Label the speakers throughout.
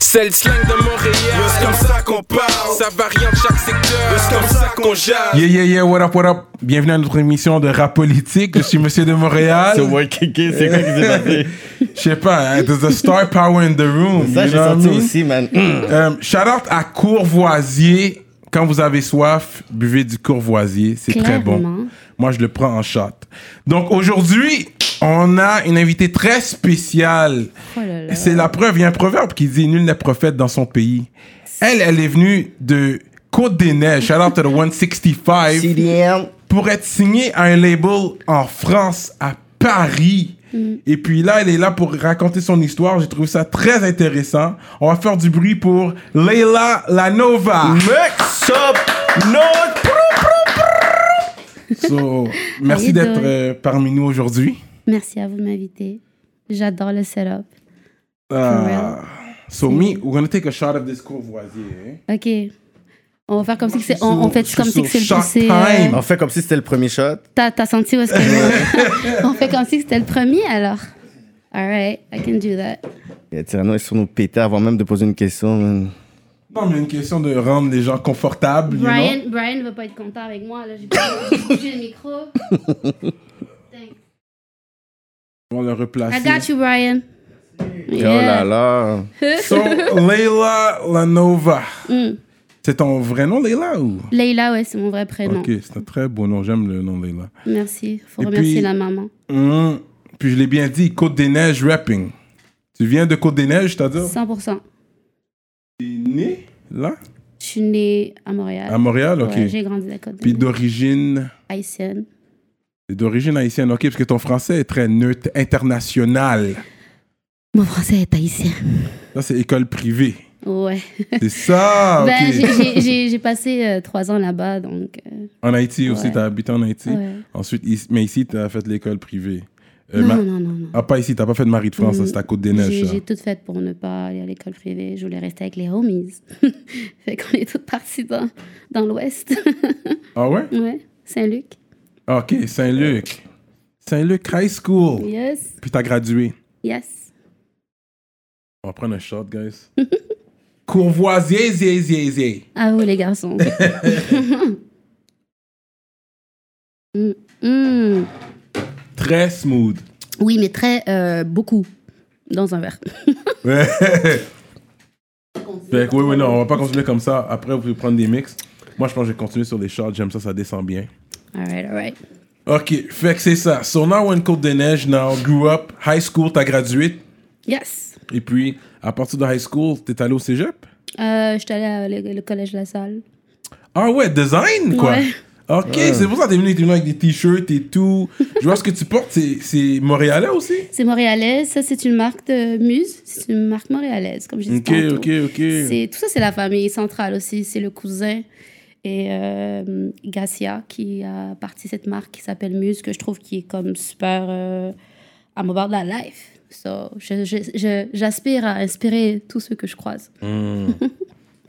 Speaker 1: C'est le slang de Montréal.
Speaker 2: C'est comme ça qu'on parle.
Speaker 1: Ça varie en chaque secteur.
Speaker 2: C'est comme ça qu'on jase.
Speaker 3: Ah,
Speaker 4: Yeah, yeah, yeah, what up, what up? Bienvenue à notre émission de rap politique. Je suis Monsieur de Montréal.
Speaker 3: C'est moi Kéké, c'est quoi qui s'est passé?
Speaker 4: Je sais pas, hein, there's a star power in the room.
Speaker 3: Ça,
Speaker 4: you
Speaker 3: j'ai
Speaker 4: know what I
Speaker 3: senti
Speaker 4: mean?
Speaker 3: aussi, man.
Speaker 4: Euh, shout out à Courvoisier. Quand vous avez soif, buvez du Courvoisier. C'est très
Speaker 5: Clairement.
Speaker 4: bon. Moi, je le prends en shot. Donc aujourd'hui, on a une invitée très spéciale.
Speaker 5: Oh là là.
Speaker 4: C'est la preuve. Il y a un proverbe qui dit Nul n'est prophète dans son pays. Elle, elle est venue de Côte des Neiges. Shout out to the 165
Speaker 3: CDM.
Speaker 4: pour être signée à un label en France, à Paris.
Speaker 5: Mm.
Speaker 4: Et puis là, elle est là pour raconter son histoire. J'ai trouvé ça très intéressant. On va faire du bruit pour Leila Lanova.
Speaker 3: Mix up notre...
Speaker 4: So, merci
Speaker 5: you
Speaker 4: d'être
Speaker 5: doing?
Speaker 4: euh, parmi nous aujourd'hui.
Speaker 5: Merci à vous de m'inviter. J'adore le setup.
Speaker 4: Ah, so, me, we're gonna take a shot of this courvoisier. eh?
Speaker 5: Ok. On va faire comme si que c'est. On, on fait
Speaker 4: Je suis
Speaker 5: comme si que c'est le
Speaker 4: sur Shark
Speaker 5: poussé.
Speaker 4: Time.
Speaker 3: On fait comme si c'était le premier shot.
Speaker 5: T'as t'as senti où est-ce que. on fait comme si que c'était le premier alors. Alright, I can do that.
Speaker 3: Et Tirano est sur nous péter avant même de poser une question, man.
Speaker 4: Non, mais une question de rendre les gens confortables. you know?
Speaker 5: Brian, Brian va pas être content avec moi. Là, j'ai pas j'ai bougé le micro. Thanks.
Speaker 4: On va le replacer.
Speaker 5: I got you, Brian.
Speaker 3: Oh là
Speaker 5: Yeah.
Speaker 3: là.
Speaker 4: So, Leila Lanova.
Speaker 5: Mm.
Speaker 4: C'est ton vrai nom, Leila ou?
Speaker 5: Leila, ouais, c'est mon vrai prénom.
Speaker 4: Ok, c'est un très beau nom. J'aime le nom, Leila.
Speaker 5: Merci. Faut
Speaker 4: Et
Speaker 5: remercier
Speaker 4: puis-
Speaker 5: la maman.
Speaker 4: Hum, Puis je l'ai bien dit, Côte des Neiges rapping. Tu viens de Côte des Neiges, c'est-à-dire?
Speaker 5: 100%.
Speaker 4: T'es né là,
Speaker 5: Je suis née à Montréal.
Speaker 4: à Montréal, ok.
Speaker 5: Ouais, j'ai grandi à la côte
Speaker 4: Puis
Speaker 5: d'Ivoire.
Speaker 4: d'origine,
Speaker 5: haïtienne.
Speaker 4: d'origine haïtienne, ok, parce que ton français est très neutre, international.
Speaker 5: Mon français est haïtien.
Speaker 4: Là, c'est école privée.
Speaker 5: Ouais.
Speaker 4: C'est ça, Ah, ok.
Speaker 5: Ben, j'ai- j'ai- j'ai- j'ai passé euh, trois ans là-bas, donc. euh,
Speaker 4: En Haïti aussi,
Speaker 5: Ouais.
Speaker 4: t'as habité en Haïti.
Speaker 5: ouais.
Speaker 4: Ensuite, ici- mais ici, t'as fait l'école privée. Euh,
Speaker 5: non,
Speaker 4: ma-
Speaker 5: non, non, non.
Speaker 4: Ah, pas ici, t'as pas fait de Marie de France,
Speaker 5: Mm.
Speaker 4: ça, c'est à Côte des
Speaker 5: J'ai
Speaker 4: Neiges. hein. ça.
Speaker 5: j'ai tout fait pour ne pas aller à l'école privée. Je voulais rester avec les homies. fait qu'on est toutes parties dans, dans l'ouest.
Speaker 4: Ah ouais?
Speaker 5: ouais, Saint-Luc.
Speaker 4: Ah, Ok, Saint-Luc. Saint-Luc High School.
Speaker 5: Yes,
Speaker 4: Puis t'as gradué.
Speaker 5: yes.
Speaker 4: On va prendre un shot, guys. Courvoisier, zé, zé, zé.
Speaker 5: À vous, Ah, oh, les garçons. Mm, mm.
Speaker 4: Très smooth.
Speaker 5: Oui, mais très euh, beaucoup dans un verre.
Speaker 4: Ouais. Fait que oui, oui, non, on va pas continuer comme ça. Après, vous pouvez prendre des mix. Moi, je pense que je vais continuer sur les shots. J'aime ça, ça descend bien.
Speaker 5: All right, all right.
Speaker 4: OK, fait que c'est ça. So now, when Côte des Neiges, now, grew up, high school, t'as gradué.
Speaker 5: Yes.
Speaker 4: Et puis, à partir de high school, t'es allé au cégep?
Speaker 5: Euh, J'étais allée à le, le collège La Salle.
Speaker 4: Ah ouais, design, quoi.
Speaker 5: Ouais.
Speaker 4: OK, c'est pour ça que t'es venu, t'es venu avec des t-shirts et tout. Je vois ce que tu portes, c'est- c'est montréalais aussi?
Speaker 5: C'est montréalais. Ça, c'est une marque de Muse. C'est une marque montréalaise, comme je disais.
Speaker 4: OK, OK, OK.
Speaker 5: C'est Tout ça, c'est la famille centrale aussi. C'est le cousin et euh, Gassia qui a parti cette marque qui s'appelle Muse, que je trouve qui est comme super euh, à mon bord de la life. So, je- je- je- J'aspire à inspirer tous ceux que je croise.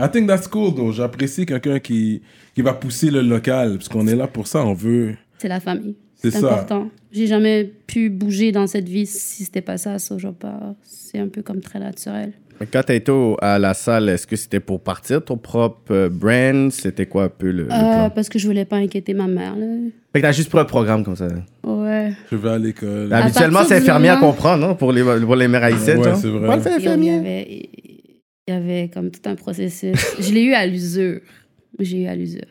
Speaker 4: I think that's cool, though. J'apprécie quelqu'un qui, qui va pousser le local, parce qu'on est là pour ça, on veut...
Speaker 5: C'est la famille.
Speaker 4: C'est
Speaker 5: C'est
Speaker 4: ça.
Speaker 5: important. J'ai jamais pu bouger dans cette vie si c'était pas ça. ça je vais pas. C'est un peu comme très naturel.
Speaker 3: Mais Quand t'as été au- à la salle, est-ce que c'était pour partir ton propre euh, brand? C'était quoi un peu le, le
Speaker 5: Euh,
Speaker 3: plan?
Speaker 5: parce que je voulais pas inquiéter ma mère. Là.
Speaker 3: Fait que t'as juste pris un programme comme ça.
Speaker 5: Ouais.
Speaker 4: Je vais à l'école.
Speaker 5: Ah,
Speaker 3: Habituellement,
Speaker 5: partir
Speaker 3: c'est
Speaker 5: du
Speaker 3: infirmière
Speaker 5: moment-
Speaker 3: qu'on prend, non? hein, Pour les, pour les mères haïtiennes,
Speaker 4: Ouais,
Speaker 3: genre.
Speaker 4: c'est vrai.
Speaker 3: Ouais, c'est
Speaker 5: Yo, Il y
Speaker 3: infirmière.
Speaker 5: avait, il y avait comme tout un processus. je l'ai eu à l'usure. J'ai eu à l'usure.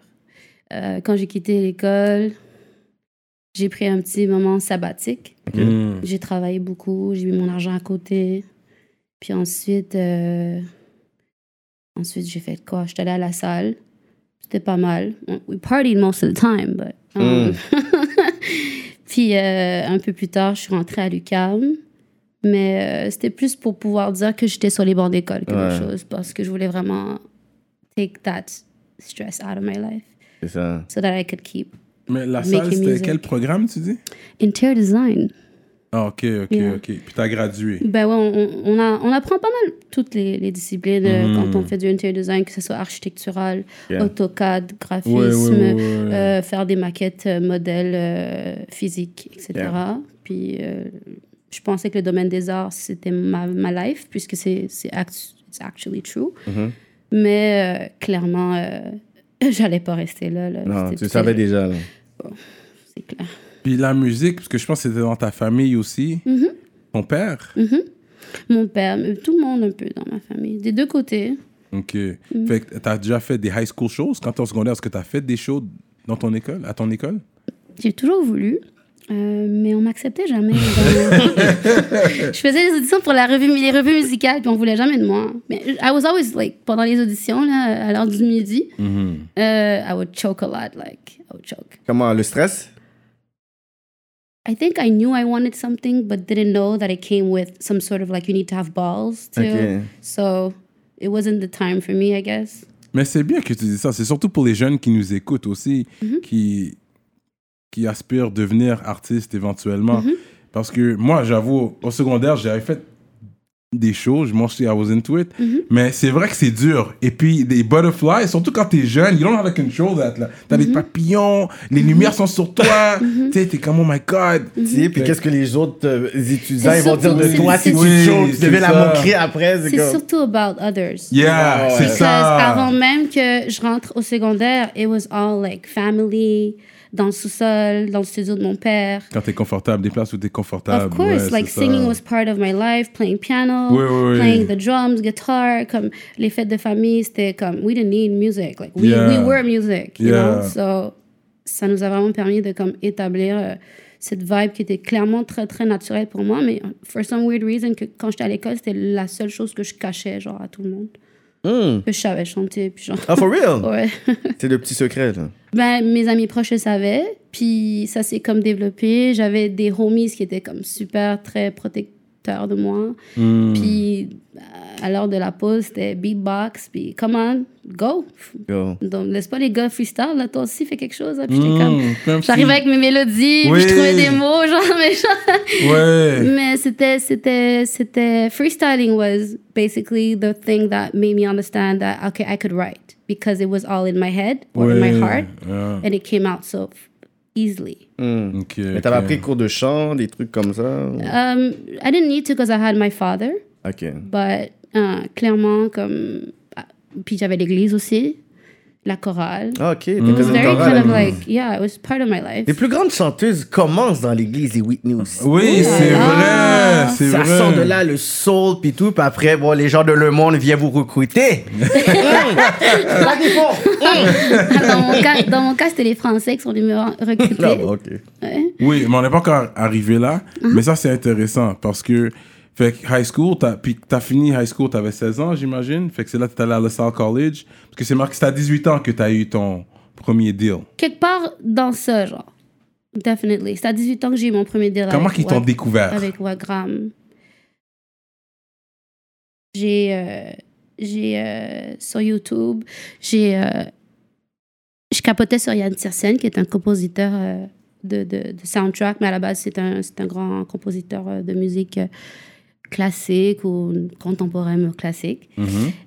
Speaker 5: Euh, quand j'ai quitté l'école, j'ai pris un petit moment sabbatique.
Speaker 4: Mm.
Speaker 5: J'ai travaillé beaucoup, j'ai mis mon argent à côté. Puis ensuite, euh, ensuite j'ai fait quoi? J'étais allée à la salle. C'était pas mal. We partied most of the time, but... um, Puis euh, un peu plus tard, je suis rentrée à l'UQAM. Mais euh, c'était plus pour pouvoir dire que j'étais sur les bancs d'école que d'autres
Speaker 3: Ouais.
Speaker 5: choses. Parce que je voulais vraiment take that stress out of my life.
Speaker 3: C'est ça.
Speaker 5: So that I could keep
Speaker 4: Mais la
Speaker 5: Making
Speaker 4: salle, c'était
Speaker 5: music.
Speaker 4: quel programme, tu dis?
Speaker 5: interior design.
Speaker 4: Ah, OK, OK,
Speaker 5: Yeah.
Speaker 4: OK. Puis t'as gradué.
Speaker 5: Ben ouais, on, on, a- on apprend pas mal toutes les, les disciplines euh,
Speaker 4: Mm.
Speaker 5: quand on fait du interior design, que ce soit architectural,
Speaker 3: Hmm. Yeah.
Speaker 5: AutoCAD, graphisme,
Speaker 4: Ouais, ouais, ouais, ouais, ouais.
Speaker 5: euh, faire des maquettes, euh, modèles euh, physiques, etc.
Speaker 3: Yeah.
Speaker 5: Puis euh, je pensais que le domaine des arts, c'était ma, ma life, puisque c'est c'est actu- it's actually true.
Speaker 3: Mm-hmm.
Speaker 5: Mais euh, clairement, euh, j'allais pas rester là. là.
Speaker 3: Non,
Speaker 5: C'était
Speaker 3: tu
Speaker 5: très-
Speaker 3: le savais déjà. là.
Speaker 5: C'est clair.
Speaker 4: Puis la musique, parce que je pense que c'était dans ta famille aussi.
Speaker 5: Mm-hmm.
Speaker 4: Ton père?
Speaker 5: Mon père, mais tout le monde un peu dans ma famille, des deux côtés.
Speaker 4: OK.
Speaker 5: Mm-hmm.
Speaker 4: Fait que t'as déjà fait des high school shows quand t'es en secondaire. Est-ce que t'as fait des shows dans ton école, à ton école?
Speaker 5: J'ai toujours voulu, euh, mais on m'acceptait jamais. dans- je faisais les auditions pour la revue, les revues musicales, puis on voulait jamais de moi. Mais I was always like pendant les auditions là, à l'heure du midi, euh, I would choke a lot, like I would choke.
Speaker 3: Comment, le stress?
Speaker 5: I think I knew I wanted something, but didn't know that it came with some sort of like you need to have balls too.
Speaker 3: Okay.
Speaker 5: So it wasn't the time for me, I guess.
Speaker 4: Mais c'est bien que tu dis ça. C'est surtout pour les jeunes qui nous écoutent aussi,
Speaker 5: Mhm.
Speaker 4: qui, qui aspirent à devenir artistes éventuellement.
Speaker 5: Mhm.
Speaker 4: Parce que moi, j'avoue, au secondaire, j'avais fait des choses, je m'en I was into it.
Speaker 5: Mhm.
Speaker 4: Mais c'est vrai que c'est dur. Et puis, les butterflies, surtout quand t'es jeune, you don't have to control that. là. T'as
Speaker 5: Mhm.
Speaker 4: des papillons, les lumières sont sur toi. Tu sais, t'es comme, oh my God.
Speaker 5: Mhm.
Speaker 3: Tu sais, puis qu'est-ce que les autres euh, étudiants
Speaker 5: C'est
Speaker 3: ils vont dire
Speaker 5: surtout-
Speaker 3: de toi
Speaker 5: c'est-
Speaker 3: si tu
Speaker 4: c'est-
Speaker 3: chokes, tu
Speaker 4: c'est
Speaker 3: devais
Speaker 4: ça.
Speaker 3: la moquer après, c'est
Speaker 5: C'est
Speaker 3: comme...
Speaker 5: surtout about others.
Speaker 4: Yeah,
Speaker 3: Ouais,
Speaker 4: c'est
Speaker 5: Because
Speaker 4: ça.
Speaker 5: avant même que je rentre au secondaire, it was all like family, dans le sous-sol, dans le studio de mon père.
Speaker 4: Quand t'es confortable, des places où t'es confortable.
Speaker 5: Of course,
Speaker 4: ouais,
Speaker 5: like
Speaker 4: c'est ça.
Speaker 5: singing was part of my life, playing piano,
Speaker 4: Oui, oui, oui.
Speaker 5: playing the drums, guitar, comme les fêtes de famille, c'était comme we didn't need music, like we,
Speaker 4: Yeah.
Speaker 5: we were music, you
Speaker 4: Yeah.
Speaker 5: know. So ça nous a vraiment permis de comme établir euh, cette vibe qui était clairement très très naturelle pour moi, mais euh, for some weird reason que quand j'étais à l'école, c'était la seule chose que je cachais genre à tout le monde. Que je savais chanter puis genre
Speaker 3: Ah, for real?
Speaker 5: ouais.
Speaker 3: C'est le petit secret, là.
Speaker 5: Ben, mes amis proches le savaient, puis ça s'est comme développé. J'avais des homies qui étaient comme super, très protecteurs de moi. Puis euh, à l'heure de la pause, c'était beatbox, puis come on, go.
Speaker 3: Yo.
Speaker 5: Donc, laisse pas les gars freestyle, là, toi aussi, fais quelque chose. hein. Puis j'étais
Speaker 4: Mm,
Speaker 5: comme.
Speaker 4: comme
Speaker 5: J'arrivais
Speaker 4: si-
Speaker 5: avec mes mélodies,
Speaker 4: Oui.
Speaker 5: puis je trouvais des mots, genre, mais genre.
Speaker 3: Eh.
Speaker 4: Ouais.
Speaker 5: Mais c'était, c'était, c'était. Freestyling was basically the thing that made me understand that, okay, I could write because it was all in my head or in my
Speaker 4: Ouais.
Speaker 5: heart
Speaker 4: Ah,
Speaker 5: and it came out so f- easily.
Speaker 4: ok,
Speaker 3: Mais t'avais
Speaker 4: ok.
Speaker 3: appris cours de chant, des trucs comme ça? ou-
Speaker 5: Um, I didn't need to because I had my father,
Speaker 3: Ok.
Speaker 5: but euh, clairement, comme. ah, Puis j'avais l'église aussi, la chorale.
Speaker 3: Ah, ok. T'es
Speaker 5: It was
Speaker 3: faisais le
Speaker 5: very
Speaker 3: chorale à
Speaker 5: kind of
Speaker 3: l'église.
Speaker 5: like, yeah, it was part of my life.
Speaker 3: Les plus grandes chanteuses commencent dans l'église et Whitney aussi.
Speaker 4: Oui, c'est
Speaker 5: là.
Speaker 4: vrai, c'est
Speaker 3: Ça
Speaker 4: vrai.
Speaker 3: sort de là le soul puis tout, puis après, bon, les gens de Le Monde viennent vous recruter. Hum! La défense. Hum!
Speaker 5: dans, mon cas, dans mon cas, c'était les Français qui sont venus me
Speaker 3: Ah,
Speaker 5: recruter.
Speaker 3: bah, ok.
Speaker 4: Oui, mais on n'est pas encore arrivé là.
Speaker 5: Uh-huh.
Speaker 4: Mais ça, c'est intéressant parce que, fait que high school, t'as, puis t'as fini high school, t'avais 16 ans, j'imagine. Fait que c'est là que t'es allé à LaSalle College. Parce que c'est marqué, c'est à 18 ans que t'as eu ton premier deal.
Speaker 5: Quelque part dans ce genre. Definitely. C'est à 18 ans que j'ai eu mon premier deal
Speaker 4: Comment
Speaker 5: avec
Speaker 4: qu'ils t'ont
Speaker 5: Wack-
Speaker 4: découvert?
Speaker 5: Avec Wagram. J'ai. euh, j'ai. euh, sur YouTube, j'ai. euh, je capotais sur Yann Tiersen, qui est un compositeur euh, de, de, de soundtrack, mais à la base, c'est un, c'est un grand compositeur euh, de musique euh, classique ou contemporaine classique.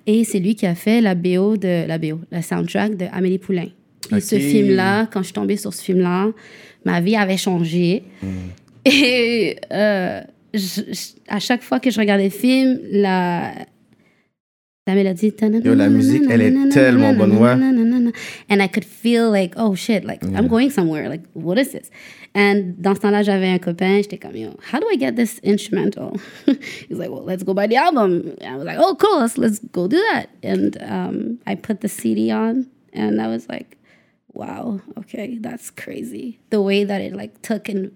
Speaker 5: Et c'est lui qui a fait la BO, de, la BO, la soundtrack de Amélie Poulain. Puis ce
Speaker 3: Ok.
Speaker 5: film-là, quand je suis tombée sur ce film-là, ma vie avait changé. Et euh, je- je- à chaque fois que je regardais le film, la, la mélodie.
Speaker 3: Yo, la musique, elle est tellement bonne, ouais.
Speaker 5: And I could feel like, oh shit, like I'm going somewhere, like what is this? And dans ce temps-là, j'avais un copain, j'étais comme, yo, how do I get this instrumental? He's like, well, let's go buy the album. I was like, oh, cool, let's, let's go do that. And um, I put the CD on and I was like, wow, okay, that's crazy. The way that it like took and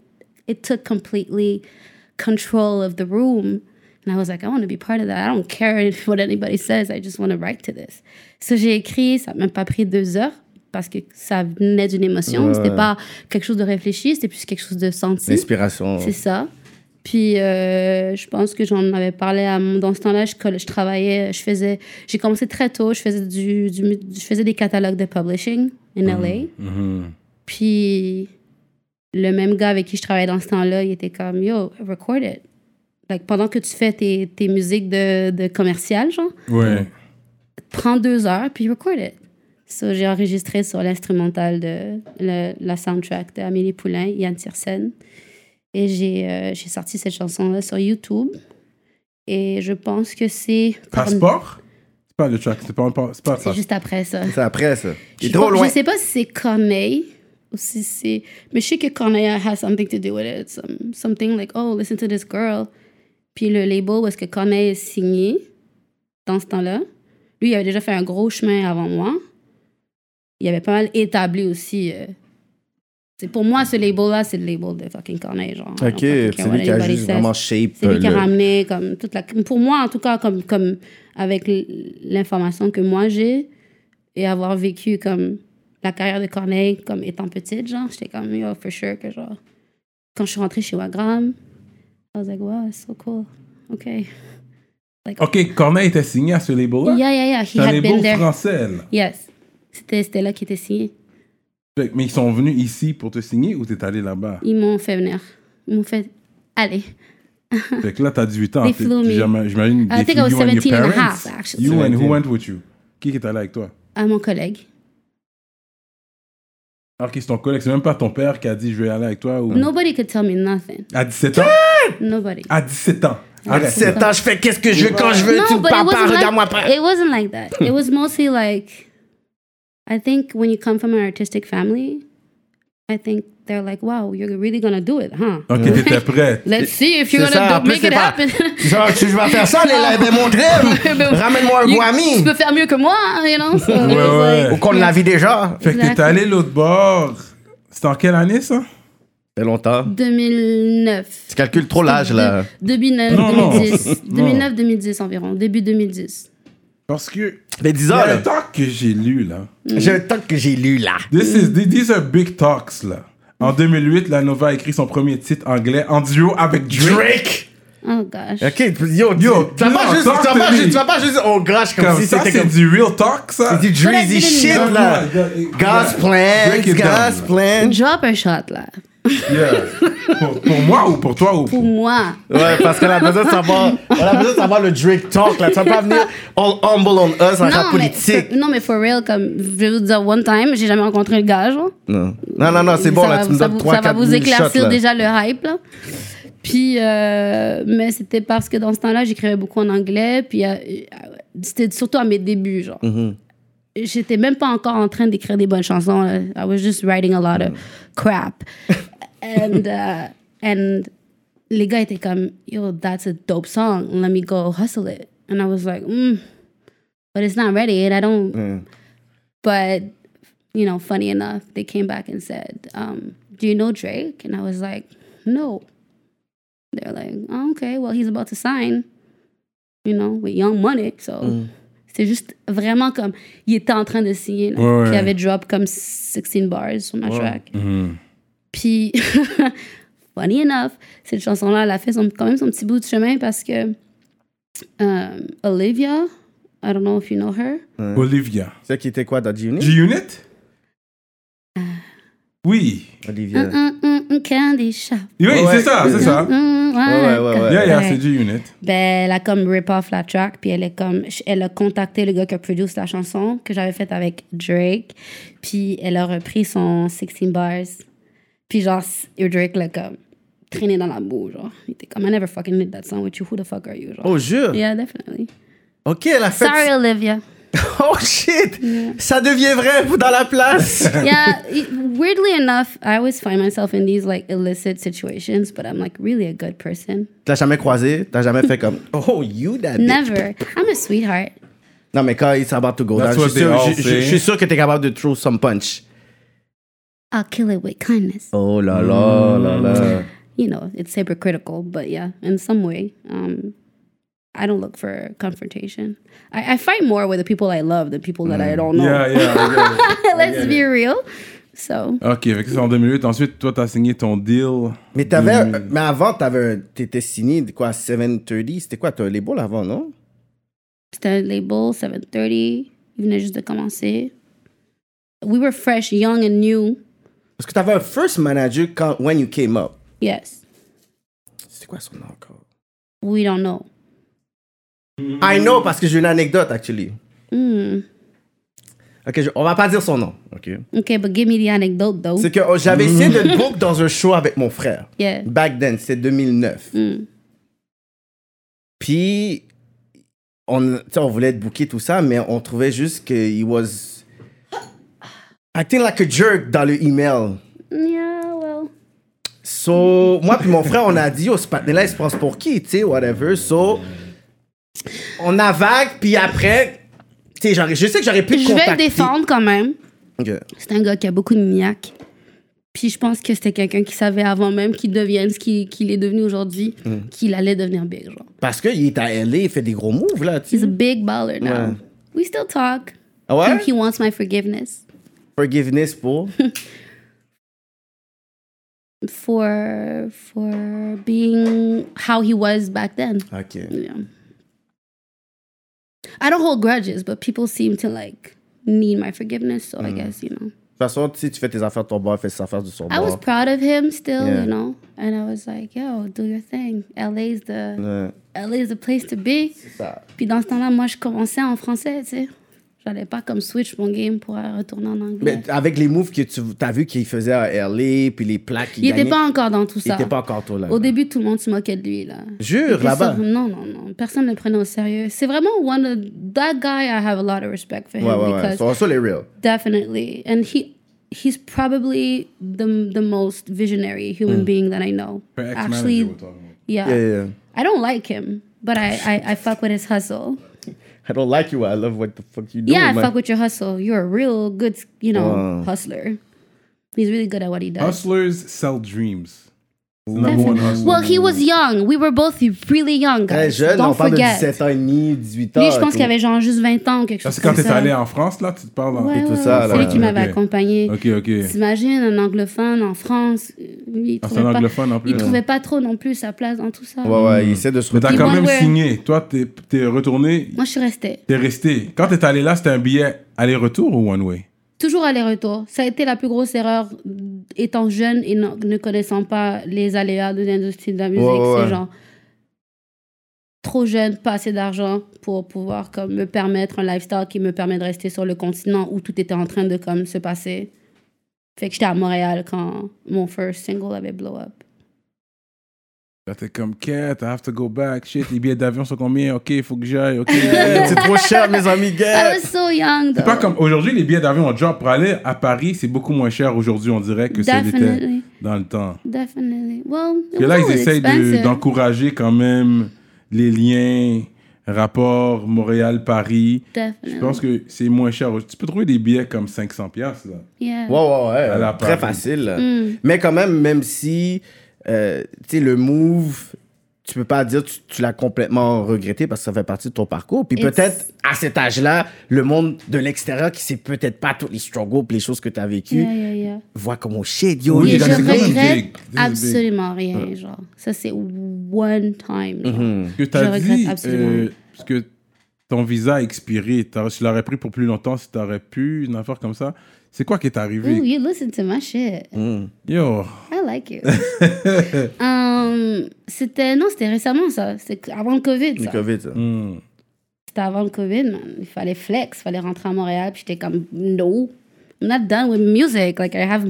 Speaker 5: it took completely control of the room. And I was like, I want to be part of that. I don't care if what anybody says. I just want to write to this. So j'ai écrit, ça m'a pas pris deux heures parce que ça venait d'une émotion. C'était pas quelque chose de réfléchi, c'était plus quelque chose de senti.
Speaker 3: L'inspiration.
Speaker 5: C'est ça. Puis euh, je pense que j'en avais parlé à mon- dans ce temps-là, je, coll- je travaillais, je faisais, j'ai commencé très tôt, je faisais du, du mu- je faisais des catalogues de publishing en LA.
Speaker 4: Mm-hmm.
Speaker 5: Puis le même gars avec qui je travaillais dans ce temps-là, il était comme yo, record it. Like, pendant que tu fais tes, tes musiques de, de commercial, genre,
Speaker 4: Ouais.
Speaker 5: prends deux heures puis record it. So, j'ai enregistré sur l'instrumental de le- la soundtrack d'Amélie Poulain, Yann Tiersen. Et j'ai euh, j'ai sorti cette chanson-là sur YouTube. Et je pense que c'est.
Speaker 4: Passeport C'est pas le track, c'est pas un pas- c'est pas
Speaker 5: C'est
Speaker 4: ça.
Speaker 5: juste après ça.
Speaker 3: C'est après ça. Il
Speaker 5: Je
Speaker 3: est trop
Speaker 5: pense-
Speaker 3: loin.
Speaker 5: Je sais pas si c'est Corneille ou si c'est. Mais je sais que Corneille has something to do with it. Some- something like, oh, listen to this girl. Puis le label où est-ce que Corneille est signé dans ce temps-là. Lui, il avait déjà fait un gros chemin avant moi. Il avait pas mal établi aussi. euh, c'est pour moi, ce label-là, c'est le label de fucking Corneille. Genre, I don't
Speaker 3: Ok,
Speaker 5: fucking care
Speaker 3: c'est
Speaker 5: what
Speaker 3: lui qui a
Speaker 5: anybody
Speaker 3: juste
Speaker 5: says.
Speaker 3: vraiment shape.
Speaker 5: C'est lui qui a
Speaker 3: Euh, le-
Speaker 5: ramené comme toute la. Pour moi, en tout cas, comme, comme avec l- l'information que moi j'ai et avoir vécu comme la carrière de Corneille comme étant petite, genre, j'étais comme yo for sure que genre quand je suis rentrée chez Wagram, I was like wow, it's so cool, ok.
Speaker 4: Ok, Corneille était signé à ce label-là.
Speaker 5: Yeah yeah yeah, he
Speaker 4: C'est un
Speaker 5: had been
Speaker 4: label
Speaker 5: there.
Speaker 4: français, là.
Speaker 5: Yes, c'était c'était là qui était signé.
Speaker 4: Fait que- Mais ils sont venus ici pour te signer ou t'es allé là-bas?
Speaker 5: Ils m'ont fait venir, ils m'ont fait allez.
Speaker 4: Fait que là, t'as 18 ans.
Speaker 5: They
Speaker 4: t'es-
Speaker 5: flew me.
Speaker 4: j'ima- J'imagine.
Speaker 5: I
Speaker 4: they
Speaker 5: think
Speaker 4: flew
Speaker 5: I was
Speaker 4: you and your
Speaker 5: 17 and a
Speaker 4: parents.
Speaker 5: half, actually.
Speaker 4: You and who went with you? Qui est allé avec toi?
Speaker 5: à mon collègue.
Speaker 4: Alors qu'ils sont ton collègue, c'est même pas ton père qui a dit je vais aller avec toi ou.
Speaker 5: Nobody could tell me nothing.
Speaker 4: À 17 ans?
Speaker 5: Nobody.
Speaker 4: À 17 ans.
Speaker 3: À
Speaker 4: Arrête.
Speaker 3: 17 ans, je fais qu'est-ce que je veux quand je veux. tu papa, regarde-moi
Speaker 5: like,
Speaker 3: après.
Speaker 5: it wasn't like that. It was mostly like, I think when you come from an artistic family, I think they're like, wow, you're really gonna do it, huh?
Speaker 4: Ok, t'étais prête.
Speaker 5: Let's see
Speaker 3: Oh,
Speaker 5: if
Speaker 3: eh, C'est
Speaker 5: you're gonna
Speaker 3: ça, en
Speaker 5: do,
Speaker 3: plus,
Speaker 5: make
Speaker 3: c'est
Speaker 5: it
Speaker 3: pas-
Speaker 5: happen.
Speaker 3: Genre, tu vas faire ça, les lives et mon
Speaker 5: Mais-
Speaker 3: dream. Ramène-moi un
Speaker 5: You-
Speaker 3: Guami.
Speaker 5: Tu peux faire mieux que moi, you know? So it
Speaker 4: Ouais,
Speaker 5: was
Speaker 4: ouais.
Speaker 3: Ou qu'on l'avait déjà.
Speaker 4: Fait que t'es
Speaker 5: Exactly.
Speaker 4: allé l'autre bord. C'était en quelle année ça?
Speaker 3: C'est longtemps.
Speaker 5: 2009.
Speaker 3: Tu calcules trop l'âge, là.
Speaker 5: 2009,
Speaker 4: Non, non.
Speaker 5: 2010.
Speaker 4: Non.
Speaker 5: 2009, 2010 environ. Début 2010.
Speaker 4: Parce que.
Speaker 3: Mais 10 ans,
Speaker 4: Il y a un
Speaker 3: là.
Speaker 4: talk que j'ai lu là.
Speaker 5: Mm.
Speaker 3: J'ai un temps que j'ai lu, là.
Speaker 4: This is, these are big talks là. En 2008, la Nova a écrit son premier titre anglais en duo avec Drake.
Speaker 3: Drake!
Speaker 5: Oh gosh.
Speaker 3: Ok, yo,
Speaker 4: Yo,
Speaker 3: yo. Tu vas pas
Speaker 4: non,
Speaker 3: juste,
Speaker 4: talk
Speaker 3: tu vas
Speaker 4: to
Speaker 3: pas
Speaker 4: me.
Speaker 3: juste, tu vas pas juste au grash comme,
Speaker 4: Comme
Speaker 3: si
Speaker 4: ça,
Speaker 3: c'était
Speaker 4: c'est
Speaker 3: comme.
Speaker 4: du real talk ça.
Speaker 3: C'est du
Speaker 5: But I
Speaker 3: Dreezy
Speaker 5: didn't
Speaker 3: shit,
Speaker 5: know.
Speaker 3: là. God's plan,
Speaker 4: Break it
Speaker 3: God's
Speaker 4: down.
Speaker 3: plan.
Speaker 5: Drop a shot, là.
Speaker 4: Yeah. Pour, pour moi ou pour toi ou
Speaker 5: Pour moi.
Speaker 3: Ouais, parce qu'on a besoin de savoir, on a besoin de savoir le Drake talk, là. Tu vas pas venir all humble on us en rap politique.
Speaker 5: Mais, non, mais for real, comme, je vais vous dire, one time, j'ai jamais rencontré le gars, genre.
Speaker 3: Non, non, non, non, c'est bon,
Speaker 5: ça
Speaker 3: là,
Speaker 5: va-
Speaker 3: tu me
Speaker 5: ça
Speaker 3: donnes
Speaker 5: vous-
Speaker 3: 3
Speaker 5: Ça va
Speaker 3: 4
Speaker 5: vous
Speaker 3: 000 shots,
Speaker 5: éclaircir
Speaker 3: là.
Speaker 5: déjà le hype, là. Puis, euh, mais c'était parce que dans ce temps-là, j'écrivais beaucoup en anglais, puis euh, c'était surtout à mes débuts, genre.
Speaker 3: Mm-hmm.
Speaker 5: J'étais même pas encore en train d'écrire des bonnes chansons. là. I was just writing a
Speaker 3: Mm-hmm.
Speaker 5: lot of crap. and, uh, and les gars étaient comme, yo, that's a dope song. Let me go hustle it. And I was like, mm, but it's not ready, and I don't. But you know, funny enough, they came back and said, um, "Do you know Drake?" And I was like, "No." They're like, oh, "Okay, well, he's about to sign, you know, with Young Money." So
Speaker 4: Mm.
Speaker 5: c'est juste vraiment comme il était en train de signer, là,
Speaker 4: Ouais, Mm-hmm. ouais.
Speaker 5: puis il avait drop comme 16 bars sur ma track. Puis funny enough, cette chanson-là, elle a fait son- quand même son petit bout de chemin parce que euh, Olivia, I don't know if you know her.
Speaker 4: Olivia.
Speaker 3: C'est qui était quoi, dans G-Unit?
Speaker 4: G-Unit?
Speaker 3: Euh.
Speaker 4: Oui.
Speaker 3: Olivia.
Speaker 5: Mm, mm, mm, candy shop.
Speaker 4: Oui,
Speaker 3: Ouais,
Speaker 4: c'est
Speaker 3: ouais.
Speaker 4: ça, c'est ça.
Speaker 5: Mm,
Speaker 3: Ah. Ouais, ouais, ouais, ouais.
Speaker 4: Yeah, yeah,
Speaker 5: Ouais.
Speaker 4: c'est G-Unit.
Speaker 5: Ben, elle a comme rip off la track, puis elle est comme, elle a contacté le gars qui a produit la chanson que j'avais faite avec Drake, puis elle a repris son 16 bars, puis genre c- Drake l'a comme traîné dans la boue, genre. Il était comme, I never fucking did that song with you. Who the fuck are you, genre.
Speaker 3: Oh, jure.
Speaker 5: Yeah, definitely.
Speaker 3: Ok, elle a fait.
Speaker 5: Sorry, Olivia.
Speaker 3: Oh shit! Ça devient vrai vous, dans la place!
Speaker 5: yeah, it- weirdly enough, I always find myself in these like illicit situations, but I'm like really a good person.
Speaker 3: T'as jamais croisé? T'as jamais fait comme. Oh, you that bitch.
Speaker 5: Never. I'm a sweetheart.
Speaker 3: Non, mais quand it's about to go down,
Speaker 4: That's
Speaker 3: je
Speaker 4: what
Speaker 3: suis,
Speaker 4: they
Speaker 3: sûr,
Speaker 4: all
Speaker 3: je, je-
Speaker 4: say.
Speaker 3: je suis sûr que t'es capable de throw some punch.
Speaker 5: I'll kill it with kindness.
Speaker 3: Oh là là là là.
Speaker 5: you know, it's hypocritical, but yeah, in some way, um, I don't look for confrontation. I, I fight more with the people I love than people that I don't know.
Speaker 4: Yeah, yeah, Mm. yeah.
Speaker 5: Let's be real. So
Speaker 4: Ok, fait que c'est en 2008. Ensuite, toi, t'as signé ton deal.
Speaker 3: Mais t'avais. Mais avant, t'avais. un- T'étais signé de quoi? 730? C'était quoi? T'as les balles avant, non?
Speaker 5: c'était un label 730. Il venait juste de commencer. We were fresh, young and new.
Speaker 3: Parce que t'avais un first manager quand. When you came up.
Speaker 5: Yes,
Speaker 3: C'était quoi son nom encore?
Speaker 5: we don't know.
Speaker 3: I know parce que j'ai une anecdote, actually.
Speaker 5: Mm.
Speaker 3: Ok, je- on va pas dire son nom. Ok.
Speaker 5: Okay, but give me the anecdote though.
Speaker 3: C'est que oh, j'avais essayé de te book dans un show avec mon frère.
Speaker 5: Yeah.
Speaker 3: Back then, c'est 2009.
Speaker 5: Mm.
Speaker 3: Puis, on, tu sais, on voulait être booké, tout ça, mais on trouvait juste qu'il was acting like a jerk dans le email.
Speaker 5: Yeah, well.
Speaker 3: So, moi puis mon frère, on a dit, oh, ce patin-là, il se passe pour qui, tu sais, whatever. So, on a vague, puis après, tu sais, j'aurais- je sais que j'aurais pu
Speaker 5: Je vais le
Speaker 3: contacter-
Speaker 5: défendre quand même.
Speaker 3: Ok.
Speaker 5: C'est un gars qui a beaucoup de niaque. Puis je pense que c'était quelqu'un qui savait avant même qu'il devienne ce qu'il qu'il est devenu aujourd'hui,
Speaker 3: Mm.
Speaker 5: qu'il allait devenir big, genre.
Speaker 3: Parce qu'il est à LA, il fait des gros moves, là, tu
Speaker 5: He's a
Speaker 3: sais.
Speaker 5: big baller now.
Speaker 3: Ouais.
Speaker 5: We still talk.
Speaker 3: Ah ouais?
Speaker 5: He wants my forgiveness
Speaker 3: Forgiveness pour.
Speaker 5: for for being how he was back then.
Speaker 3: Ok.
Speaker 5: Yeah. I don't hold grudges, but people seem to like need my forgiveness, so
Speaker 3: Mm.
Speaker 5: I guess, you know.
Speaker 3: De toute façon, si tu fais tes affaires de ton bord, fais tes affaires de son
Speaker 5: I was
Speaker 3: bord.
Speaker 5: proud of him still,
Speaker 3: Yeah.
Speaker 5: you know. And I was like, yo, do your thing. LA's the
Speaker 3: Ouais,
Speaker 5: LA is the place to be.
Speaker 3: c'est ça.
Speaker 5: Puis dans ce temps-là, moi, je commençais en français, tu sais. J'allais pas comme switch mon game pour euh, retourner en anglais.
Speaker 3: Mais avec les moves que tu as vu qu'il faisait à LA, puis les plaques qu'il
Speaker 5: il était
Speaker 3: gagnait,
Speaker 5: pas encore dans tout
Speaker 3: il
Speaker 5: ça.
Speaker 3: était pas encore toi, là.
Speaker 5: Au début, tout le monde se moquait de lui, là. Il
Speaker 3: Jure,
Speaker 5: était
Speaker 3: là-bas.
Speaker 5: sur- Non, non, non. Personne ne le prenait au sérieux. C'est vraiment one of... That guy, I have a lot of respect for him.
Speaker 3: Ouais, ouais, ouais.
Speaker 5: because
Speaker 3: Sur sur les real.
Speaker 5: Definitely. And he... He's probably the, the most visionary human being that I know. Actually, yeah.
Speaker 3: Hmm. Yeah, yeah.
Speaker 5: I don't like him, but I, I, I fuck with his hustle.
Speaker 3: I don't like you, I love what the fuck you do.
Speaker 5: yeah, I
Speaker 3: man.
Speaker 5: fuck with your hustle. You're a real good, you know,
Speaker 3: Wow.
Speaker 5: hustler. He's really good at what he does.
Speaker 4: Hustlers sell dreams. Number one
Speaker 5: Definitely.
Speaker 4: hustler.
Speaker 5: Well, he was young. We were both really young
Speaker 3: Très
Speaker 5: guys.
Speaker 3: jeune, on
Speaker 5: Don't
Speaker 3: parle de
Speaker 5: forget.
Speaker 3: 17 ans et demi, 18 ans.
Speaker 5: Lui, je pense
Speaker 3: tout.
Speaker 5: qu'il avait genre juste 20 ans ou quelque
Speaker 4: Ça,
Speaker 5: chose
Speaker 4: c'est quand
Speaker 5: comme
Speaker 4: t'es hein,
Speaker 5: ça.
Speaker 4: allé en France, là, tu te parles. en-
Speaker 5: Ouais, ouais,
Speaker 3: tout
Speaker 5: ouais,
Speaker 3: ça,
Speaker 5: c'est
Speaker 3: là.
Speaker 5: lui qui m'avait
Speaker 4: Ok.
Speaker 5: accompagné.
Speaker 4: Ok, ok.
Speaker 5: T'imagines un anglophone en France, euh, il
Speaker 4: Ah, c'est
Speaker 5: trouvait,
Speaker 4: un
Speaker 5: pas,
Speaker 4: anglophone en plus.
Speaker 5: il trouvait pas trop non plus sa place dans tout ça.
Speaker 3: Ouais, ouais, il essaie de se
Speaker 4: Mais t'as
Speaker 5: Puis
Speaker 4: quand
Speaker 5: moi,
Speaker 4: même
Speaker 5: ouais.
Speaker 4: signé. Toi, t'es t'es retourné,
Speaker 5: Moi, je suis restée.
Speaker 4: t'es resté. Quand t'es allé là, c'était un billet aller-retour ou one-way?
Speaker 5: Toujours aller-retour. Ça a été la plus grosse erreur étant jeune et non- ne connaissant pas les aléas de l'industrie de la musique.
Speaker 3: Ouais, ouais, ouais.
Speaker 5: C'est genre trop jeune, pas assez d'argent pour pouvoir comme, me permettre un lifestyle qui me permet de rester sur le continent où tout était en train de comme, se passer. Fait que j'étais à Montréal quand mon first single avait blow up.
Speaker 4: Là, t'es comme, quête, I have to go back. Shit, les billets d'avion sont combien? Ok, il faut que j'aille. Ok.
Speaker 3: C'est trop cher, mes amis,
Speaker 4: Eh.
Speaker 5: I
Speaker 3: gars.
Speaker 5: was so young
Speaker 4: C'est
Speaker 5: though.
Speaker 4: pas comme aujourd'hui, les billets d'avion, genre, pour aller à Paris, c'est beaucoup moins cher aujourd'hui, on dirait, que c'était
Speaker 5: Definitely,
Speaker 4: dans le temps.
Speaker 5: definitely. Well, it
Speaker 4: Et là,
Speaker 5: was
Speaker 4: ils
Speaker 5: always
Speaker 4: essayent de-
Speaker 5: expensive.
Speaker 4: d'encourager quand même les liens, rapports Montréal-Paris. Je
Speaker 5: Definitely.
Speaker 4: pense que c'est moins cher. Tu peux trouver des billets comme 500 piastres, là.
Speaker 5: Yeah.
Speaker 3: Ouais, ouais, ouais.
Speaker 4: Elle a
Speaker 3: Très
Speaker 4: pas-
Speaker 3: facile. là.
Speaker 5: Mm.
Speaker 3: Mais quand même, même si, euh, tu sais, le move, tu peux pas dire tu, tu l'as complètement regretté parce que ça fait partie de ton parcours. Puis
Speaker 5: It's-
Speaker 3: peut-être, à cet âge-là, le monde de l'extérieur qui sait peut-être pas tous les struggles puis les choses que tu as vécues,
Speaker 5: Yeah, yeah, yeah.
Speaker 3: voit comme, oh shit, yo,
Speaker 4: Oui,
Speaker 5: Et
Speaker 3: il
Speaker 5: je
Speaker 4: donc
Speaker 3: a
Speaker 4: c'est comme une
Speaker 5: regrette
Speaker 4: big- this is
Speaker 5: absolument rien, genre. Ça, c'est one time. genre.
Speaker 3: Mhm,
Speaker 4: Ce que t'as
Speaker 5: regrette
Speaker 4: dit,
Speaker 5: absolument.
Speaker 4: euh, parce que ton visa a expiré, t'as- tu l'aurais pris pour plus longtemps si t'aurais pu, une affaire comme ça. C'est quoi qui est
Speaker 5: Ooh,
Speaker 4: arrivé?
Speaker 5: you listen to my shit.
Speaker 3: Mhm.
Speaker 4: Yo,
Speaker 5: I like you. Um, c'était, non, c'était récemment, ça. C'était avant le COVID,
Speaker 3: du
Speaker 5: ça.
Speaker 3: COVID, ça.
Speaker 4: hmm,
Speaker 5: C'était avant le COVID, man. Il fallait flex, il fallait rentrer à Montréal. Puis j'étais comme, no, I'm not done with music. Like, I have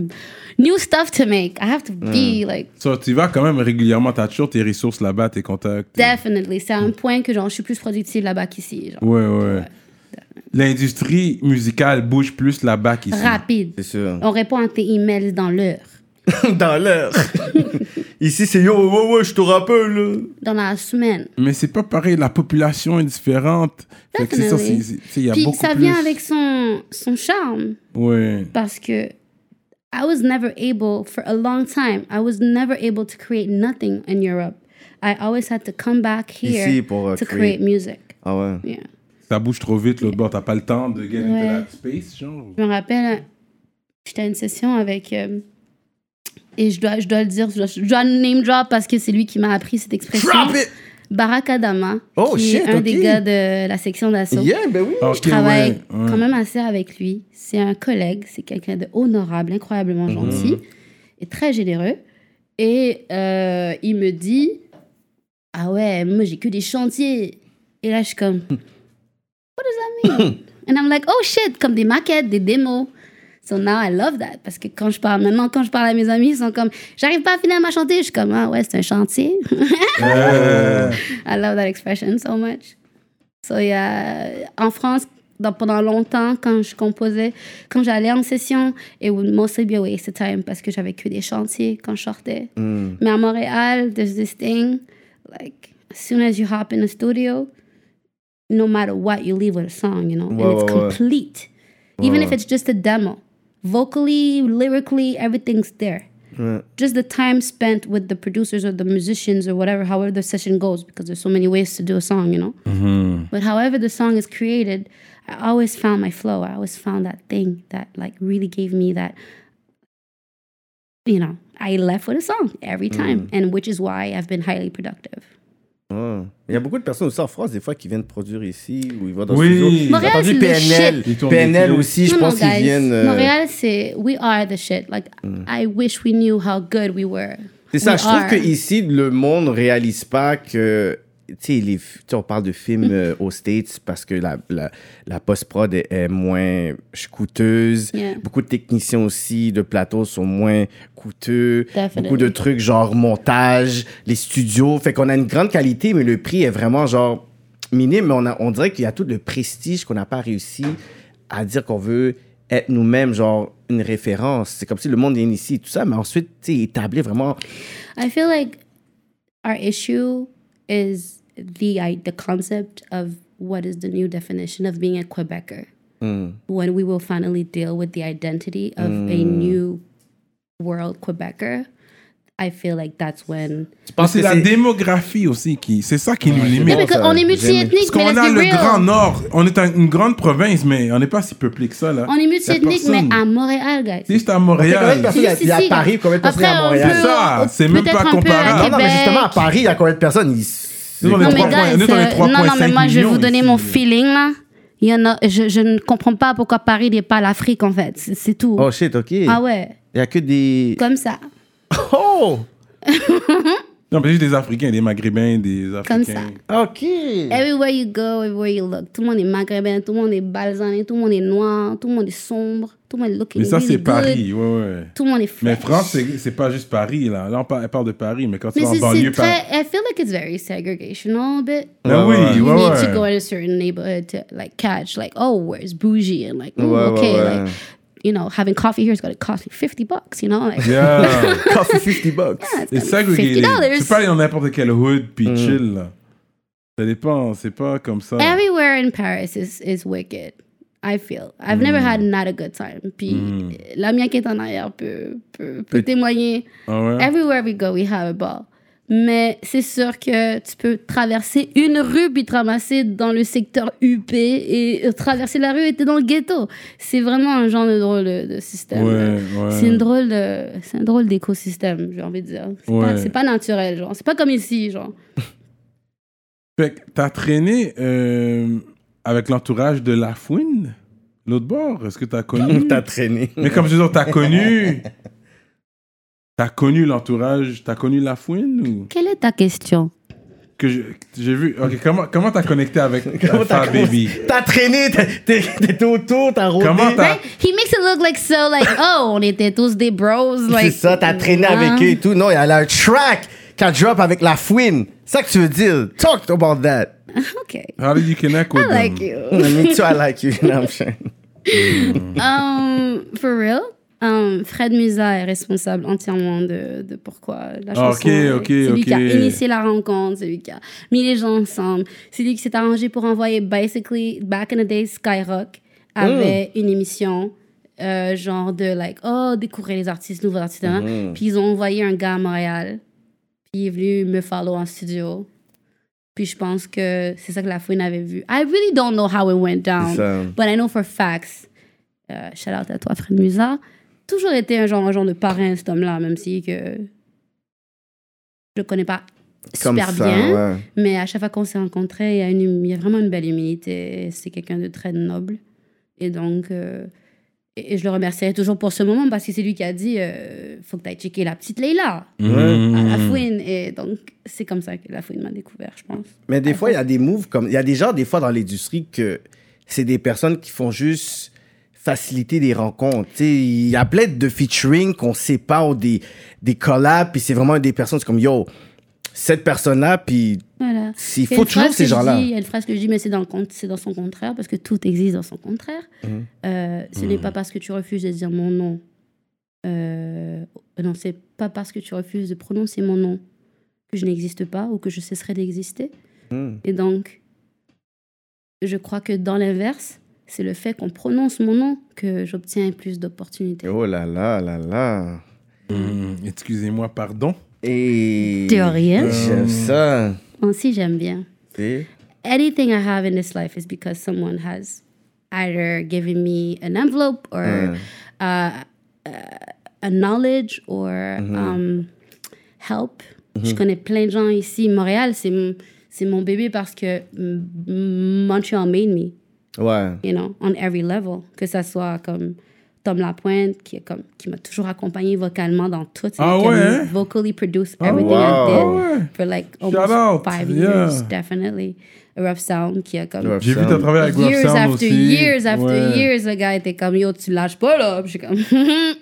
Speaker 5: new stuff to make. I have to be,
Speaker 3: Mhm.
Speaker 5: like,
Speaker 4: So, tu vas quand même régulièrement, t'as toujours tes ressources là-bas, tes contacts. tes-
Speaker 5: definitely. C'est un point que, genre, je suis plus productive là-bas qu'ici, genre.
Speaker 4: Ouais, ouais. L'industrie musicale bouge plus là-bas qu'ici.
Speaker 5: Rapide.
Speaker 3: C'est sûr.
Speaker 5: On répond à tes emails dans l'heure.
Speaker 3: Dans l'heure. Ici, c'est yo, ouais, ouais, je te rappelle, là.
Speaker 5: Dans la semaine.
Speaker 4: Mais c'est pas pareil, la population est différente. Fait que c'est ça, c'est-
Speaker 5: Definitely.
Speaker 4: c'est- tu sais, il y a
Speaker 5: Puis
Speaker 4: beaucoup
Speaker 5: ça
Speaker 4: plus-
Speaker 5: vient avec son, son charme
Speaker 4: Ouais.
Speaker 5: parce que I was never able for a long time. I was never able to create nothing in Europe. I always had to come back here
Speaker 3: Ici, pour, euh,
Speaker 5: to
Speaker 3: créer.
Speaker 5: create music.
Speaker 3: Ah ouais.
Speaker 5: Yeah.
Speaker 4: Ça bouge trop vite, l'autre bord, t'as pas le temps de get into
Speaker 5: Ouais.
Speaker 4: that space, genre.
Speaker 5: Je me rappelle, j'étais à une session avec euh, et je dois je dois le dire, je dois, je dois le name drop parce que c'est lui qui m'a appris cette expression.
Speaker 3: Drop it!
Speaker 5: Barack Adama,
Speaker 3: Oh,
Speaker 5: qui
Speaker 3: shit,
Speaker 5: est un des
Speaker 3: ok.
Speaker 5: gars de la section d'assaut.
Speaker 3: Yeah, ben oui.
Speaker 4: Ok,
Speaker 5: je travaille
Speaker 4: ouais, ouais.
Speaker 5: quand même assez avec lui. C'est un collègue, c'est quelqu'un de honorable, incroyablement
Speaker 4: Mhm.
Speaker 5: gentil et très généreux. Et euh, il me dit Ah ouais, moi j'ai que des chantiers. Et là je suis comme What does that mean? And I'm like Oh shit, comme des maquettes, des démos. So now I love that. Parce que quand je parle, maintenant, quand je parle à mes amis, ils sont comme, j'arrive pas à finir ma chanter. Je suis comme, ah ouais, c'est un chantier. I love that expression so much. So yeah, en France, dans- pendant longtemps, quand je composais, quand j'allais en session, it would mostly be a waste of time parce que j'avais que des chantiers quand je sortais. Mais à Montréal, there's this thing, like, as soon as you hop in a studio, no matter what, you leave with a song, you know,
Speaker 3: Ouais,
Speaker 5: and it's
Speaker 3: ouais, ouais.
Speaker 5: complete. Even if it's just a demo. Vocally, lyrically, everything's there just the time spent with the producers or the musicians or whatever, however the session goes, because there's so many ways to do a song, you know.
Speaker 3: Mm-hmm.
Speaker 5: But however the song is created, I always found my flow. I always found that thing that like really gave me that. You know, I left with a song every
Speaker 3: Mm.
Speaker 5: time, and which is why I've been highly productive.
Speaker 3: Ouais. Hein. Il y a beaucoup de personnes aussi en France, des fois, qui viennent produire ici ou ils vont dans
Speaker 4: Oui.
Speaker 3: le studio. J'ai
Speaker 5: Montréal,
Speaker 3: entendu
Speaker 5: c'est le
Speaker 3: PNL.
Speaker 4: shit. Ils tournent des
Speaker 3: PNL
Speaker 4: clips.
Speaker 3: aussi, je
Speaker 5: No, no,
Speaker 3: pense qu'ils
Speaker 5: guys.
Speaker 3: viennent. euh,
Speaker 5: Montréal, c'est we are the shit. Like I wish we knew how good we were.
Speaker 3: C'est ça,
Speaker 5: We
Speaker 3: je trouve
Speaker 5: are.
Speaker 3: que ici le monde réalise pas que tu sais les f- tu sais, on parle de
Speaker 5: Mm-hmm.
Speaker 3: films euh, aux States parce que la la, la post-prod est, est moins ch- coûteuse.
Speaker 5: Yeah.
Speaker 3: Beaucoup de techniciens aussi de plateaux sont moins coûteux.
Speaker 5: Definitely.
Speaker 3: Beaucoup de trucs genre montage, les studios, fait qu'on a une grande qualité mais le prix est vraiment genre minime mais on a- on dirait qu'il y a tout le prestige qu'on n'a pas réussi à dire qu'on veut être nous-mêmes genre une référence. C'est comme si le monde vient ici et tout ça mais ensuite tu sais établir vraiment
Speaker 5: I feel like our issue is the I, the concept of what is the new definition of being a Quebecer. When we will finally deal with the identity of a new world Quebecer, I feel like that's when.
Speaker 4: Mais Ah, C'est
Speaker 3: que
Speaker 4: la
Speaker 3: c'est-
Speaker 4: démographie aussi qui. C'est ça qui nous limite.
Speaker 3: Non,
Speaker 5: because
Speaker 3: ça,
Speaker 5: on est
Speaker 3: j'aime.
Speaker 5: multi-ethnique,
Speaker 4: Parce qu'on
Speaker 5: mais
Speaker 4: a
Speaker 5: let's be
Speaker 4: le Grand
Speaker 5: real.
Speaker 4: Nord. On est un- une grande province, mais on n'est pas si peuplé que ça, là.
Speaker 5: On est multi-ethnique, mais
Speaker 4: personne.
Speaker 5: à Montréal, guys.
Speaker 4: C'est juste à
Speaker 3: combien de
Speaker 4: Montréal.
Speaker 3: personnes- Il y a- il y a
Speaker 5: Si, si,
Speaker 3: Paris, combien de personnes il y
Speaker 5: Après,
Speaker 3: a à
Speaker 5: on
Speaker 3: Montréal?
Speaker 5: peut-
Speaker 4: Ça,
Speaker 5: on-
Speaker 4: c'est même
Speaker 5: peut-être
Speaker 4: pas
Speaker 5: un peu à
Speaker 4: comparable.
Speaker 3: Non, non, mais
Speaker 5: Québec.
Speaker 3: justement, à Paris, il y a combien de personnes ils...
Speaker 4: Nous, on est
Speaker 5: Non,
Speaker 4: trois
Speaker 5: mais
Speaker 4: points-
Speaker 5: gars,
Speaker 4: nous, on est
Speaker 5: c'est- non, non,
Speaker 4: 3,5
Speaker 5: mais moi, je vais vous
Speaker 4: millions
Speaker 5: donner
Speaker 4: ici.
Speaker 5: mon feeling, là. Il y en a, je, je ne comprends pas pourquoi Paris n'est pas l'Afrique, en fait. C'est c'est tout.
Speaker 3: Oh shit, ok.
Speaker 5: ah ouais,
Speaker 3: Il y a que des...
Speaker 5: comme ça.
Speaker 3: Oh!
Speaker 4: Non, mais juste des Africains, des Maghrébins, des Africains.
Speaker 3: Ok!
Speaker 5: Everywhere Eh you go, everywhere you look. Tout le monde est maghrébin, tout le monde est balzané, tout le monde est noir, tout le monde est sombre, tout le monde est looking
Speaker 4: Mais ça,
Speaker 5: really
Speaker 4: c'est
Speaker 5: good.
Speaker 4: Paris, ouais, ouais.
Speaker 5: Tout le monde est fresh.
Speaker 4: Mais France, c'est- c'est pas juste Paris, là. Là, on par- elle parle de Paris, mais quand tu
Speaker 5: Mais
Speaker 4: vas en
Speaker 5: c'est-
Speaker 4: banlieue,
Speaker 5: c'est
Speaker 4: Paris.
Speaker 5: très... I feel like it's very segregational a bit.
Speaker 4: Ah oui,
Speaker 3: Ouais,
Speaker 4: ouais,
Speaker 5: you need to go
Speaker 4: ouais.
Speaker 5: in a certain neighborhood to like catch like oh where's bougie and like ooh,
Speaker 3: Ouais, ouais,
Speaker 5: okay
Speaker 3: ouais.
Speaker 5: like you know having coffee here is going to cost me 50 bucks you know like
Speaker 4: Yeah.
Speaker 3: Coffee 50 bucks.
Speaker 5: that's
Speaker 4: C'est
Speaker 5: gonna be
Speaker 4: segregated. Tu peux pas
Speaker 5: $50
Speaker 4: aller dans n'importe quel hood puis chill, là. Ça dépend, c'est pas comme ça.
Speaker 5: Eh everywhere in Paris is is wicked I feel I've never
Speaker 4: Mm.
Speaker 5: had not a good time puis la mienne qui est en arrière peut peut, peut témoigner
Speaker 4: Ah ouais?
Speaker 5: everywhere we go we have a ball mais c'est sûr que tu peux traverser une rue puis te ramasser dans le secteur UP et traverser la rue et t'es dans le ghetto. C'est vraiment un genre de drôle de, de système. là.
Speaker 4: Ouais, ouais.
Speaker 5: C'est une drôle de, c'est un drôle d'écosystème, j'ai envie de dire. C'est
Speaker 4: Ouais.
Speaker 5: pas, c'est pas naturel, genre. C'est pas comme ici, genre.
Speaker 4: Fait que t'as traîné euh, avec l'entourage de La Fouine, l'autre bord. Est-ce que t'as
Speaker 5: Mm.
Speaker 4: connu?
Speaker 3: Mm, T'as traîné.
Speaker 4: Mais comme je disais, t'as connu... T'as connu l'entourage, t'as connu La Fouine ou...
Speaker 5: Quelle est ta question
Speaker 4: Que je- j'ai vu... Ok, comment comment t'as connecté avec
Speaker 3: Comment t'as
Speaker 4: Fat Baby?
Speaker 3: T'as traîné, t'es- t'es- t'étais autour, t'as rôdé.
Speaker 4: Comment t'as-
Speaker 5: Right? He makes it look like so like oh on était tous des bros
Speaker 3: C'est
Speaker 5: like.
Speaker 3: ça, t'as traîné
Speaker 5: Ah.
Speaker 3: avec eux et tout. Non, il y a un track qu'elle drop avec la fouine. C'est ça que tu veux dire. Talk about that. Mm,
Speaker 5: Ok.
Speaker 4: How did you connect with
Speaker 5: I like
Speaker 4: them?
Speaker 5: you.
Speaker 3: Me too, I like you. You know what I'm saying?
Speaker 5: Um, for real? Um, Fred Musa est responsable entièrement de, de pourquoi la
Speaker 4: Ah,
Speaker 5: chanson.
Speaker 4: ok,
Speaker 5: est-
Speaker 4: ok,
Speaker 5: c'est lui
Speaker 4: ok.
Speaker 5: qui a initié la rencontre, c'est lui qui a mis les gens ensemble. C'est lui qui s'est arrangé pour envoyer basically back in the day Skyrock avait
Speaker 4: Oh.
Speaker 5: une émission euh, genre de like oh découvrir les artistes, nouveaux artistes. hein.
Speaker 3: Mm,
Speaker 5: Puis ils ont envoyé un gars à Montréal. Puis il est venu me follow en studio. Puis je pense que c'est ça que la fouine avait vu. I really don't know how it went down,
Speaker 3: C'est ça.
Speaker 5: but I know for facts. Euh, shout out à toi, Fred Musa. Toujours été un genre, un genre de parrain, cet homme-là, même si que je le connais pas super
Speaker 3: Comme ça,
Speaker 5: bien.
Speaker 3: ouais.
Speaker 5: Mais à chaque fois qu'on s'est rencontrés, il y, a une- hum, il y a vraiment une belle humilité. C'est quelqu'un de très noble. Et donc, euh, et, et je le remercierai toujours pour ce moment parce que c'est lui qui a dit euh, faut que tu ailles checker la petite Leila à la fouine. Et donc, c'est comme ça que la fouine m'a découvert, je pense.
Speaker 3: Mais des fois, il y a des moves comme. Il y a des gens, des fois, dans l'industrie, que c'est des personnes qui font juste faciliter des rencontres. Tu sais, il y a plein de featuring qu'on sépare ou des, des collabs, puis c'est vraiment des personnes, c'est comme, yo, cette personne-là, puis
Speaker 5: Voilà.
Speaker 3: Il
Speaker 5: y a
Speaker 3: faut
Speaker 5: une
Speaker 3: toujours
Speaker 5: phrase
Speaker 3: ces
Speaker 5: que je
Speaker 3: gens-là.
Speaker 5: dis- Il y a une phrase que je dis, mais c'est dans, le con- c'est dans son contraire, parce que tout existe dans son contraire.
Speaker 3: Mmh.
Speaker 5: Euh, ce n'est pas parce que tu refuses de dire mon nom. Euh, non, c'est pas parce que tu refuses de prononcer mon nom que je n'existe pas ou que je cesserai d'exister.
Speaker 3: Mhm.
Speaker 5: Et donc, je crois que dans l'inverse, c'est le fait qu'on prononce mon nom que j'obtiens plus d'opportunités.
Speaker 3: oh là là là là.
Speaker 4: Hmm, Excusez-moi, pardon.
Speaker 3: Et.
Speaker 5: Théorien.
Speaker 3: J'aime ça.
Speaker 5: Aussi, j'aime bien.
Speaker 3: Tu sais.
Speaker 5: anything I have in this life is because someone has either given me an envelope or uh, uh, a knowledge or um, help. Je connais plein de gens ici. Montréal, c'est mon, c'est mon bébé parce que mm, Montreal made me,
Speaker 3: Ouais.
Speaker 5: you know, on every level. Que ça soit comme Tom Lapointe, qui, est comme, qui m'a toujours accompagné vocalement dans tout. c'est
Speaker 4: Ah
Speaker 5: lui qui a
Speaker 4: ouais?
Speaker 5: Vocally produced everything I did
Speaker 3: wow.
Speaker 4: Ah ouais.
Speaker 5: for like
Speaker 4: Shout
Speaker 5: almost
Speaker 4: out,
Speaker 5: five
Speaker 4: yeah.
Speaker 5: years, definitely. Rough Sound qui a comme
Speaker 3: Rough
Speaker 4: J'ai vu t'as travaillé avec Rough
Speaker 5: years
Speaker 4: Sound
Speaker 5: after
Speaker 4: aussi.
Speaker 5: years after
Speaker 4: Ouais.
Speaker 5: years, le gars était comme yo tu lâches pas là, Puis je suis comme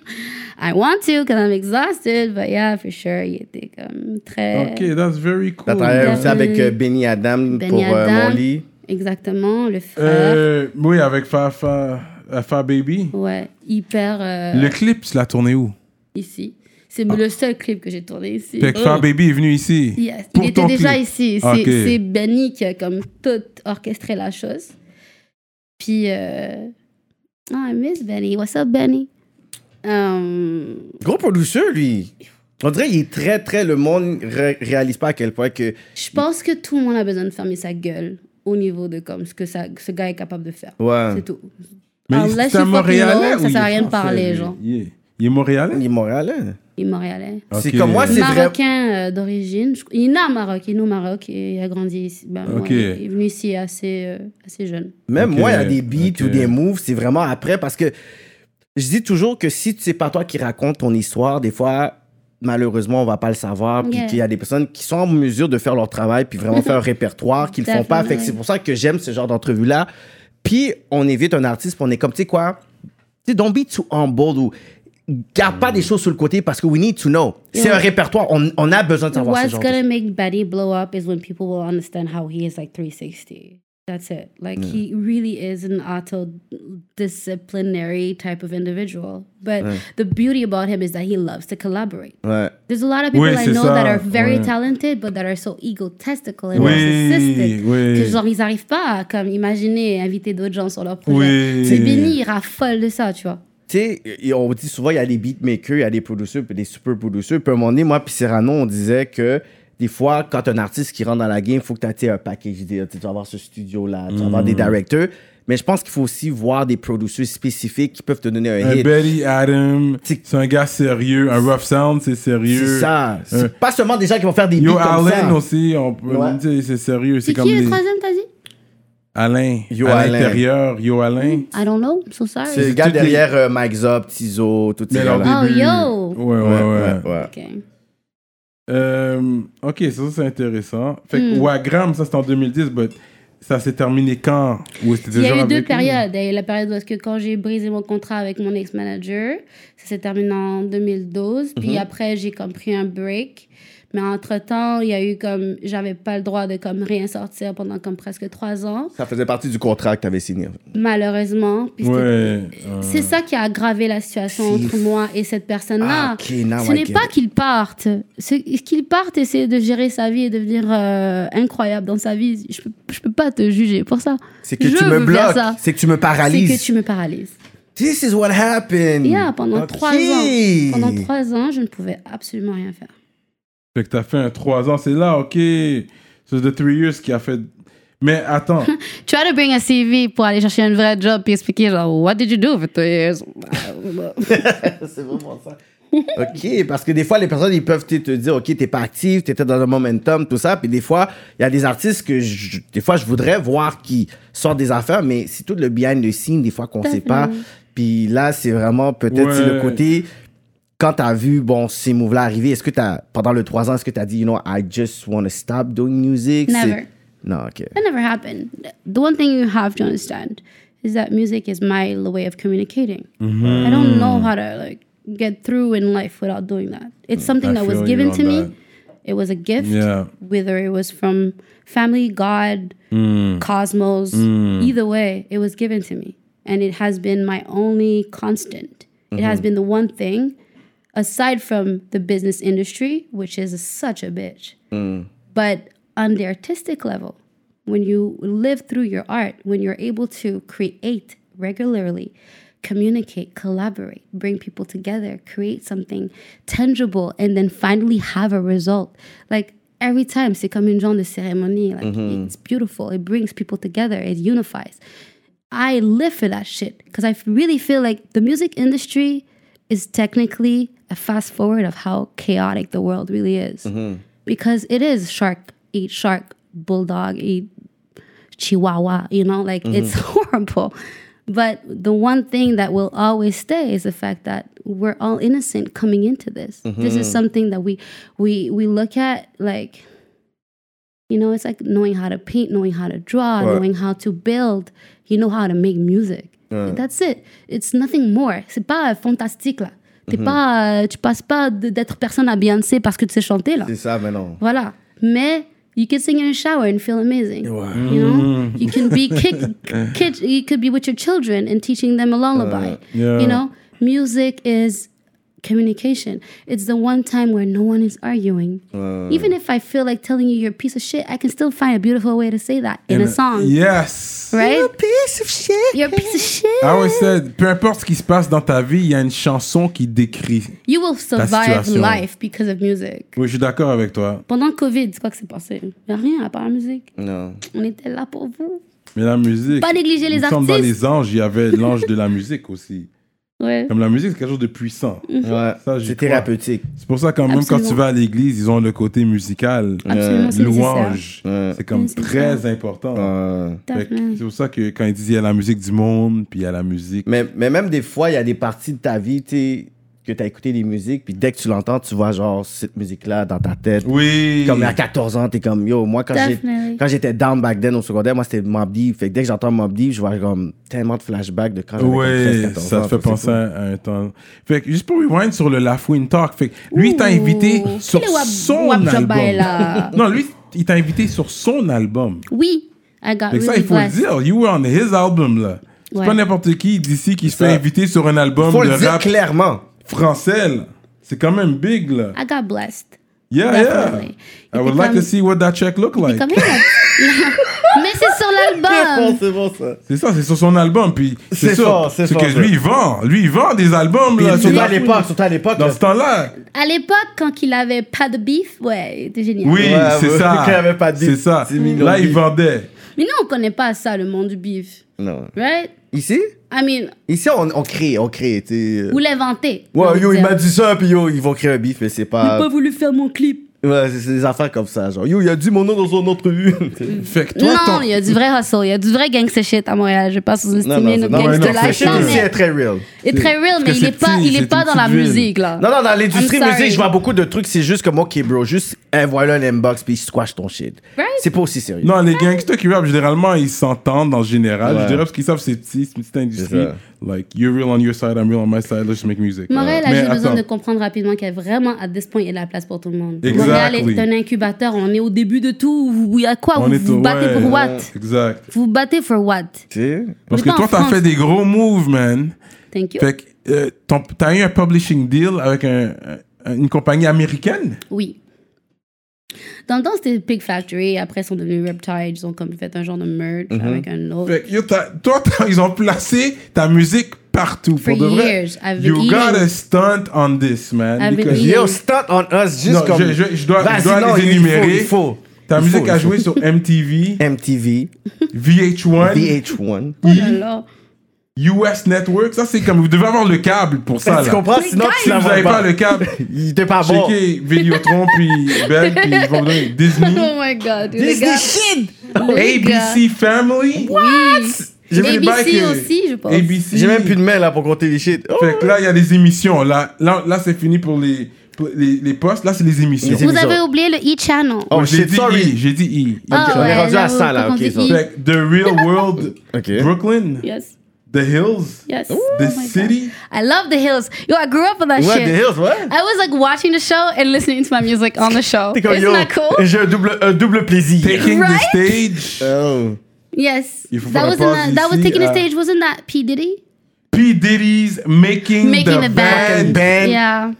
Speaker 5: I want to because I'm exhausted, but yeah for sure, il était comme très
Speaker 4: Ok, that's very cool.
Speaker 3: T'as travaillé
Speaker 5: Yeah.
Speaker 3: aussi avec euh, Benny Adam
Speaker 5: Benny
Speaker 3: pour euh,
Speaker 5: Adam.
Speaker 3: mon lit.
Speaker 5: exactement le frère,
Speaker 4: Euh, oui, avec Fafa, Fafa Baby.
Speaker 5: ouais hyper euh,
Speaker 4: Le clip, tu l'as tourné où
Speaker 5: ici. C'est le seul clip que j'ai tourné ici.
Speaker 4: Ah. Fait que Fafa Baby est venu ici.
Speaker 5: Mm. Yes.
Speaker 4: Pour
Speaker 5: Il était
Speaker 4: ton
Speaker 5: déjà
Speaker 4: clip.
Speaker 5: ici. C'est
Speaker 4: Ah, ok.
Speaker 5: c'est Benny qui a comme tout orchestré la chose. Puis, euh... oh, I miss Benny. What's up, Benny? Um,
Speaker 3: Gros producer, lui. On dirait qu'il est très, très. Le monde ré- réalise pas à quel point que.
Speaker 5: je pense que tout le monde a besoin de fermer sa gueule au niveau de comme ce que ça, ce gars est capable de faire.
Speaker 3: Ouais.
Speaker 5: C'est tout.
Speaker 4: Mais
Speaker 5: Alors, laisse
Speaker 4: c'est un
Speaker 5: le fucking
Speaker 4: Montréalais.
Speaker 5: alone,
Speaker 4: ou
Speaker 5: ça
Speaker 4: il
Speaker 5: sert à
Speaker 4: est
Speaker 5: rien de
Speaker 4: français,
Speaker 5: parler,
Speaker 4: lui?
Speaker 5: genre.
Speaker 4: Il est- il est Montréalais?
Speaker 3: Il est hein. montréalais.
Speaker 5: Il est montréalais.
Speaker 3: C'est
Speaker 4: Ok.
Speaker 3: comme moi, c'est vrai.
Speaker 5: Marocain euh, d'origine. Je- Il est né à Maroc. Il est né au Maroc et il a grandi ici. Ben,
Speaker 4: Ok.
Speaker 5: ouais, il est venu ici assez, euh, assez jeune.
Speaker 3: Même
Speaker 4: Ok,
Speaker 3: moi, il y a des beats
Speaker 4: ok.
Speaker 3: ou des moves, c'est vraiment après parce que je dis toujours que si c'est pas toi qui raconte ton histoire, des fois, malheureusement, on va pas le savoir. Puis
Speaker 5: Yeah.
Speaker 3: qu'il y a des personnes qui sont en mesure de faire leur travail puis vraiment faire un répertoire qu'ils font pas. Fait que
Speaker 5: Definitely.
Speaker 3: c'est pour ça que j'aime ce genre d'entrevue-là. Puis on évite un artiste, puis on est comme, tu sais quoi, tu sais, don't be too humble ou garde
Speaker 4: Mm.
Speaker 3: pas des choses sur le côté parce que we need to know. C'est
Speaker 5: Yeah.
Speaker 3: un répertoire, on, on a besoin de savoir ce
Speaker 5: What's
Speaker 3: genre de
Speaker 5: gonna make Betty blow up is when people will understand how he is like 360. That's it. Like he really is an auto disciplinary type of individual. But the beauty about him is that he loves to collaborate.
Speaker 3: Ouais.
Speaker 5: There's a lot of people
Speaker 4: Oui,
Speaker 5: I
Speaker 4: c'est
Speaker 5: know that
Speaker 4: ça,
Speaker 5: are very
Speaker 4: ouais.
Speaker 5: talented, but that are so egotistical and
Speaker 4: Oui,
Speaker 5: narcissistic.
Speaker 4: oui.
Speaker 5: Que genre ils arrivent pas à comme imaginer et inviter d'autres gens sur leur projet.
Speaker 4: Oui.
Speaker 5: C'est Benny, il raffole de ça, tu vois.
Speaker 3: tu sais, et on dit souvent, il y a des beatmakers, il y a des producers, puis des super producers. Puis à un moment donné, moi, puis Cyrano, on disait que des fois, quand un artiste qui rentre dans la game, il faut que tu aies un package deal. ah, Tu sais, tu vas avoir ce studio-là, tu vas avoir des directeurs. Mais je pense qu'il faut aussi voir des producers spécifiques qui peuvent te donner un
Speaker 4: Un
Speaker 3: hit.
Speaker 4: Euh, Betty Adam,
Speaker 3: C'est-
Speaker 4: c'est un gars sérieux. Un Rough Sound, c'est sérieux.
Speaker 3: C'est ça. C'est
Speaker 4: Euh,
Speaker 3: pas seulement des gens qui vont faire des
Speaker 4: Yo
Speaker 3: beats comme
Speaker 4: Allen
Speaker 3: ça.
Speaker 4: aussi, on peut
Speaker 3: Ouais.
Speaker 4: dire c'est sérieux. C'est
Speaker 5: C'est
Speaker 4: comme
Speaker 5: qui le
Speaker 4: des...
Speaker 5: troisième, t'as dit?
Speaker 4: Alain.
Speaker 3: Yo
Speaker 4: à
Speaker 3: Alain.
Speaker 4: l'intérieur, Yo Alain.
Speaker 5: I don't know. I'm so sorry.
Speaker 3: C'est le gars
Speaker 4: toutes les-
Speaker 3: derrière euh, Mike Zop, Tizo, tout ces
Speaker 4: Mais leur
Speaker 3: gens-là.
Speaker 5: Ah,
Speaker 4: début-
Speaker 5: yo.
Speaker 4: Ouais, ouais, Ah. ouais.
Speaker 3: Oh, ouais.
Speaker 5: Ok.
Speaker 4: Euh, ok, ça, ça, c'est intéressant. Fait
Speaker 5: Mm.
Speaker 4: que Wagram, ça c'est en 2010, but ça s'est terminé quand Ou c'était
Speaker 5: Il y a
Speaker 4: déjà
Speaker 5: eu deux
Speaker 4: avec lui?
Speaker 5: périodes. Il y a eu la période où est-ce que quand j'ai brisé mon contrat avec mon ex-manager, ça s'est terminé en 2012.
Speaker 4: Mhm.
Speaker 5: Puis après, j'ai comme pris un break. Mais entre-temps, il y a eu comme... J'avais pas le droit de comme rien sortir pendant comme presque trois ans,
Speaker 3: Ça faisait partie du contrat que tu avais signé.
Speaker 5: malheureusement. Puis c'était-
Speaker 4: Ouais.
Speaker 5: C'est ça qui a aggravé la situation
Speaker 3: Mm. Si.
Speaker 5: entre moi et cette
Speaker 3: Ah,
Speaker 5: personne-là.
Speaker 3: ok, now
Speaker 5: Ce
Speaker 3: I
Speaker 5: n'est
Speaker 3: get
Speaker 5: pas
Speaker 3: it.
Speaker 5: qu'il parte. Ce- Qu'il parte, essayer de gérer sa vie et devenir euh, incroyable dans sa vie, je peux, je peux pas te juger pour ça.
Speaker 3: C'est que
Speaker 5: Je
Speaker 3: tu me
Speaker 5: veux faire
Speaker 3: bloques.
Speaker 5: ça.
Speaker 3: C'est que tu me
Speaker 5: C'est que
Speaker 3: paralyses.
Speaker 5: tu me paralyses.
Speaker 3: This is what happened.
Speaker 5: Yeah, pendant
Speaker 3: Ok.
Speaker 5: trois ans. Pendant trois ans, je ne pouvais absolument rien faire.
Speaker 4: Fait que t'as fait un 3 ans, c'est là, ok. C'est The 3 Years qui a fait. Mais attends,
Speaker 5: Try to bring a CV pour aller chercher un vrai job puis expliquer genre What did you do for two years? bah,
Speaker 3: C'est vraiment ça. OK, parce que des fois, les personnes, ils peuvent te te dire, OK, t'es pas actif, t'étais dans un momentum, tout ça. Puis des fois, il y a des artistes que, je- des fois, je voudrais voir qui sortent des affaires, mais c'est tout le behind the scenes, des fois, qu'on sait pas. Puis là, c'est vraiment peut-être
Speaker 4: Ouais.
Speaker 3: c'est le côté, quand t'as vu, bon, ces moves-là arriver, est-ce que t'as, pendant le trois ans, est-ce que t'as dit, you know, I just want to stop doing music?
Speaker 5: Never.
Speaker 3: C'est- Non, OK.
Speaker 5: That never happened. The one thing you have to understand is that music is my way of communicating. I
Speaker 4: Mm-hmm.
Speaker 5: don't know how to like get through in life without doing that. It's something
Speaker 4: Mm, I
Speaker 5: that was
Speaker 4: feel you
Speaker 5: given
Speaker 4: on
Speaker 5: to me.
Speaker 4: that.
Speaker 5: It was a gift,
Speaker 4: Yeah.
Speaker 5: whether it was from family, God,
Speaker 4: Mm.
Speaker 5: cosmos, either way, it was given to me. And it has been my only constant. It
Speaker 4: Mm-hmm.
Speaker 5: has been the one thing, aside from the business industry, which is such a bitch.
Speaker 4: Mm.
Speaker 5: But on the artistic level, when you live through your art, when you're able to create regularly, communicate, collaborate, bring people together, create something tangible, and then finally have a result. Like every time, c'est comme une genre de cérémonie. Like it's beautiful. It brings people together. It unifies. I live for that shit because I f- really feel like the music industry is technically a fast forward of how chaotic the world really is. Because it is shark eat shark, bulldog eat chihuahua, you know, like it's horrible. But the one thing that will always stay is the fact that we're all innocent coming into this. This is something that we we we look at like you know, it's like knowing how to paint, knowing how to draw, knowing how to build, you know how to make music. That's it. It's nothing more. C'est pas fantastique là. T'es pas, euh, tu passes pas de- d'être personne à Beyoncé parce que tu sais chanter là.
Speaker 3: C'est ça, mais non.
Speaker 5: Voilà. Mais you can sing in a shower and feel amazing. You know, you can be kid, kid. You could be with your children and teaching them a lullaby.
Speaker 4: yeah.
Speaker 5: You know, music is communication. It's the one time where no one is arguing. Even if I feel like telling you you're a piece of shit, I can still find a beautiful way to say that in a song,
Speaker 4: Yes.
Speaker 5: hein. right?
Speaker 3: piece of shit.
Speaker 5: You're a piece of shit.
Speaker 4: I always said, peu importe ce qui se passe dans ta vie, il y a une chanson qui décrit.
Speaker 5: you will survive
Speaker 4: situation.
Speaker 5: life because of music.
Speaker 4: Oui, je suis d'accord avec toi.
Speaker 5: Pendant le Covid, c'est quoi que c'est passé? Y a rien à part la musique.
Speaker 3: Non.
Speaker 5: On était là pour vous.
Speaker 4: Mais la musique.
Speaker 5: Pas négliger les
Speaker 4: nous sommes dans
Speaker 5: artistes.
Speaker 4: les anges, il y avait l'ange de la musique aussi.
Speaker 5: Ouais.
Speaker 4: Comme la musique, c'est quelque chose de puissant.
Speaker 3: Ouais.
Speaker 4: Ça, j'y
Speaker 3: C'est
Speaker 4: crois.
Speaker 3: thérapeutique.
Speaker 4: C'est pour ça, quand même, quand
Speaker 5: Mm. Absolument.
Speaker 4: tu vas à l'église, ils ont le côté musical. Euh,
Speaker 5: Absolument, c'est nécessaire.
Speaker 4: Louange.
Speaker 3: Ouais.
Speaker 4: C'est comme
Speaker 5: Oui, Mm, c'est Mm.
Speaker 4: très important.
Speaker 3: Euh,
Speaker 4: Fait que
Speaker 5: Definitely.
Speaker 4: C'est pour ça que quand ils disent il y a la musique du monde, puis il y a la musique.
Speaker 3: mais, mais même des fois, il y a des parties de ta vie, tu sais, que t'as écouté des musiques, puis dès que tu l'entends, tu vois genre cette musique-là dans ta tête.
Speaker 4: Oui.
Speaker 3: Comme à 14 ans, t'es comme yo. Moi, quand j'ai-
Speaker 5: Definitely.
Speaker 3: quand j'étais down back then au secondaire, moi c'était Mobb Deep. Fait que dès que j'entends Mobb Deep, je vois comme tellement de flashbacks de quand j'avais
Speaker 4: Oui,
Speaker 3: 14
Speaker 4: ça te fait penser à un temps. Fait que juste pour rewind sur le La Fouine Talk, fait que lui, il t'a invité
Speaker 5: Ouh,
Speaker 4: sur
Speaker 5: quel wap-
Speaker 4: son
Speaker 5: wap job
Speaker 4: album.
Speaker 5: elle a.
Speaker 4: Non, lui, il t'a invité sur son album.
Speaker 5: Oui, I got
Speaker 4: Fait que ça,
Speaker 5: really
Speaker 4: il faut le
Speaker 5: blessed.
Speaker 4: dire. You were on his album, là. C'est
Speaker 5: Ouais.
Speaker 4: pas n'importe qui d'ici qui se fait
Speaker 3: Ça.
Speaker 4: inviter sur un album
Speaker 3: Faut
Speaker 4: de
Speaker 3: le dire
Speaker 4: rap
Speaker 3: clairement.
Speaker 4: français, là. C'est quand même big, là.
Speaker 5: I got blessed.
Speaker 4: Yeah,
Speaker 5: Definitely.
Speaker 4: yeah. I
Speaker 5: Il
Speaker 4: would
Speaker 5: était
Speaker 4: like to
Speaker 5: comme-
Speaker 4: see what that check look like.
Speaker 5: Comme Mais c'est sur l'album.
Speaker 3: c'est bon ça.
Speaker 4: C'est ça, c'est sur son album. Puis c'est
Speaker 3: C'est
Speaker 4: ça.
Speaker 3: fort, c'est
Speaker 4: C'est
Speaker 3: fort,
Speaker 4: que
Speaker 3: ça.
Speaker 4: lui, il vend. Lui, il vend des albums, là. sur
Speaker 3: Surtout
Speaker 4: la-
Speaker 3: à l'époque, surtout à l'époque.
Speaker 4: Dans
Speaker 3: là.
Speaker 4: ce temps-là.
Speaker 5: À l'époque, quand il avait pas de beef, ouais, il était génial.
Speaker 4: Oui,
Speaker 3: Ouais,
Speaker 4: c'est
Speaker 3: ouais,
Speaker 4: ça.
Speaker 3: qu'il avait pas dit.
Speaker 4: C'est ça.
Speaker 3: C'est mignon.
Speaker 4: Là, il vendait.
Speaker 5: Mais nous, on connaît pas ça, le monde du beef,
Speaker 3: Non.
Speaker 5: right?
Speaker 3: Ici?
Speaker 5: I mean,
Speaker 3: Ici, on, on crée, on crée, tu sais.
Speaker 5: ou l'inventer.
Speaker 3: Ouais, yo, il m'a dit ça, puis yo, ils vont créer un bif, mais c'est
Speaker 5: J'ai
Speaker 4: Euh,
Speaker 5: pas
Speaker 3: pas.
Speaker 5: voulu faire mon clip.
Speaker 3: Ouais, c'est c'est des affaires comme ça, genre. Yo, il a dit mon nom dans son entrevue.
Speaker 4: Fait que toi,
Speaker 5: non,
Speaker 4: ton...
Speaker 5: il y a du vrai hustle, il y a du vrai gangster shit à Montréal. Je vais pas
Speaker 3: non,
Speaker 5: sous-estimer
Speaker 3: non,
Speaker 5: le
Speaker 3: c'est- non, mais
Speaker 5: gangster
Speaker 3: non,
Speaker 5: life.
Speaker 3: c'est
Speaker 5: Non,
Speaker 3: ici est
Speaker 5: mais
Speaker 3: très real.
Speaker 5: c'est très
Speaker 4: parce
Speaker 5: real, mais
Speaker 4: que
Speaker 5: il est
Speaker 4: c'est
Speaker 5: pas,
Speaker 4: petit,
Speaker 5: il est
Speaker 4: c'est
Speaker 5: pas
Speaker 4: une
Speaker 5: dans la
Speaker 4: petite ville.
Speaker 5: musique, là.
Speaker 3: Non, non, dans l'industrie
Speaker 5: Ah. I'm sorry.
Speaker 3: musique, je vois beaucoup de trucs, c'est juste comme, ok, bro, juste, eh, voilà un inbox, puis squash ton shit.
Speaker 5: Right.
Speaker 3: C'est pas aussi sérieux.
Speaker 4: Non, les gangsters qui rappent, généralement, ils s'entendent en général.
Speaker 3: Ouais.
Speaker 4: Je dirais parce qu'ils savent c'est petit, c'est une petite industrie.
Speaker 3: C'est ça.
Speaker 4: Like, you're real on your side, I'm real on my side, let's just make music.
Speaker 3: Euh,
Speaker 5: Montréal a
Speaker 4: Mais
Speaker 5: juste besoin
Speaker 4: attends.
Speaker 5: de comprendre rapidement qu'il y a vraiment, à ce point, il y a de la place pour tout le monde.
Speaker 4: Exactly.
Speaker 5: Montréal est un incubateur. On est au début de tout. Vous- Il y a quoi
Speaker 4: On
Speaker 5: Vous
Speaker 4: est
Speaker 5: vous
Speaker 4: au-
Speaker 5: battez
Speaker 4: ouais.
Speaker 5: pour what
Speaker 4: Exact.
Speaker 5: Vous vous battez pour what
Speaker 3: Tu sais?
Speaker 4: Parce
Speaker 5: On est
Speaker 4: que
Speaker 5: pas
Speaker 4: toi,
Speaker 5: en
Speaker 4: t'as
Speaker 5: France.
Speaker 4: fait des gros moves, man.
Speaker 5: Thank you.
Speaker 4: Fait que euh, ton- t'as eu un publishing deal avec un- un- une compagnie américaine.
Speaker 5: Oui. Dans le temps, c'était Pig Factory. Après, ils sont devenus Reptiles. Ils ont comme fait un genre de merge
Speaker 3: Mm-hmm.
Speaker 5: avec un autre.
Speaker 4: Fait que yo, t'as- toi, t'as- ils ont placé ta musique partout.
Speaker 5: For
Speaker 4: pour de vrai.
Speaker 5: years, I've been
Speaker 4: You
Speaker 5: eating.
Speaker 4: gotta stunt on this, man.
Speaker 5: I've been
Speaker 4: because-
Speaker 5: eating.
Speaker 3: Yo, start on us, juste
Speaker 4: Non,
Speaker 3: comme.
Speaker 4: je, je- je dois, je
Speaker 3: Vas-y,
Speaker 4: dois
Speaker 3: non,
Speaker 4: les
Speaker 3: il faut,
Speaker 4: énumérer.
Speaker 3: il faut.
Speaker 4: Ta
Speaker 3: Il
Speaker 4: musique
Speaker 3: faut,
Speaker 4: a
Speaker 3: il faut.
Speaker 4: joué sur MTV,
Speaker 3: MTV,
Speaker 4: VH1,
Speaker 3: VH1.
Speaker 5: Oh là là.
Speaker 4: US Network. Ça, c'est comme vous devez avoir le câble pour ça.
Speaker 3: tu
Speaker 4: là.
Speaker 3: comprends?
Speaker 5: Mais
Speaker 3: Sinon,
Speaker 5: guys!
Speaker 3: tu
Speaker 4: Si
Speaker 3: la
Speaker 4: vous
Speaker 3: vois
Speaker 4: n'avez pas le câble,
Speaker 3: Il était pas Ah bon.
Speaker 4: checkez Vidéotron puis Bell puis ils vont vous donner Disney,
Speaker 5: Oh my god. les
Speaker 3: Disney
Speaker 5: gars.
Speaker 3: shit!
Speaker 5: Les gars.
Speaker 4: ABC Family.
Speaker 5: Oui.
Speaker 4: J'ai vu les bails
Speaker 5: ABC
Speaker 4: que-
Speaker 5: aussi, je pense.
Speaker 4: ABC.
Speaker 3: J'ai même plus de mail là pour compter les shit. Oh.
Speaker 4: Fait que là, il y a des émissions. Là, là, là c'est fini pour les les, les postes, là, c'est les émissions.
Speaker 3: Les émissions.
Speaker 5: Vous avez oublié le e-channel.
Speaker 3: Oh,
Speaker 4: Ouais, j'ai
Speaker 3: shit,
Speaker 4: dit
Speaker 3: sorry.
Speaker 4: I, j'ai dit I.
Speaker 5: Ah,
Speaker 3: on est
Speaker 5: ouais,
Speaker 3: rendu à
Speaker 5: là,
Speaker 3: ça, là. OK,
Speaker 5: faut qu'on
Speaker 3: ça.
Speaker 5: dise I.
Speaker 4: Fait que The Real World,
Speaker 3: OK.
Speaker 4: Brooklyn,
Speaker 5: Yes.
Speaker 4: The Hills,
Speaker 5: Yes.
Speaker 4: The
Speaker 5: Oh my God.
Speaker 4: City.
Speaker 5: I love the hills. Yo, I grew up on that
Speaker 3: Ouais,
Speaker 5: Ah, shit.
Speaker 3: The Hills, ouais.
Speaker 5: I was like watching the show and listening to my music on the show.
Speaker 3: T'es comme,
Speaker 5: Isn't
Speaker 3: yo,
Speaker 5: that cool?
Speaker 3: j'ai un double, un double plaisir.
Speaker 4: Taking
Speaker 5: Right?
Speaker 4: the Stage.
Speaker 3: Oh.
Speaker 5: Yes.
Speaker 4: Il faut
Speaker 5: That
Speaker 4: faire
Speaker 5: was
Speaker 4: la
Speaker 5: in
Speaker 4: pause
Speaker 5: that, that was
Speaker 4: ici,
Speaker 5: taking the
Speaker 4: euh,
Speaker 5: stage, wasn't that P Diddy?
Speaker 4: P. Diddy's Making,
Speaker 5: Making
Speaker 4: the,
Speaker 5: the Band.
Speaker 4: band.
Speaker 3: Ben.
Speaker 5: Yeah.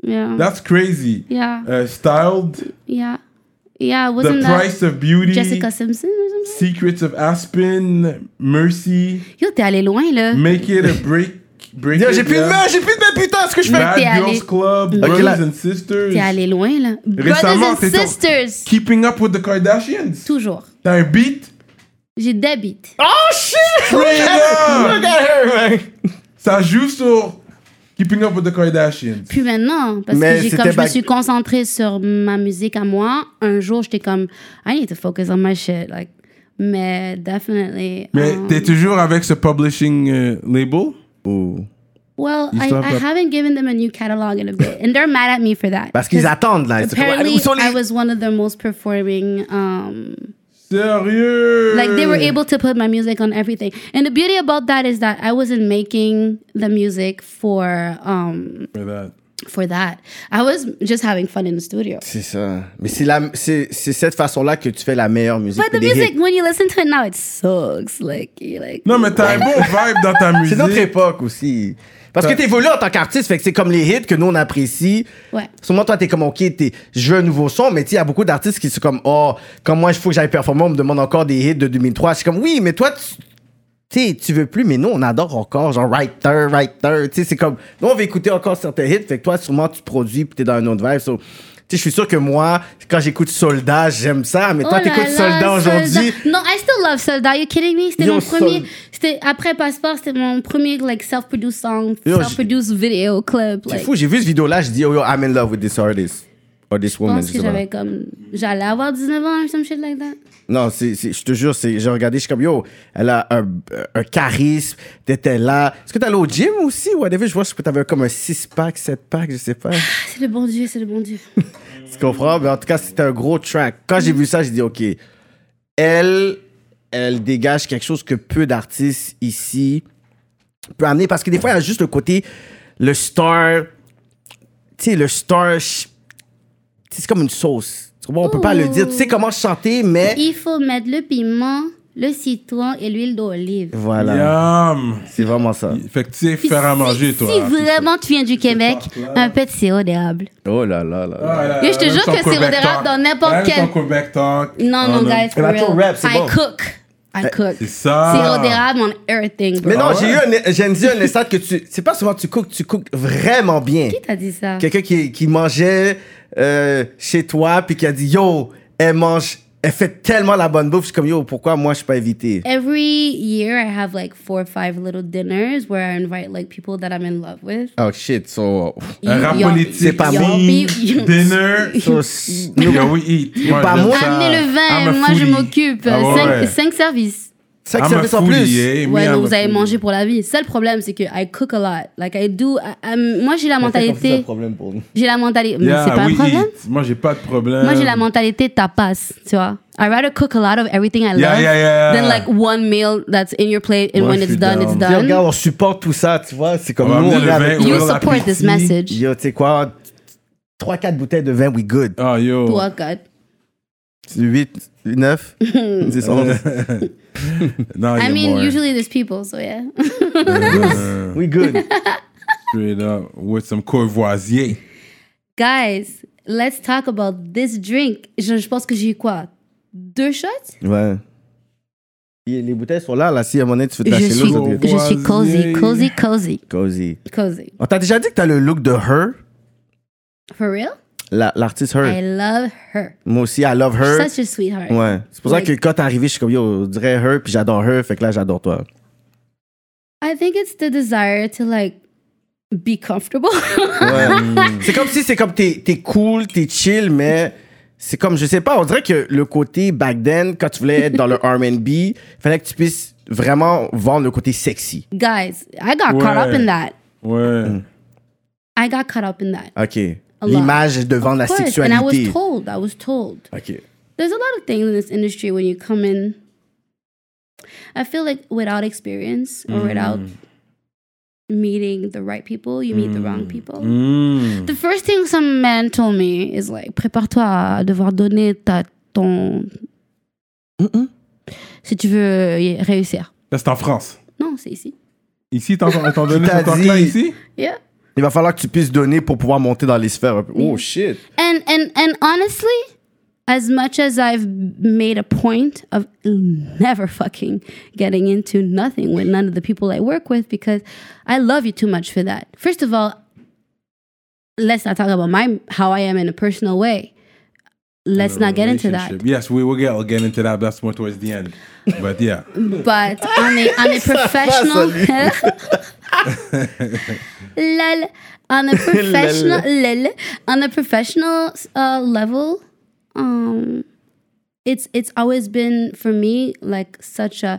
Speaker 5: Yeah.
Speaker 4: That's crazy.
Speaker 5: yeah.
Speaker 4: Uh, styled.
Speaker 5: yeah. Yeah. Wasn't
Speaker 4: The
Speaker 5: that
Speaker 4: Price of Beauty.
Speaker 5: Jessica Simpson or something?
Speaker 4: Secrets of Aspen. Mercy.
Speaker 5: Yo, t'es allé loin là.
Speaker 4: Make it a break. break
Speaker 3: Yo,
Speaker 4: it,
Speaker 3: j'ai plus de
Speaker 4: yeah.
Speaker 3: main, j'ai plus de main, putain, ce que je fais.
Speaker 4: Bad
Speaker 5: T'es allé-
Speaker 4: Girls Club.
Speaker 3: Ok,
Speaker 4: Brothers
Speaker 3: là-
Speaker 4: and Sisters.
Speaker 5: T'es allé loin là.
Speaker 4: Récemment,
Speaker 5: Brothers
Speaker 4: t'es
Speaker 5: and
Speaker 4: ton-
Speaker 5: sisters.
Speaker 4: Keeping up with the Kardashians.
Speaker 5: Toujours.
Speaker 4: T'as un beat.
Speaker 5: J'ai des beats.
Speaker 3: Oh shit! Look
Speaker 4: Straight
Speaker 3: at her,
Speaker 4: up.
Speaker 3: look at her, man.
Speaker 4: Ça joue sur Keeping up with the Kardashians.
Speaker 5: Plus maintenant, parce
Speaker 3: Mais
Speaker 5: que j'ai
Speaker 3: c'était
Speaker 5: comme je me
Speaker 3: back-
Speaker 5: suis concentrée sur ma musique à moi. Un jour, j'étais comme I need to focus on my shit, like. Mais definitely.
Speaker 4: Mais
Speaker 5: um,
Speaker 4: t'es toujours avec ce publishing euh, label?
Speaker 5: well,
Speaker 4: You
Speaker 5: I,
Speaker 4: still have
Speaker 5: I
Speaker 4: that-
Speaker 5: haven't given them a new catalog in a bit, and they're mad at me for that.
Speaker 3: Parce qu'ils attendent, là. C'est comme, allez,
Speaker 5: Apparently,
Speaker 3: où sont les-
Speaker 5: I was one of their most performing. Um,
Speaker 4: Sérieux?
Speaker 5: like they were
Speaker 4: Mm.
Speaker 5: able to put my music on everything, and the beauty about that is that I wasn't making the music for um,
Speaker 4: For that.
Speaker 5: for that. I was just having fun in the studio.
Speaker 3: C'est ça. Mais c'est la, c'est, c'est cette façon-là que tu fais la meilleure musique.
Speaker 5: But the
Speaker 3: puis des
Speaker 5: music,
Speaker 3: hits.
Speaker 5: when you listen to it now, it sucks. Like you like.
Speaker 4: Non, mais t'as un bon vibe dans ta musique.
Speaker 3: C'est notre époque aussi. Parce que t'évolues en tant qu'artiste, fait que c'est comme les hits que nous on apprécie.
Speaker 5: Ouais.
Speaker 3: Sûrement toi t'es comme ok, t'es, je veux un nouveau son, mais tu sais, il y a beaucoup d'artistes qui sont comme oh, comme moi il faut que j'aille performer, on me demande encore des hits de 2003. Je suis comme oui, mais toi tu, tu sais, tu veux plus, mais nous on adore encore genre writer, writer. Tu sais, c'est comme nous on va écouter encore certains hits, fait que toi sûrement tu produis puis t'es dans un autre vibe. So, tu sais, je suis sûr que moi quand j'écoute Soldat j'aime ça, mais toi
Speaker 5: Oh là
Speaker 3: t'écoutes
Speaker 5: là,
Speaker 3: Soldat aujourd'hui.
Speaker 5: Soldat. Non, I still love Soldat. You kidding me? C'était
Speaker 3: Yo,
Speaker 5: mon premier.
Speaker 3: Soldat.
Speaker 5: C'était après Passport. C'était mon premier like self-produced song,
Speaker 3: Yo,
Speaker 5: self-produced video clip.
Speaker 3: C'est
Speaker 5: Like,
Speaker 3: fou, j'ai vu ce vidéo-là, je dis, oh yo, I'm in love with this artist. Or this
Speaker 5: je
Speaker 3: woman,
Speaker 5: pense
Speaker 3: je
Speaker 5: que
Speaker 3: sais pas.
Speaker 5: j'avais comme j'allais avoir 19 ans or some shit like that. Ah,
Speaker 3: Non, c'est, c'est- je te jure, c'est, j'ai regardé, je suis comme, yo, elle a un, un charisme, t'étais là. Est-ce que t'allais au gym aussi? Ou whatever? Je vois que t'avais comme un 6-pack, 7-pack, je sais pas.
Speaker 5: Ah, C'est le bon Dieu, c'est le bon Dieu.
Speaker 3: Tu comprends? Mais en tout cas, c'était un gros track. Quand j'ai vu ça, j'ai dit, OK, elle, elle dégage quelque chose que peu d'artistes ici peuvent amener. Parce que des fois, il y a juste le côté, le star, tu sais, le star, ch- tu sais, c'est comme une sauce. Tu comprends? On peut pas le dire. Tu sais comment chanter, mais
Speaker 5: Il faut mettre le piment, le citron et l'huile d'olive.
Speaker 3: voilà.
Speaker 4: Yum.
Speaker 3: C'est vraiment ça.
Speaker 4: Fait que tu sais
Speaker 5: Puis
Speaker 4: faire à
Speaker 5: si-
Speaker 4: manger,
Speaker 3: hein,
Speaker 4: toi.
Speaker 5: Si vraiment tu viens du Québec, un peu de sirop d'érable.
Speaker 3: Oh là là là.
Speaker 4: Ah,
Speaker 3: là.
Speaker 5: Yo, je te jure que c'est odorable dans n'importe
Speaker 4: Même ton
Speaker 5: quel-
Speaker 4: Quebec Talk.
Speaker 5: Non,
Speaker 3: Ah,
Speaker 5: non, guys, for
Speaker 3: Mais attends,
Speaker 5: real.
Speaker 3: rap, c'est
Speaker 5: I
Speaker 3: bon.
Speaker 5: cook. I
Speaker 3: Eh,
Speaker 5: cook.
Speaker 4: C'est ça.
Speaker 5: Sirop d'érable on everything, bro.
Speaker 3: Mais non,
Speaker 4: Ah ouais?
Speaker 3: j'ai eu un, j'ai dit un instant que tu, c'est pas souvent tu cookes, tu cookes vraiment bien.
Speaker 5: Qui t'a dit ça?
Speaker 3: quelqu'un qui, qui mangeait euh, chez toi puis qui a dit yo elle mange elle fait tellement la bonne bouffe je suis comme yo pourquoi moi je suis pas invité
Speaker 5: Every year I have like four or five little dinners where I invite like people that I'm in love with.
Speaker 3: oh shit so,
Speaker 4: Un rap
Speaker 5: Y'all-
Speaker 4: politique.
Speaker 3: C'est pas
Speaker 5: y'all
Speaker 3: bon.
Speaker 5: be-
Speaker 4: Dinner.
Speaker 3: so nous-
Speaker 4: Yo, we eat. Moi,
Speaker 3: Pas
Speaker 4: j'aime
Speaker 3: moi.
Speaker 4: ça.
Speaker 5: Amenez le
Speaker 4: I'm a
Speaker 5: vin, moi je
Speaker 4: foodie.
Speaker 5: m'occupe.
Speaker 4: Ah ouais,
Speaker 5: cinq,
Speaker 4: ouais.
Speaker 5: cinq services.
Speaker 3: cinq
Speaker 4: I'm a
Speaker 3: services en
Speaker 4: foodie,
Speaker 3: plus
Speaker 4: eh, me,
Speaker 5: Ouais,
Speaker 4: I'm
Speaker 5: donc
Speaker 4: a
Speaker 5: vous allez
Speaker 4: foodie.
Speaker 5: manger pour la vie. Ça le problème, c'est que I cook a lot. Like I do. I- I'm- moi j'ai la
Speaker 3: c'est un
Speaker 5: mentalité.
Speaker 3: problème pour nous
Speaker 5: J'ai la mentalité. Mais
Speaker 4: Yeah, Euh.
Speaker 5: c'est pas un
Speaker 4: we
Speaker 5: problème.
Speaker 4: eat. Moi, j'ai pas de problème.
Speaker 5: Moi, j'ai la mentalité tapas, tu vois. I rather cook a lot of everything I
Speaker 4: Yeah,
Speaker 5: love
Speaker 4: yeah, yeah.
Speaker 5: than like one meal that's in your plate and
Speaker 4: Moi,
Speaker 5: when
Speaker 4: je
Speaker 5: it's
Speaker 4: suis
Speaker 5: done,
Speaker 4: down.
Speaker 5: it's
Speaker 3: Yo, regarde
Speaker 5: done.
Speaker 3: on supporte tout ça tu vois c'est comme
Speaker 4: On va
Speaker 3: nous
Speaker 4: amener
Speaker 3: on
Speaker 4: le
Speaker 3: est avec-
Speaker 4: vin,
Speaker 5: You
Speaker 4: Well,
Speaker 5: support this
Speaker 4: appétit.
Speaker 5: message.
Speaker 3: yo tu sais quoi 3-4 bouteilles de vin we good
Speaker 4: Oh, yo.
Speaker 5: Oh, God.
Speaker 3: 8 9 10 11
Speaker 4: Non, il y
Speaker 5: I
Speaker 4: a
Speaker 5: mean,
Speaker 4: more.
Speaker 5: usually there's people, so yeah.
Speaker 3: we good
Speaker 4: Straight up. With some courvoisier.
Speaker 5: Guys, let's talk about this drink. Je, je pense que j'ai eu quoi? Deux shots?
Speaker 3: ouais Et les bouteilles sont là là si à un moment donné tu veux te
Speaker 5: Je
Speaker 3: lâcher
Speaker 5: suis,
Speaker 3: l'eau
Speaker 5: je suis cozy,
Speaker 4: Courvoisier.
Speaker 5: cozy, cozy,
Speaker 3: cozy
Speaker 5: cozy.
Speaker 3: on t'a déjà dit que t'as le look de her
Speaker 5: For real?
Speaker 3: La- l'artiste her
Speaker 5: I love her.
Speaker 3: Moi aussi, I love her.
Speaker 5: Such a sweetheart.
Speaker 3: Ouais. C'est pour ça
Speaker 5: Like-
Speaker 3: que quand t'es arrivé, je suis comme, yo, on dirait her, puis j'adore her, fait que là, j'adore toi.
Speaker 5: I think it's the desire to like be comfortable.
Speaker 3: c'est comme si c'est comme t'es t'es cool, t'es chill, mais c'est comme, je sais pas, on dirait que le côté back then, quand tu voulais être dans le RB, fallait que tu puisses vraiment vendre le côté sexy.
Speaker 5: Guys, I got caught up
Speaker 4: Ouais.
Speaker 5: in that.
Speaker 4: Ouais.
Speaker 5: I got caught up in that.
Speaker 3: OK.
Speaker 5: a lot.
Speaker 3: l'image devant la
Speaker 5: Of course, And I was
Speaker 3: sexualité.
Speaker 5: told, I was told.
Speaker 3: OK.
Speaker 5: There's a lot of things in this industry when you come in. I feel like without experience or without meeting the right people, you meet the wrong people.
Speaker 4: Mm-hmm. Mm.
Speaker 5: The first thing some man told me is like, prépare-toi à devoir donner ta, ton. Si tu veux y réussir.
Speaker 4: Là, c'est en France.
Speaker 5: Non, c'est ici.
Speaker 4: Ici, t'en t'en donné
Speaker 3: Qui t'a
Speaker 4: ce talk-là,
Speaker 3: dit-
Speaker 4: ici?
Speaker 5: Yeah.
Speaker 3: Il va falloir que tu puisses donner pour pouvoir monter dans les sphères. un peu. Oh shit.
Speaker 5: And and and honestly, as much as I've made a point of never fucking getting into nothing with none of the people I work with because I love you too much for that. First of all, let's not talk about my how I am in a personal way. Let's not get into that.
Speaker 4: Relationship. Yes, we will get, I'll get into that. but That's more towards the end. But yeah.
Speaker 5: Mm. But on a on a professional lol on a professional lol on a professional uh, level, um, it's it's always been for me like such a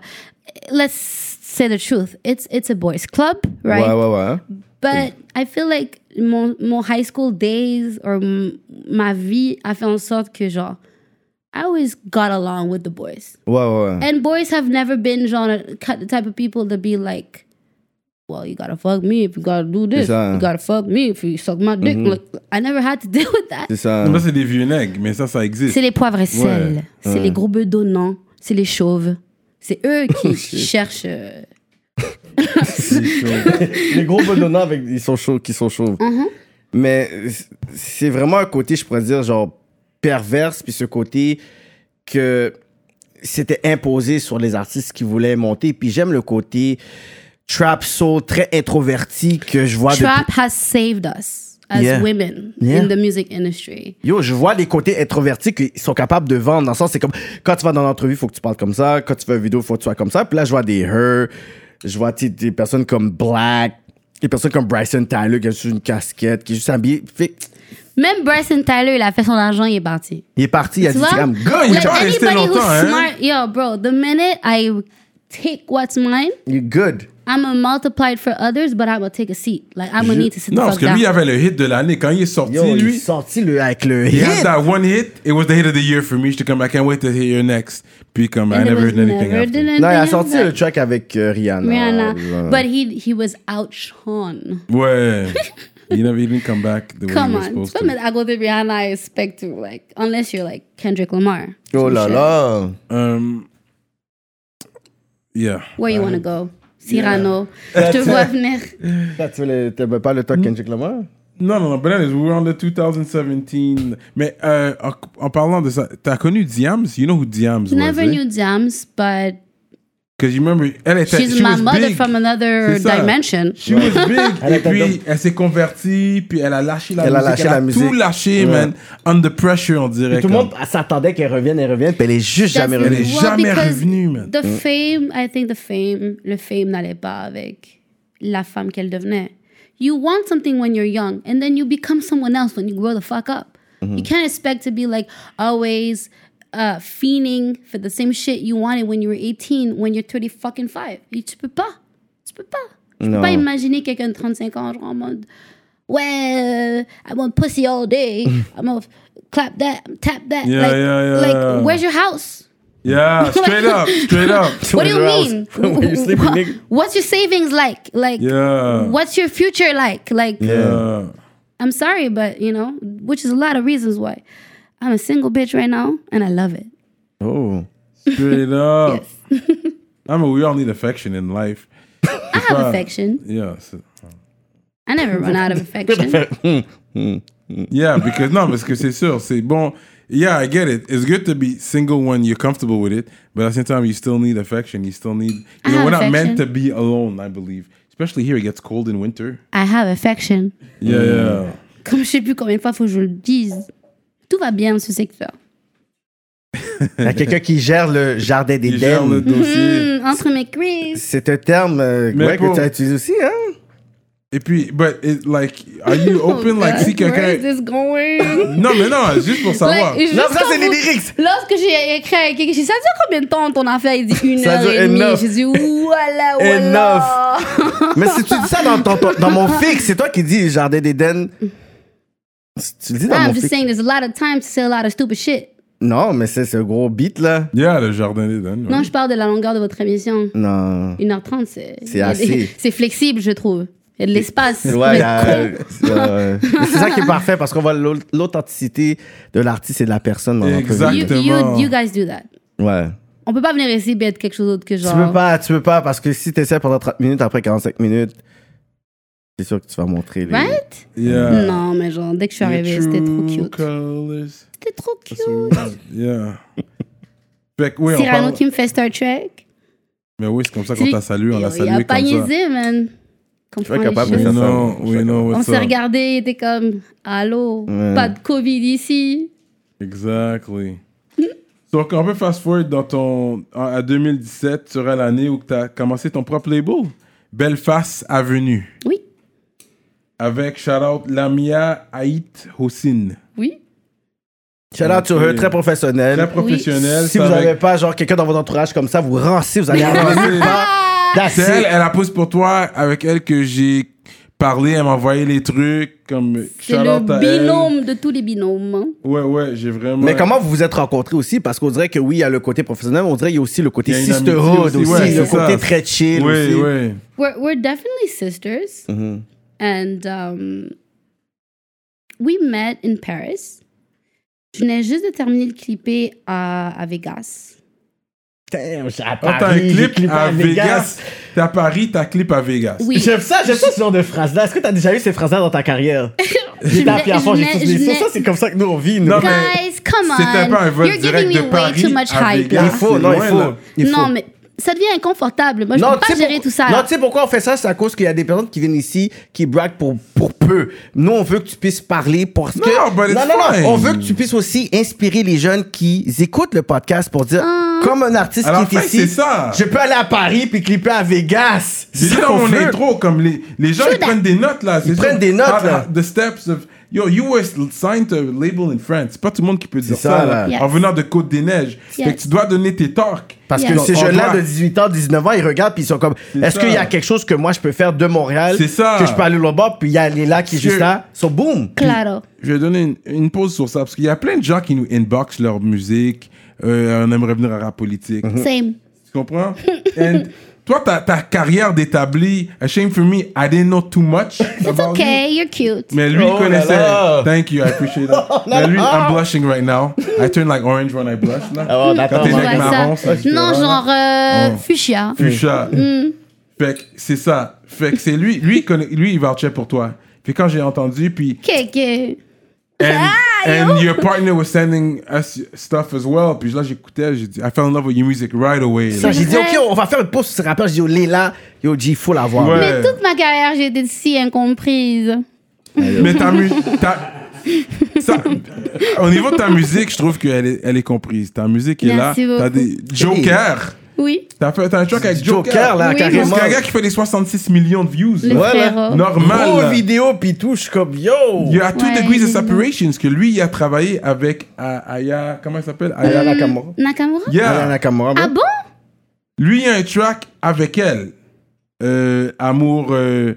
Speaker 5: let's say the truth. It's it's a boys' club, right?
Speaker 3: Ouais, ouais, hein. ouais.
Speaker 5: But I feel like mon, mon high school days or m- ma vie a fait en sorte que genre I always got along with the boys.
Speaker 3: Ouais, ouais.
Speaker 5: And boys have never been genre cut- the type of people to be like, well, you gotta fuck me if you gotta do this.
Speaker 3: ça.
Speaker 5: You gotta fuck me if you suck my dick. Like, I never had to deal with that.
Speaker 3: C'est ça.
Speaker 4: Là, c'est des vieux nègres, mais ça, ça existe.
Speaker 5: C'est les poivres et sel.
Speaker 4: Ouais,
Speaker 5: c'est les gros bœufs donnants. C'est les chauves. C'est eux qui cherchent. euh,
Speaker 3: les gros bonhommes avec ils sont chauds, qui sont chauves.
Speaker 5: Mm-hmm.
Speaker 3: Mais c'est vraiment un côté, je pourrais dire, genre perverse, puis ce côté que c'était imposé sur les artistes qui voulaient monter. Puis j'aime le côté trap soul très introverti que je vois. Ah, depuis-
Speaker 5: Trap has saved us as
Speaker 3: Yeah.
Speaker 5: women
Speaker 3: Yeah.
Speaker 5: in the music industry.
Speaker 3: Yo, je vois les côtés introvertis qu'ils sont capables de vendre. Dans le sens, c'est comme quand tu vas dans l'entrevue, faut que tu parles comme ça. Quand tu fais une vidéo, faut que tu sois comme ça. Puis là, je vois des her, je vois tu sais, des personnes comme Black, des personnes comme Bryson Tyler qui a juste une casquette, qui est juste habillé. Fait que
Speaker 5: Même Bryson Tyler, il a fait son argent, il est parti.
Speaker 3: il est parti, il a
Speaker 5: Tu
Speaker 3: dit,
Speaker 5: vois?
Speaker 3: I'm good.
Speaker 4: il est pas resté
Speaker 5: anybody who's
Speaker 4: longtemps, hein?
Speaker 5: smart, yo, bro, the minute I take what's mine,
Speaker 3: You're good.
Speaker 5: I'm a multiplied for others, but I'm gonna take a seat. Like I'm gonna need to sit
Speaker 4: Non,
Speaker 5: the
Speaker 4: parce
Speaker 5: fuck
Speaker 4: que lui, il
Speaker 5: down.
Speaker 4: avait le hit de l'année. Quand il est sorti,
Speaker 3: Yo, il est
Speaker 4: lui,
Speaker 3: sorti le, avec le
Speaker 4: he
Speaker 3: hit.
Speaker 4: had that one hit. It was the hit of the year for me. J'étais comme, I can't wait to hear your next. Puis comme, I
Speaker 5: And there
Speaker 4: never
Speaker 5: was
Speaker 4: heard anything
Speaker 5: never
Speaker 4: after.
Speaker 5: did
Speaker 3: Non, il a
Speaker 5: anything
Speaker 3: sorti
Speaker 5: else.
Speaker 3: le track avec euh, Rihanna.
Speaker 5: Rihanna,
Speaker 3: Là.
Speaker 5: but he he was outshone.
Speaker 4: Ouais. You never even come back the way
Speaker 5: Come
Speaker 4: you were
Speaker 5: on,
Speaker 4: supposed
Speaker 5: the
Speaker 4: to.
Speaker 5: minute I go to Rihanna, I expect to like unless you're like Kendrick Lamar.
Speaker 3: oh là
Speaker 5: Some
Speaker 3: là.
Speaker 4: Um, yeah.
Speaker 5: shit. Where you wanna go, Cyrano? Je te vois venir.
Speaker 3: Là, tu veux le- pas le talk Kendrick Lamar?
Speaker 4: Non, non, non, but anyways, we were on the 2017. Mais euh, en, en parlant de ça, t'as connu Diams? You know who Diams was,
Speaker 5: Never
Speaker 4: right?
Speaker 5: knew Jams, but
Speaker 4: Because you remember, elle était,
Speaker 5: she's
Speaker 4: she
Speaker 5: my
Speaker 4: was
Speaker 5: mother
Speaker 4: big.
Speaker 5: from another
Speaker 4: C'est ça.
Speaker 5: dimension.
Speaker 4: She was big.
Speaker 3: Elle
Speaker 4: et
Speaker 3: était
Speaker 4: puis,
Speaker 3: donc-
Speaker 4: elle s'est convertie, puis elle a lâché la
Speaker 3: Elle a
Speaker 4: musique.
Speaker 3: lâché
Speaker 4: elle
Speaker 3: la
Speaker 4: a
Speaker 3: musique.
Speaker 4: tout lâché,
Speaker 3: Ouais.
Speaker 4: man. Under pressure, on dirait.
Speaker 3: Tout le
Speaker 4: comme.
Speaker 3: monde s'attendait qu'elle revienne, elle revienne, puis elle est juste jamais
Speaker 5: That's-
Speaker 4: Elle est
Speaker 3: revenue.
Speaker 5: Well,
Speaker 4: jamais
Speaker 5: because
Speaker 4: revenue, man.
Speaker 5: The fame, I think the fame, le fame n'allait pas avec la femme qu'elle devenait. You want something when you're young, and then you become someone else when you grow the fuck up.
Speaker 4: Mm-hmm.
Speaker 5: You can't expect to be like always uh, fiending for the same shit you wanted when you were 18, when you're 30 fucking 5. You, tu peux pas. Tu peux pas. Tu peux
Speaker 3: Non.
Speaker 5: pas imaginer quelqu'un de 35 ans genre en mode Well, I want pussy all day. I'm gonna clap that, tap that.
Speaker 4: Yeah,
Speaker 5: like,
Speaker 4: yeah, yeah,
Speaker 5: like,
Speaker 4: yeah.
Speaker 5: where's your house?
Speaker 4: Yeah, straight up, straight up.
Speaker 5: What do you
Speaker 3: Where's
Speaker 5: mean?
Speaker 3: your house? Where you sleeping,
Speaker 5: Wha-
Speaker 3: nigga?
Speaker 5: What's your savings like? Like,
Speaker 4: Yeah.
Speaker 5: what's your future like? Like,
Speaker 4: Yeah.
Speaker 5: I'm sorry, but you know, which is a lot of reasons why I'm a single bitch right now, and I love it.
Speaker 3: Oh.
Speaker 4: Straight up. I mean, we all need affection in life.
Speaker 5: I have affection.
Speaker 4: Yeah. so-
Speaker 5: I never run out of affection.
Speaker 4: Yeah, because non, parce que c'est sûr, c'est bon. Yeah, I get it. It's good to be single when you're comfortable with it, but at the same time, you still need affection. You still need. You know,
Speaker 5: have
Speaker 4: we're not meant to
Speaker 5: Ah, affection.
Speaker 4: be alone. I believe, especially here, it gets cold in winter.
Speaker 5: I have affection.
Speaker 4: Yeah, yeah.
Speaker 5: Comme je sais plus combien de fois faut que je le dise. Tout va bien dans ce secteur.
Speaker 3: Il y a quelqu'un qui gère le jardin
Speaker 4: Il gère le
Speaker 3: d'Éden.
Speaker 4: dossier.
Speaker 5: Hmm, entre mes cuisses.
Speaker 3: C'est un terme euh,
Speaker 4: Mais
Speaker 3: ouais,
Speaker 4: pour-
Speaker 3: que tu as utilisé aussi, hein?
Speaker 4: Et puis, but it, like, are you
Speaker 5: Oh,
Speaker 4: open like si
Speaker 5: God, Where is
Speaker 4: quelqu'un?
Speaker 5: this going?
Speaker 4: Non, mais non, juste pour savoir.
Speaker 5: Like, juste
Speaker 3: Non, ça,
Speaker 5: quand
Speaker 3: c'est les
Speaker 5: vous-
Speaker 3: lyrics.
Speaker 5: Lorsque j'ai écrit à quelqu'un, j'ai dit, ça dure combien de temps ton affaire Il dit une
Speaker 3: Ça
Speaker 5: heure
Speaker 3: dure
Speaker 5: et demie.
Speaker 3: enough.
Speaker 5: J'ai dit, voilà, voilà.
Speaker 3: Mais si tu dis ça dans, ton- ton- dans mon fixe, c'est toi qui dis jardin d'Éden. Tu le dis dans
Speaker 5: I'm
Speaker 3: mon
Speaker 5: just
Speaker 3: flic-
Speaker 5: saying there's a lot of time to say a lot of stupid shit.
Speaker 3: Non, mais c'est ce gros beat là.
Speaker 4: Yeah, le jardin d'Eden. ouais.
Speaker 5: Non, je parle de la longueur de votre émission.
Speaker 3: Non.
Speaker 5: 1h30, c'est.
Speaker 3: C'est assez.
Speaker 5: C'est flexible, je trouve. Il y a de l'espace.
Speaker 3: Ouais,
Speaker 5: Mais
Speaker 3: y a-
Speaker 5: con.
Speaker 3: c'est euh, c'est ça qui est parfait parce qu'on voit l'aut- l'authenticité de l'artiste et de la personne dans l'entrevue.
Speaker 5: You,
Speaker 4: Exactement.
Speaker 5: you, you guys do that.
Speaker 3: Ouais.
Speaker 5: On peut pas venir ici et être quelque chose d'autre que genre.
Speaker 3: Tu peux pas, tu peux pas parce que si tu essaies pendant 30 minutes, après 45 minutes, c'est sûr que tu vas montrer. les-
Speaker 5: Right?
Speaker 3: Euh.
Speaker 4: Yeah.
Speaker 5: Non, mais genre, dès que je suis arrivée, c'était trop cute. C'était trop cute.
Speaker 4: Yeah. Fait que oui, on
Speaker 5: Cyrano
Speaker 4: parle...
Speaker 5: qui me fait Star Trek.
Speaker 4: Mais oui, c'est comme ça qu'on
Speaker 5: Tu-
Speaker 4: t'a salué, on l'a
Speaker 5: Il a
Speaker 4: salué
Speaker 5: pas
Speaker 4: comme ça.
Speaker 5: niaisé, man.
Speaker 3: suis pas
Speaker 5: Comprends les
Speaker 3: capable de
Speaker 5: choses.
Speaker 3: faire
Speaker 4: We
Speaker 3: ça.
Speaker 4: know, we know
Speaker 5: On
Speaker 4: what's
Speaker 5: s'est
Speaker 4: up.
Speaker 5: regardé, il était comme Allô,
Speaker 3: Ouais.
Speaker 5: pas de Covid ici.
Speaker 4: Exactly.
Speaker 3: Hmm.
Speaker 4: Donc, on peut fast forward dans ton, en- à 2017, serait l'année où tu as commencé ton propre label, Belfast Avenue,
Speaker 5: Oui,
Speaker 4: avec shout out Lamia Haït Hossein.
Speaker 5: oui.
Speaker 3: Shout out to her, très professionnel.
Speaker 4: Très professionnelle.
Speaker 3: si
Speaker 4: c'est
Speaker 3: vous
Speaker 4: avec-
Speaker 3: n'avez pas genre quelqu'un dans votre entourage comme ça, vous rancez, vous allez arriver nulle part. That's
Speaker 4: Ah, C'est elle,
Speaker 3: it.
Speaker 4: elle a pousse pour toi, avec elle que j'ai parlé, elle m'a envoyé les trucs, comme
Speaker 5: C'est
Speaker 4: shout
Speaker 5: le
Speaker 4: out à elle.
Speaker 5: binôme de tous les binômes. hein.
Speaker 4: Ouais, ouais, j'ai vraiment.
Speaker 3: Mais comment vous vous êtes rencontrés aussi? Parce qu'on dirait que oui, il y a le côté professionnel, mais on dirait qu'il y a aussi le côté
Speaker 4: Il y a une amitié
Speaker 3: sisterhood aussi,
Speaker 4: aussi, ouais,
Speaker 3: le
Speaker 4: c'est
Speaker 3: côté
Speaker 4: ça.
Speaker 3: très chill
Speaker 4: Oui,
Speaker 3: aussi.
Speaker 4: oui.
Speaker 5: We're, we're definitely sisters.
Speaker 3: Mhm.
Speaker 5: And um, we met in Paris. Je venais juste de terminer de clipper à, à Vegas.
Speaker 3: Damn, je suis à
Speaker 4: Ah, t'as un
Speaker 3: Paris, j'ai
Speaker 4: clip,
Speaker 3: clippé
Speaker 4: à, Vegas. T'es à Paris, t'as un clip à Vegas.
Speaker 5: Oui.
Speaker 3: J'aime ça, j'aime ça ce genre de phrase-là. Est-ce que t'as déjà eu ces phrases-là dans ta carrière? J'ai
Speaker 5: venais-
Speaker 3: tapé à fond, j'ai
Speaker 5: je venais-
Speaker 3: tous
Speaker 5: je
Speaker 3: des
Speaker 5: venais-
Speaker 3: Ça, c'est comme ça que nous on vit. nous.
Speaker 4: Non, mais-
Speaker 5: Guys, come on.
Speaker 4: C'était pas un vol
Speaker 5: You're
Speaker 4: direct
Speaker 5: giving
Speaker 4: de
Speaker 5: me way
Speaker 4: Paris
Speaker 5: too much
Speaker 4: à
Speaker 5: hype.
Speaker 4: Vegas.
Speaker 5: là.
Speaker 3: il faut,
Speaker 4: c'est
Speaker 3: non, il
Speaker 4: loin,
Speaker 3: faut.
Speaker 4: là.
Speaker 3: Il faut.
Speaker 5: Non, mais ça devient inconfortable. Moi, je
Speaker 3: Non, tu
Speaker 5: peux pas
Speaker 3: sais
Speaker 5: gérer
Speaker 3: pour-
Speaker 5: tout ça.
Speaker 3: Non, tu sais pourquoi on fait ça? C'est à cause qu'il y a des personnes qui viennent ici qui braquent pour, pour peu. Nous, on veut que tu puisses parler parce que.
Speaker 4: Non, but it's
Speaker 3: non, non,
Speaker 4: fine.
Speaker 3: On veut que tu puisses aussi inspirer les jeunes qui écoutent le podcast pour dire,
Speaker 5: Ah.
Speaker 3: comme un artiste
Speaker 4: Alors,
Speaker 3: qui est
Speaker 4: fait,
Speaker 3: ici,
Speaker 4: c'est ça.
Speaker 3: je peux aller à Paris puis clipper à Vegas.
Speaker 4: J'ai dit
Speaker 3: ça
Speaker 4: dans
Speaker 3: qu'on
Speaker 4: mon
Speaker 3: veut.
Speaker 4: intro, comme les, les gens
Speaker 5: True
Speaker 4: ils
Speaker 5: that.
Speaker 4: prennent des notes là. Ils
Speaker 3: prennent des notes, là.
Speaker 4: The steps of. Yo, you were signed to a label in France. C'est pas tout le monde qui peut dire
Speaker 3: C'est
Speaker 4: ça,
Speaker 3: ça,
Speaker 4: là,
Speaker 3: là.
Speaker 5: Yes.
Speaker 4: en venant de Côte-des-Neiges.
Speaker 5: Yes.
Speaker 4: Fait que tu dois donner tes talks.
Speaker 3: Parce
Speaker 5: Yeah.
Speaker 3: que ces
Speaker 4: On
Speaker 3: jeunes-là
Speaker 4: doit-
Speaker 3: de 18 ans, 19 ans, ils regardent puis ils sont comme,
Speaker 4: C'est
Speaker 3: est-ce
Speaker 4: ça.
Speaker 3: qu'il y a quelque chose que moi je peux faire de Montréal?
Speaker 4: C'est ça.
Speaker 3: Que je peux aller là-bas puis il y a les là qui est
Speaker 4: Sure.
Speaker 3: juste là. So boom.
Speaker 5: Claro.
Speaker 4: Je vais donner une, une pause sur ça parce qu'il y a plein de gens qui nous inbox leur musique. Euh, on aimerait venir à rap politique.
Speaker 3: Mm-hmm. Mm.
Speaker 5: Same.
Speaker 4: Tu comprends? And toi, ta, ta carrière d'établi, a shame for me, I didn't know too much.
Speaker 5: It's
Speaker 4: about you.
Speaker 5: okay, you're cute.
Speaker 4: Mais lui,
Speaker 3: Oh
Speaker 4: il connaissait.
Speaker 3: là Oh là.
Speaker 4: Thank you, I appreciate that. Mais lui, I'm blushing right now. I turn like orange when I blush. Là.
Speaker 3: Ah, bon,
Speaker 4: Quand
Speaker 3: d'accord,
Speaker 4: t'es
Speaker 5: Tu
Speaker 3: bon.
Speaker 4: avec
Speaker 5: vois
Speaker 4: marron,
Speaker 5: ça.
Speaker 4: c'est différent,
Speaker 5: Non,
Speaker 4: là.
Speaker 5: genre euh,
Speaker 4: Oh.
Speaker 5: fuchsia.
Speaker 4: Fuchsia.
Speaker 5: Mm.
Speaker 4: Fait que c'est ça. Fait que c'est lui, lui, il connaît- lui, il vouchait pour toi. Puis quand j'ai entendu, puis.
Speaker 5: Kéké.
Speaker 4: And,
Speaker 5: Ah,
Speaker 4: and your partner was sending us stuff as well. Puis là, j'écoutais, j'ai dit, I fell in love with your music right away.
Speaker 3: Ça,
Speaker 4: là.
Speaker 3: j'ai dit,
Speaker 5: vrai.
Speaker 3: OK, on va faire une pause sur ce rappeur. J'ai dit, oh, Léla, yo, G, il faut l'avoir.
Speaker 4: Ouais.
Speaker 5: Mais toute ma carrière, j'ai été si incomprise.
Speaker 4: Mais ta musique. au niveau de ta musique, je trouve qu'elle est, elle est comprise. Ta musique est
Speaker 5: Merci
Speaker 4: là. T'as
Speaker 5: beaucoup.
Speaker 4: des Joker.
Speaker 5: Oui.
Speaker 4: T'as fait t'as un track avec Joker.
Speaker 3: Joker, là,
Speaker 5: Oui,
Speaker 3: carrément.
Speaker 4: C'est un gars qui fait des 66 millions de views.
Speaker 5: Le
Speaker 4: là.
Speaker 3: Ouais, là.
Speaker 5: frérot.
Speaker 4: Normal.
Speaker 3: Gros
Speaker 4: là.
Speaker 3: vidéo, puis tout, je suis comme, yo.
Speaker 4: Il y a two
Speaker 5: Ouais,
Speaker 4: degrees of
Speaker 5: évidemment.
Speaker 4: separation. Parce que lui, il a travaillé avec euh, Aya. Comment elle s'appelle
Speaker 3: Ayana
Speaker 4: Aya.
Speaker 3: Nakamura.
Speaker 5: Nakamura?
Speaker 4: Yeah.
Speaker 3: Ayana Nakamura.
Speaker 5: Ah
Speaker 3: bon?
Speaker 5: bon?
Speaker 4: Lui, il y a un track avec elle. Euh, amour. euh,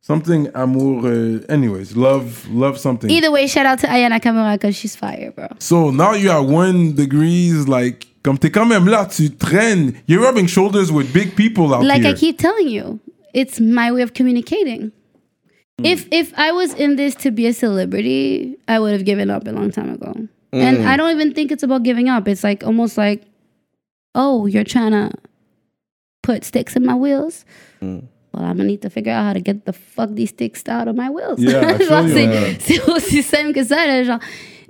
Speaker 4: something. Amour. euh, anyways. Love. Love something.
Speaker 5: Either way, shout out to Aya Nakamura because she's fire, bro.
Speaker 4: So now you are one degrees. Like. Comme t'es quand même là, tu traînes. You're rubbing shoulders with big people out
Speaker 5: like
Speaker 4: here.
Speaker 5: I keep telling you, it's my way of communicating.
Speaker 4: Hmm.
Speaker 5: If if I was in this to be a celebrity, I would have given up a long time ago. And
Speaker 4: Hmm.
Speaker 5: I don't even think it's about giving up. It's like almost like, oh, you're trying to put sticks in my wheels.
Speaker 4: Hmm.
Speaker 5: Well, I'm gonna need to figure out how to get the fuck these sticks out of my wheels.
Speaker 4: Yeah, I feel
Speaker 5: Genre,
Speaker 4: you,
Speaker 5: c'est-
Speaker 4: man.
Speaker 5: c'est aussi simple que ça, là, genre.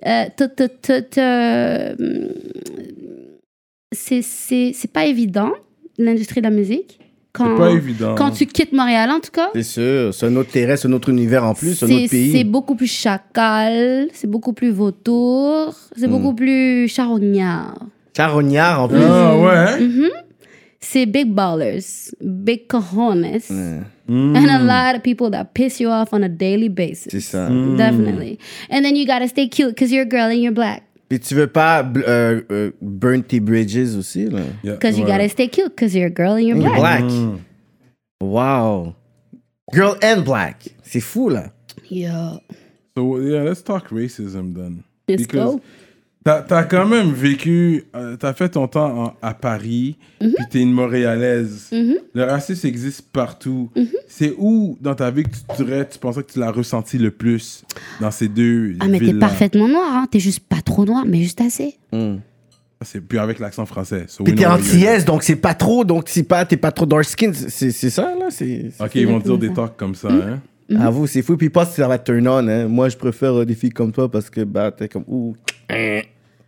Speaker 5: euh, te- te- te- te- euh, c'est- c'est c'est pas évident, l'industrie de la musique. Quand,
Speaker 4: C'est pas évident.
Speaker 5: Quand tu quittes Montréal, en tout cas,
Speaker 3: C'est sûr. C'est un autre terrain, c'est un autre univers en plus, c'est un
Speaker 5: c'est-
Speaker 3: autre
Speaker 5: c'est
Speaker 3: pays.
Speaker 5: beaucoup plus chacal, c'est beaucoup plus vautour, c'est
Speaker 3: Hmm.
Speaker 5: beaucoup plus charognard.
Speaker 3: Charognard, en plus.
Speaker 4: Ah ouais. hein?
Speaker 5: Mhm. C'est big ballers, big cojones, and a lot of people that piss you off on a daily basis.
Speaker 3: Hmm. C'est ça.
Speaker 4: Mm.
Speaker 3: Hmm.
Speaker 5: Definitely. And then you gotta stay cute because you're a girl and you're black.
Speaker 3: Puis tu veux pas bl- euh, euh, burn tes bridges aussi, là.
Speaker 4: Yeah,
Speaker 5: Because you
Speaker 4: ouais.
Speaker 5: gotta stay cute because you're a girl and you're
Speaker 3: You're
Speaker 5: black.
Speaker 3: black.
Speaker 4: Mm.
Speaker 3: Wow. Girl and black. C'est fou, là.
Speaker 5: Yo.
Speaker 4: So, yeah, let's talk racism then.
Speaker 5: Let's go.
Speaker 4: T'as t'as quand même vécu, euh, t'as fait ton temps en- à Paris,
Speaker 5: Mm-hmm.
Speaker 4: puis t'es une Montréalaise. Le racisme existe partout.
Speaker 5: Mm-hmm.
Speaker 4: C'est où dans ta vie que tu dirais, tu pensais que tu l'as ressenti le plus dans ces deux
Speaker 5: Ah, mais t'es
Speaker 4: villes-là?
Speaker 5: parfaitement noir, hein. T'es juste pas trop noir, mais juste assez.
Speaker 4: Ah, C'est puis avec l'accent français. So
Speaker 3: Puis
Speaker 4: we
Speaker 3: t'es
Speaker 4: know where you're
Speaker 3: antillaise, donc c'est pas trop, donc t'es pas, t'es pas trop dark skin. C'est c'est ça, là? C'est.
Speaker 4: at. Ok, ils vont dire des talks comme ça.
Speaker 5: Mm-hmm.
Speaker 4: Hein?
Speaker 3: Avoue, c'est fou. Puis pas si ça va turn on. Hein. Moi, je préfère euh, des filles comme toi parce que, bah, t'es comme. Ouh.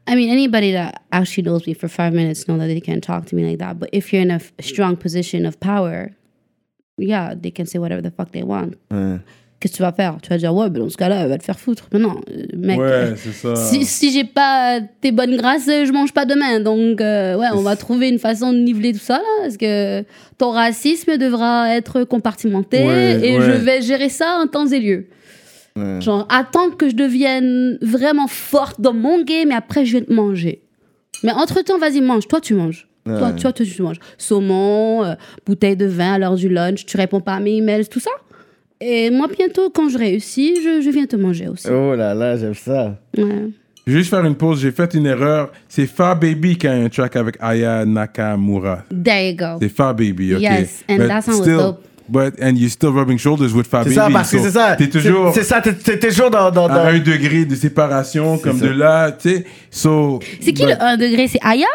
Speaker 5: I mean, anybody that actually knows me for five minutes know that they can talk to me like that. But if you're in a f- strong position of power, yeah, they can say whatever the fuck they want.
Speaker 3: Mm. hein.
Speaker 5: Qu'est-ce que tu vas faire Tu vas dire, ouais, ben dans ce cas-là, va te faire foutre. Mais non, euh, mec. euh,
Speaker 4: Ouais, c'est ça.
Speaker 5: Si, si j'ai pas tes bonnes grâces, euh, je mange pas demain. Donc, euh, ouais, on va trouver une façon de niveler tout ça, là. Parce que ton racisme devra être compartimenté
Speaker 4: Ouais,
Speaker 5: et
Speaker 4: ouais.
Speaker 5: je vais gérer ça en temps et lieu. Genre, attends que je devienne vraiment forte dans mon game et après je vais te manger. Mais entre-temps, vas-y, mange. Toi, tu manges. Toi, toi, toi, tu manges. Saumon, euh, bouteille de vin à l'heure du lunch, tu réponds pas à mes emails, tout ça. Et moi, bientôt, quand je réussis, je, je viens te manger aussi.
Speaker 3: Oh là là, j'aime ça.
Speaker 4: Ah, Oh.
Speaker 5: Ouais.
Speaker 4: Je vais juste faire une pause. J'ai fait une erreur. C'est Fa Baby qui a un track avec Aya Nakamura.
Speaker 5: There you go.
Speaker 4: C'est Fa Baby, ok.
Speaker 5: Yes, and that song was
Speaker 4: still,
Speaker 5: dope.
Speaker 4: But, and you're still rubbing shoulders with Fa
Speaker 3: C'est
Speaker 4: Baby.
Speaker 3: ça, parce que
Speaker 4: so
Speaker 3: c'est ça.
Speaker 4: T'es toujours
Speaker 3: C'est c'est ça, t'es- t'es t'es toujours dans. dans,
Speaker 4: à
Speaker 3: dans...
Speaker 4: un degré de séparation, comme
Speaker 3: ça.
Speaker 4: de là, tu sais. So,
Speaker 5: C'est qui
Speaker 4: but-
Speaker 5: le 1 degré C'est Aya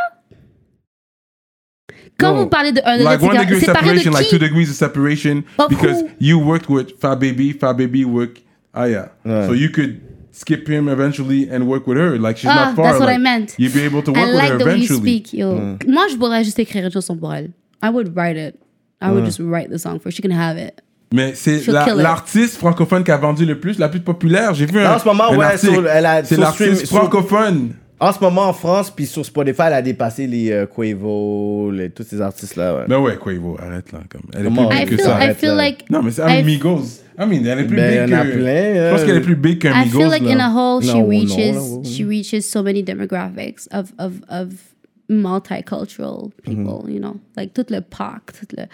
Speaker 5: Quand
Speaker 4: Non.
Speaker 5: vous parlez de 1
Speaker 4: Like one
Speaker 5: degré,
Speaker 4: degree
Speaker 5: c'est séparé de qui
Speaker 4: separation, like two degrees of separation,
Speaker 5: Of
Speaker 4: because
Speaker 5: who?
Speaker 4: you worked with Fa Baby, Fa Baby worked Aya, so you could skip him eventually and work with her. Like she's
Speaker 5: Ah,
Speaker 4: not far.
Speaker 5: that's what
Speaker 4: like,
Speaker 5: I meant.
Speaker 4: You'd be able to work
Speaker 5: I
Speaker 4: with
Speaker 5: like
Speaker 4: her
Speaker 5: the way you
Speaker 4: eventually. Hmm.
Speaker 5: speak, yo. Moi, je pourrais juste écrire une chanson pour elle. I would write it. I
Speaker 4: Hmm.
Speaker 5: would just write the song for her. She can have it.
Speaker 4: Mais c'est
Speaker 5: She'll
Speaker 4: la-
Speaker 5: kill it.
Speaker 4: l'artiste francophone qui a vendu le plus, la plus populaire. J'ai vu un.
Speaker 3: En ce moment,
Speaker 4: un
Speaker 3: ouais,
Speaker 4: article.
Speaker 3: sur- elle a-
Speaker 4: C'est
Speaker 3: sur
Speaker 4: l'artiste
Speaker 3: stream- sur-
Speaker 4: francophone.
Speaker 3: En ce moment, en France, puis sur Spotify, elle a dépassé les euh, Quavo, les, tous ces artistes-là. Ouais.
Speaker 4: Mais Ben ouais, Quavo, arrête là. Comme. Elle est
Speaker 3: Comment
Speaker 4: plus
Speaker 5: I
Speaker 4: big
Speaker 3: Parce
Speaker 5: feel,
Speaker 4: que ça.
Speaker 5: I
Speaker 3: arrête,
Speaker 5: feel
Speaker 3: là.
Speaker 5: like.
Speaker 4: Non, mais c'est
Speaker 5: I-
Speaker 4: un Migos. I mean, elle est plus
Speaker 3: Ben,
Speaker 4: big
Speaker 3: il y en a
Speaker 4: que-
Speaker 3: plein,
Speaker 4: Je pense
Speaker 3: euh.
Speaker 4: qu'elle est plus big qu'un
Speaker 5: I
Speaker 4: Migos.
Speaker 5: feel like in
Speaker 4: là.
Speaker 5: a whole, she
Speaker 3: No, no,
Speaker 5: reaches
Speaker 3: no, no.
Speaker 5: she reaches so many demographics of of of multicultural people.
Speaker 3: Mm-hmm.
Speaker 5: You know, like tout le parc, tout le,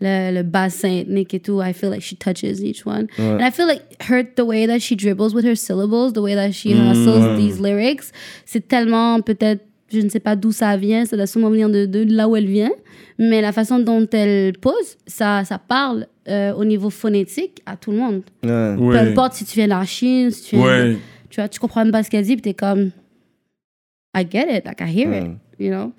Speaker 5: le le bassin ethnique et tout. I feel like she touches each one, and I feel like her the way that she dribbles with her syllables, the way that she
Speaker 3: Mm,
Speaker 5: hustles these lyrics, c'est tellement peut-être je ne sais pas d'où ça vient, ça doit sûrement venir de, de là où elle vient, mais la façon dont elle pose, ça, ça parle euh, au niveau phonétique à tout le monde.
Speaker 3: Ouais.
Speaker 4: Ouais.
Speaker 5: Peu importe si tu viens de la Chine, si tu viens de-
Speaker 4: Ouais.
Speaker 5: tu vois, tu comprends même pas ce qu'elle dit, puis t'es comme, I get it, like I hear it,
Speaker 4: Hmm.
Speaker 5: you know.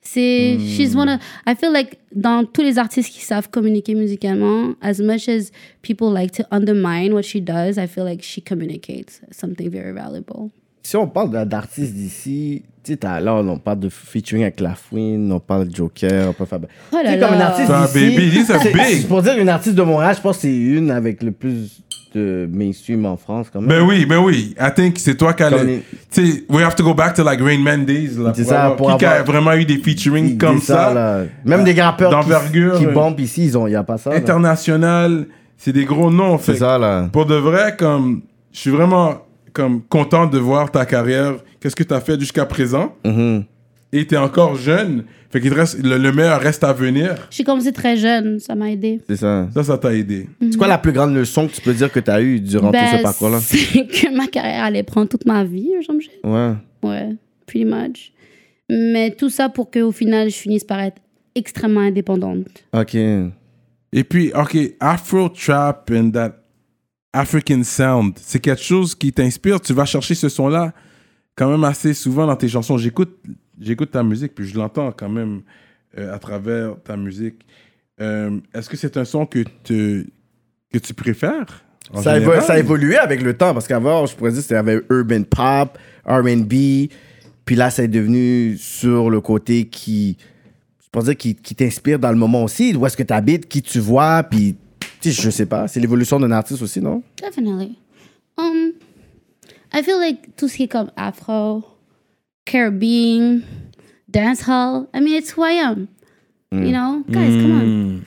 Speaker 5: C'est, she's one of, I feel like dans tous les artistes qui savent communiquer musicalement, as much as people like to undermine what she does, I feel like she communicates something very valuable.
Speaker 3: Si on parle de- d'artistes d'ici, tu sais, t'as- là, on parle de featuring avec La Fouine, on parle de Joker, on peut faire.
Speaker 5: Oh là
Speaker 3: Tu sais,
Speaker 5: là.
Speaker 3: comme une artiste
Speaker 4: Ah,
Speaker 3: d'ici,
Speaker 4: baby, these are
Speaker 3: c'est-
Speaker 4: big.
Speaker 3: c'est Pour dire une artiste de Montréal, je pense que c'est une avec le plus de mainstream en France, quand même.
Speaker 4: Ben oui, ben oui. I think c'est toi qui a
Speaker 3: Comme
Speaker 4: le- Tu sais, we have to go back to like Rain Man days. Là,
Speaker 3: C'est ça, pour
Speaker 4: qui a
Speaker 3: avoir-
Speaker 4: vraiment eu des featuring
Speaker 3: Des-
Speaker 4: comme
Speaker 3: des
Speaker 4: ça.
Speaker 3: là. Même des grappeurs qui,
Speaker 4: D'envergure.
Speaker 3: qui bombent ici, ils ont, il n'y a pas ça. là.
Speaker 4: International, c'est des gros noms.
Speaker 3: C'est
Speaker 4: fait que-
Speaker 3: ça, là.
Speaker 4: Pour de vrai, comme je suis vraiment comme content de voir ta carrière, qu'est-ce que tu as fait jusqu'à présent.
Speaker 3: Mhm,
Speaker 4: Et tu es encore jeune, fait qu'il te reste le, le meilleur reste à venir.
Speaker 5: J'ai commencé très jeune, ça m'a aidé.
Speaker 3: C'est ça.
Speaker 4: Ça ça t'a aidé.
Speaker 3: C'est quoi la plus grande leçon que tu peux dire que tu as eue durant tout
Speaker 5: Mhm. Ben,
Speaker 3: ce parcours-là?
Speaker 5: c'est que ma carrière allait prendre toute ma vie, genre, je-
Speaker 3: Ouais.
Speaker 5: Ouais, pretty much. Mais tout ça pour qu'au final, je finisse par être extrêmement indépendante.
Speaker 3: OK.
Speaker 4: Et puis OK, Afro trap and that African sound, c'est quelque chose qui t'inspire, tu vas chercher ce son là quand même assez souvent dans tes chansons. J'écoute j'écoute ta musique puis je l'entends quand même euh, à travers ta musique. Euh, est-ce que c'est un son que te- que tu préfères en
Speaker 3: Ça, évo-
Speaker 4: général?
Speaker 3: ça a évolué avec le temps parce qu'avant, je pourrais dire c'était avec urban pop, R&B, puis là, ça est devenu sur le côté qui, je pourrais dire, qui, qui t'inspire dans le moment aussi, où est-ce que tu habites, qui tu vois, puis tu sais, je sais pas, c'est l'évolution d'un artiste aussi, non?
Speaker 5: Definitely. Um, I feel like tout ce qui est comme afro, Caribbean, dancehall, I mean, it's who I am.
Speaker 3: Mm.
Speaker 5: You know? Guys, come on.
Speaker 4: Hmm.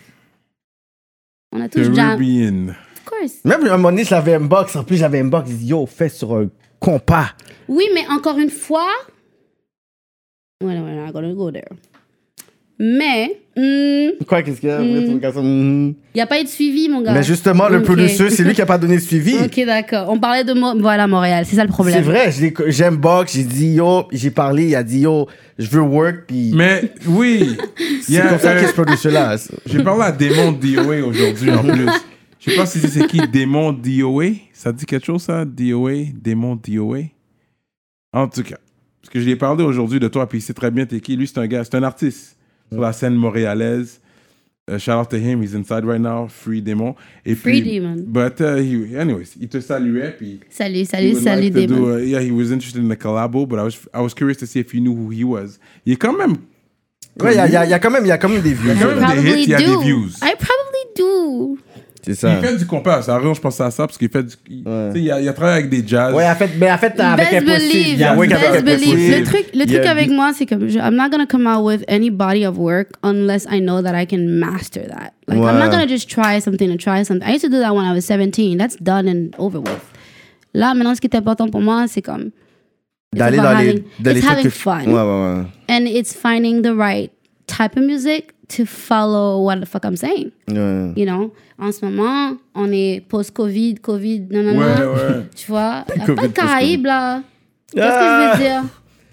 Speaker 5: On a tous jam.
Speaker 4: Caribbean.
Speaker 5: Of course.
Speaker 3: Même à un moment donné, je l'avais box en plus j'avais un box, yo, fait sur un compas.
Speaker 5: Oui, mais encore une fois... Well, we're not gonna go there. Mais, il
Speaker 3: Quoi, qu'est-ce qu'il y a? Vous voulez trouver comme ça? Mhm.
Speaker 5: n'y a pas eu de suivi, mon gars.
Speaker 3: Mais justement, le
Speaker 5: Hmm. Ok.
Speaker 3: producer, c'est lui qui a pas donné de suivi.
Speaker 5: Ok, d'accord. On parlait de Mo- voilà Montréal, c'est ça le problème.
Speaker 3: C'est vrai, je l'ai- j'aime Box, j'ai dit yo, j'ai parlé, il a dit yo, je veux work, puis
Speaker 4: Mais oui, il y
Speaker 3: c'est
Speaker 4: a,
Speaker 3: comme ça
Speaker 4: euh,
Speaker 3: que je produis là.
Speaker 4: j'ai parlé à Démon DOA aujourd'hui en plus. Je sais pas si c'est qui Démon DOA. Ça dit quelque chose ça DOA Démon DOA En tout cas, parce que je lui ai parlé aujourd'hui de toi, puis il sait très bien t'es qui. Lui, c'est un gars, c'est un artiste sur la scène montréalaise. Euh, shout out to him, he's inside right now, Free Démon. Et
Speaker 5: Free
Speaker 4: puis,
Speaker 5: Demon.
Speaker 4: But, uh, he- anyways, il te saluait, puis.
Speaker 5: Salut,
Speaker 4: he
Speaker 5: salut,
Speaker 4: would
Speaker 5: salut,
Speaker 4: like to
Speaker 5: Damon.
Speaker 4: do, uh, yeah, he was interested in the collabo, but I was I was curious to see if you knew who he was. Il est quand même
Speaker 3: Ouais, il y a, il y a- il y a quand même, il y a quand même des vues.
Speaker 4: quand même-
Speaker 3: là.
Speaker 4: des hits, il y a des views.
Speaker 5: I probably do.
Speaker 3: C'est
Speaker 4: il
Speaker 3: ça.
Speaker 4: fait du compas. Ça je pense à ça parce qu'il fait du il, tu sais, il, a, il a travaillé avec des jazz.
Speaker 3: Ouais, en fait, mais en fait, avec
Speaker 5: Best
Speaker 3: Impossible, il
Speaker 5: believe,
Speaker 3: y a
Speaker 4: oui,
Speaker 3: work avec
Speaker 5: best believe.
Speaker 3: Impossible.
Speaker 5: Le truc, le
Speaker 3: Il y a
Speaker 5: truc avec
Speaker 3: du-
Speaker 5: moi, c'est comme je, I'm not gonna come out with any body of work unless I know that I can master that. Like I'm
Speaker 3: Ouais.
Speaker 5: not gonna just try something and try something. I used to do that when I was 17. That's done and over with. Là, maintenant, ce qui est important pour moi, c'est comme
Speaker 3: D'aller
Speaker 5: It's
Speaker 3: dans
Speaker 5: about
Speaker 3: les,
Speaker 5: having-
Speaker 3: dans les
Speaker 5: it's
Speaker 3: trucs
Speaker 5: having
Speaker 3: que-
Speaker 5: fun.
Speaker 3: Ouais, ouais, ouais.
Speaker 5: and it's finding the right type of music to follow what the fuck I'm saying.
Speaker 3: Ouais.
Speaker 5: You know, en ce moment, on est post-Covid, Covid, non, non,
Speaker 4: Ouais,
Speaker 5: non.
Speaker 4: ouais.
Speaker 5: Tu vois, y a
Speaker 3: Covid,
Speaker 5: pas de Caraïbes là. Qu'est-ce
Speaker 3: Ah.
Speaker 5: que je veux dire?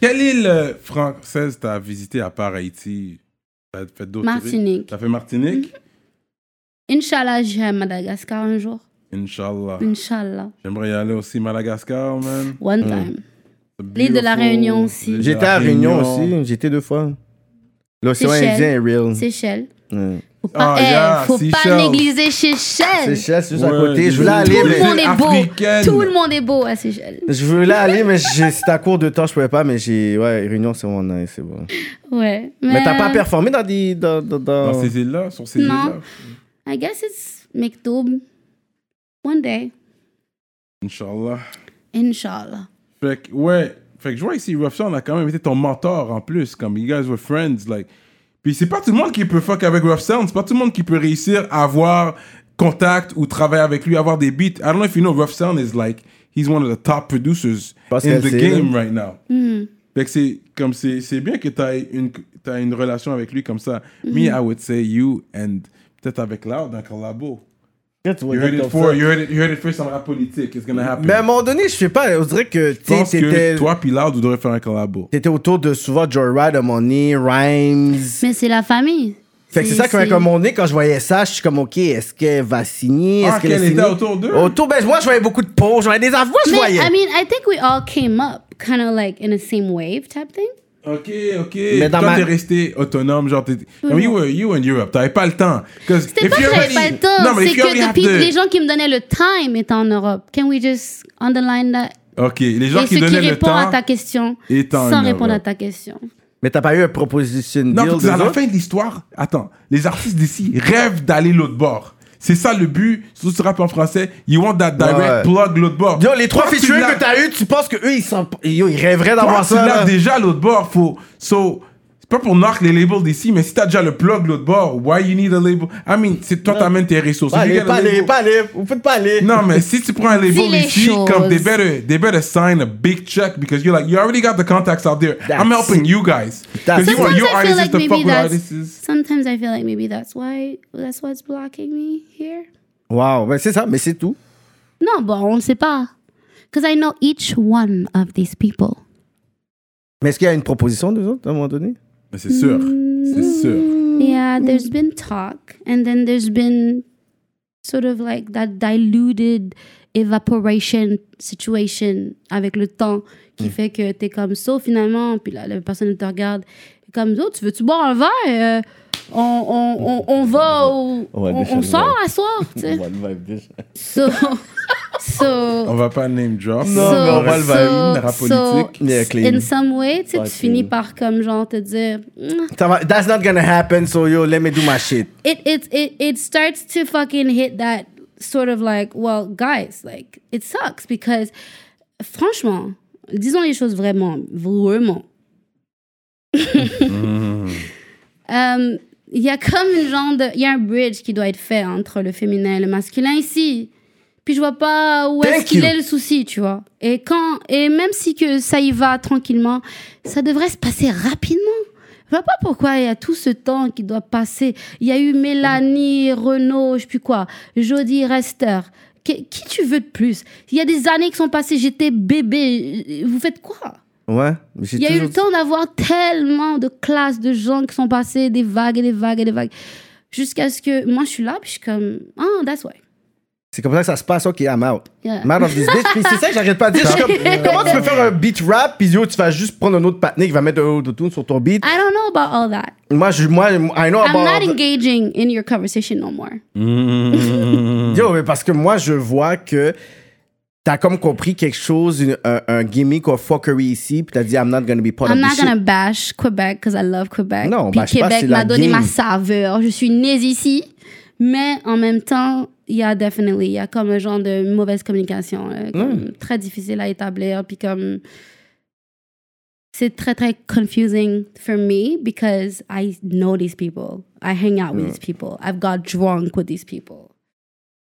Speaker 4: Quelle île euh, française t'as visité à part Haïti T'as fait d'autres
Speaker 5: Martinique.
Speaker 4: T'as fait Martinique
Speaker 5: Inch'Allah, j'irai à Madagascar un jour.
Speaker 4: Inch'Allah.
Speaker 5: Mhm. Inch'Allah.
Speaker 4: J'aimerais y aller aussi Madagascar, man.
Speaker 5: One
Speaker 3: Hmm.
Speaker 5: time. L'île de la
Speaker 4: Beautiful.
Speaker 5: Réunion aussi.
Speaker 4: L'île de
Speaker 3: J'étais
Speaker 4: la
Speaker 3: à Réunion aussi, j'étais deux fois. L'océan
Speaker 5: Seychelles.
Speaker 3: Indien est real.
Speaker 5: Seychelles.
Speaker 3: Ouais.
Speaker 5: Faut pas,
Speaker 4: Ah,
Speaker 5: eh,
Speaker 4: yeah,
Speaker 5: faut
Speaker 4: Seychelles.
Speaker 5: pas négliser Seychelles.
Speaker 3: Seychelles, c'est juste à
Speaker 4: Ouais,
Speaker 3: côté.
Speaker 4: des
Speaker 3: Je voulais
Speaker 4: îles-
Speaker 3: aller,
Speaker 5: Tout le
Speaker 4: les
Speaker 3: mais.
Speaker 5: monde
Speaker 4: îles
Speaker 5: est beau.
Speaker 4: africaines.
Speaker 5: Tout le monde est beau à Seychelles.
Speaker 3: Je voulais aller, mais j'ai- c'était à court de temps, je pouvais pas, mais j'ai. Ouais, Réunion, c'est mon nice, c'est bon.
Speaker 5: Ouais.
Speaker 3: Mais t'as pas performé dans des. Dans, dans, dans-
Speaker 4: Dans ces îles-là, sur ces
Speaker 5: Non.
Speaker 4: îles-là.
Speaker 5: euh, I guess it's Mektoub. One day.
Speaker 4: Inch'Allah.
Speaker 5: Inch'Allah.
Speaker 4: Fait que, ouais. Fait que je vois ici, Ruffson on a quand même été ton mentor en plus. Comme, you guys were friends. Like. Puis c'est pas tout le monde qui peut fuck avec Rough Sound. C'est pas tout le monde qui peut réussir à avoir contact ou travailler avec lui, avoir des beats. I don't know if you know, Rough Sound is like, he's one of the top producers
Speaker 3: Parce
Speaker 4: in
Speaker 3: qu'elle
Speaker 4: the
Speaker 3: sait,
Speaker 4: game
Speaker 3: là.
Speaker 4: right now. Fait que c'est comme c'est c'est bien que t'as une t'as une relation avec lui comme ça. Me, I would say you and peut-être avec Loud un collabo.
Speaker 3: Qu'est-ce que tu vois
Speaker 4: You heard it
Speaker 3: comme
Speaker 4: for,
Speaker 3: ça?
Speaker 4: you heard it, you heard it first en rap politique. It's gonna happen.
Speaker 3: Mais à un moment donné, je sais pas, on dirait que tu
Speaker 4: je
Speaker 3: sais,
Speaker 4: pense
Speaker 3: t'étais
Speaker 4: que toi puis Loud vous devriez faire un collabo.
Speaker 3: t'étais autour de souvent Joyride à mon nez, Rhymes.
Speaker 5: Mais c'est la famille.
Speaker 3: Fait que c'est ça que comme
Speaker 5: on...
Speaker 3: mon nez, quand je voyais ça, je suis comme ok, est-ce qu'elle va signer?
Speaker 4: Ah,
Speaker 3: Est-ce qu'elle
Speaker 4: qu'elle
Speaker 3: est
Speaker 4: était
Speaker 3: signée?
Speaker 4: autour d'eux?
Speaker 3: Autour, ben moi je voyais beaucoup de pauvres, je voyais des enfants, je
Speaker 5: Mais,
Speaker 3: voyais.
Speaker 5: I mean, I think we all came up kind of like in the same wave type thing.
Speaker 4: Ok, ok.
Speaker 3: Mais
Speaker 4: Mais
Speaker 3: dans
Speaker 4: toi
Speaker 3: ma-
Speaker 4: t'es resté autonome, genre t'es. comme You were you in Europe, t'avais pas le temps. C'était
Speaker 5: C'était pas que j'avais pas le temps, c'est que depuis les gens qui me donnaient le time étaient en Europe. Can we just underline that?
Speaker 4: Ok, les gens
Speaker 5: Et
Speaker 4: qui
Speaker 5: ceux qui
Speaker 4: donnaient le
Speaker 5: répondent à
Speaker 4: temps.
Speaker 5: ta question
Speaker 4: est en
Speaker 5: sans
Speaker 4: Europe.
Speaker 5: répondre à ta question.
Speaker 3: Mais t'as pas eu un proposition
Speaker 4: Non,
Speaker 3: deal
Speaker 4: parce que
Speaker 3: des
Speaker 4: à la
Speaker 3: autres?
Speaker 4: fin de l'histoire, attends, les artistes d'ici rêvent d'aller l'autre bord. C'est ça le but, surtout ce rap en français. You want that direct
Speaker 3: Ouais.
Speaker 4: plug l'autre bord.
Speaker 3: Yo, les trois
Speaker 4: Toi, tu
Speaker 3: featuring
Speaker 4: l'as-
Speaker 3: que t'as eu, tu penses que eux ils sont. Yo, ils rêveraient
Speaker 4: Toi,
Speaker 3: d'avoir
Speaker 4: tu
Speaker 3: ça.
Speaker 4: l'as
Speaker 3: là.
Speaker 4: déjà l'autre bord, faut. So, c'est pas pour knock les labels d'ici, mais si t'as déjà le plug l'autre bord, why you need a label? I mean, c'est toi t'amènes tes ressources.
Speaker 3: Pas
Speaker 4: If you get
Speaker 3: aller,
Speaker 4: a
Speaker 3: pas aller,
Speaker 4: label-
Speaker 3: pas aller, vous faites pas aller.
Speaker 4: Non, mais si tu prends un label
Speaker 5: les
Speaker 4: ici,
Speaker 5: choses.
Speaker 4: comme they better, they better sign a big check because you're like, you already got the contacts out there. I'm
Speaker 3: That's
Speaker 4: helping you guys.
Speaker 3: That's
Speaker 4: Because you
Speaker 3: it.
Speaker 4: want
Speaker 5: Sometimes
Speaker 4: your
Speaker 5: I feel
Speaker 4: artists
Speaker 5: like
Speaker 4: to fuck
Speaker 5: maybe
Speaker 4: with
Speaker 5: that's.
Speaker 4: artists.
Speaker 5: Sometimes I feel like maybe that's why that's what's blocking me here.
Speaker 3: Wow, ben c'est ça, mais c'est tout.
Speaker 5: Non, bon, on ne sait pas. Because I know each one of these people.
Speaker 3: Mais est-ce qu'il y a une proposition des autres à un moment donné?
Speaker 4: Mais c'est sûr, c'est sûr.
Speaker 5: Yeah,
Speaker 3: Mm-hmm.
Speaker 5: there's been talk, and then there's been sort of like that diluted evaporation situation avec le temps qui
Speaker 3: Mm.
Speaker 5: fait que t'es comme ça finalement, puis là, la personne te regarde comme oh, tu veux-tu boire un verre? Euh, on, on, on, on va au-
Speaker 3: On va
Speaker 5: on,
Speaker 3: déchirer
Speaker 5: on
Speaker 3: le
Speaker 5: sort
Speaker 3: verre.
Speaker 5: à soir, tu sais.
Speaker 3: Ouais,
Speaker 5: So, so,
Speaker 4: On va pas name drop.
Speaker 3: Non, mais on va le
Speaker 5: so,
Speaker 4: rap
Speaker 5: so,
Speaker 4: politique,
Speaker 3: mais clean.
Speaker 5: in some way, tu sais, tu finis par comme genre te dire, Mm,
Speaker 3: Ça va- That's not gonna happen, so yo, let me do my shit.
Speaker 5: it it it it starts to fucking hit that sort of like, well, guys, like it sucks because franchement, disons les choses vraiment, vraiment. Euh, Il y a comme une genre de, il y a un bridge qui doit être fait entre le féminin et le masculin ici. Puis je vois pas où est-ce
Speaker 3: Thank
Speaker 5: qu'il
Speaker 3: you.
Speaker 5: est le souci, tu vois. Et quand et même si que ça y va tranquillement, ça devrait se passer rapidement. Je vois pas pourquoi il y a tout ce temps qui doit passer. Il y a eu Mélanie, Renaud, je sais plus quoi, Jodie Rester. Qui, qui tu veux de plus Il y a des années qui sont passées, j'étais bébé. Vous faites quoi
Speaker 3: Ouais. j'ai
Speaker 5: Il y a eu
Speaker 3: toujours
Speaker 5: le temps d'avoir tellement de classes de gens qui sont passés, des vagues et des vagues et des vagues. Jusqu'à ce que moi je suis là, puis je suis comme, ah, that's why.
Speaker 3: C'est comme ça que ça se passe, ok, I'm out.
Speaker 5: Yeah.
Speaker 3: I'm out of this bitch. Puis c'est ça que j'arrête pas de dire. Je suis comme, comment tu peux faire un beat rap, puis yo, tu vas juste prendre un autre patiné qui va mettre un autotune sur ton beat.
Speaker 5: I don't know about all that.
Speaker 3: Moi, je, moi, I know
Speaker 5: I'm not
Speaker 3: about.
Speaker 5: engaging in your conversation no more.
Speaker 4: Hmm.
Speaker 3: Yo, mais parce que moi, je vois que t'as comme compris quelque chose, une- un, un gimmick ou fuckery ici, puis t'as dit, I'm not gonna be part
Speaker 5: I'm
Speaker 3: of
Speaker 5: not
Speaker 3: this shit.
Speaker 5: gonna bash Quebec because I love Quebec.
Speaker 3: Non, on
Speaker 5: Puis
Speaker 3: bâche pas,
Speaker 5: Québec
Speaker 3: c'est
Speaker 5: m'a
Speaker 3: la
Speaker 5: donné
Speaker 3: game.
Speaker 5: ma saveur. Je suis née ici, mais en même temps, il y a definitely, il y a comme un genre de mauvaise communication, là, comme
Speaker 3: Hmm.
Speaker 5: très difficile à établir, puis comme c'est très très confusing for me because I know these people, I hang out with
Speaker 3: Hmm.
Speaker 5: these people, I've got drunk with these people,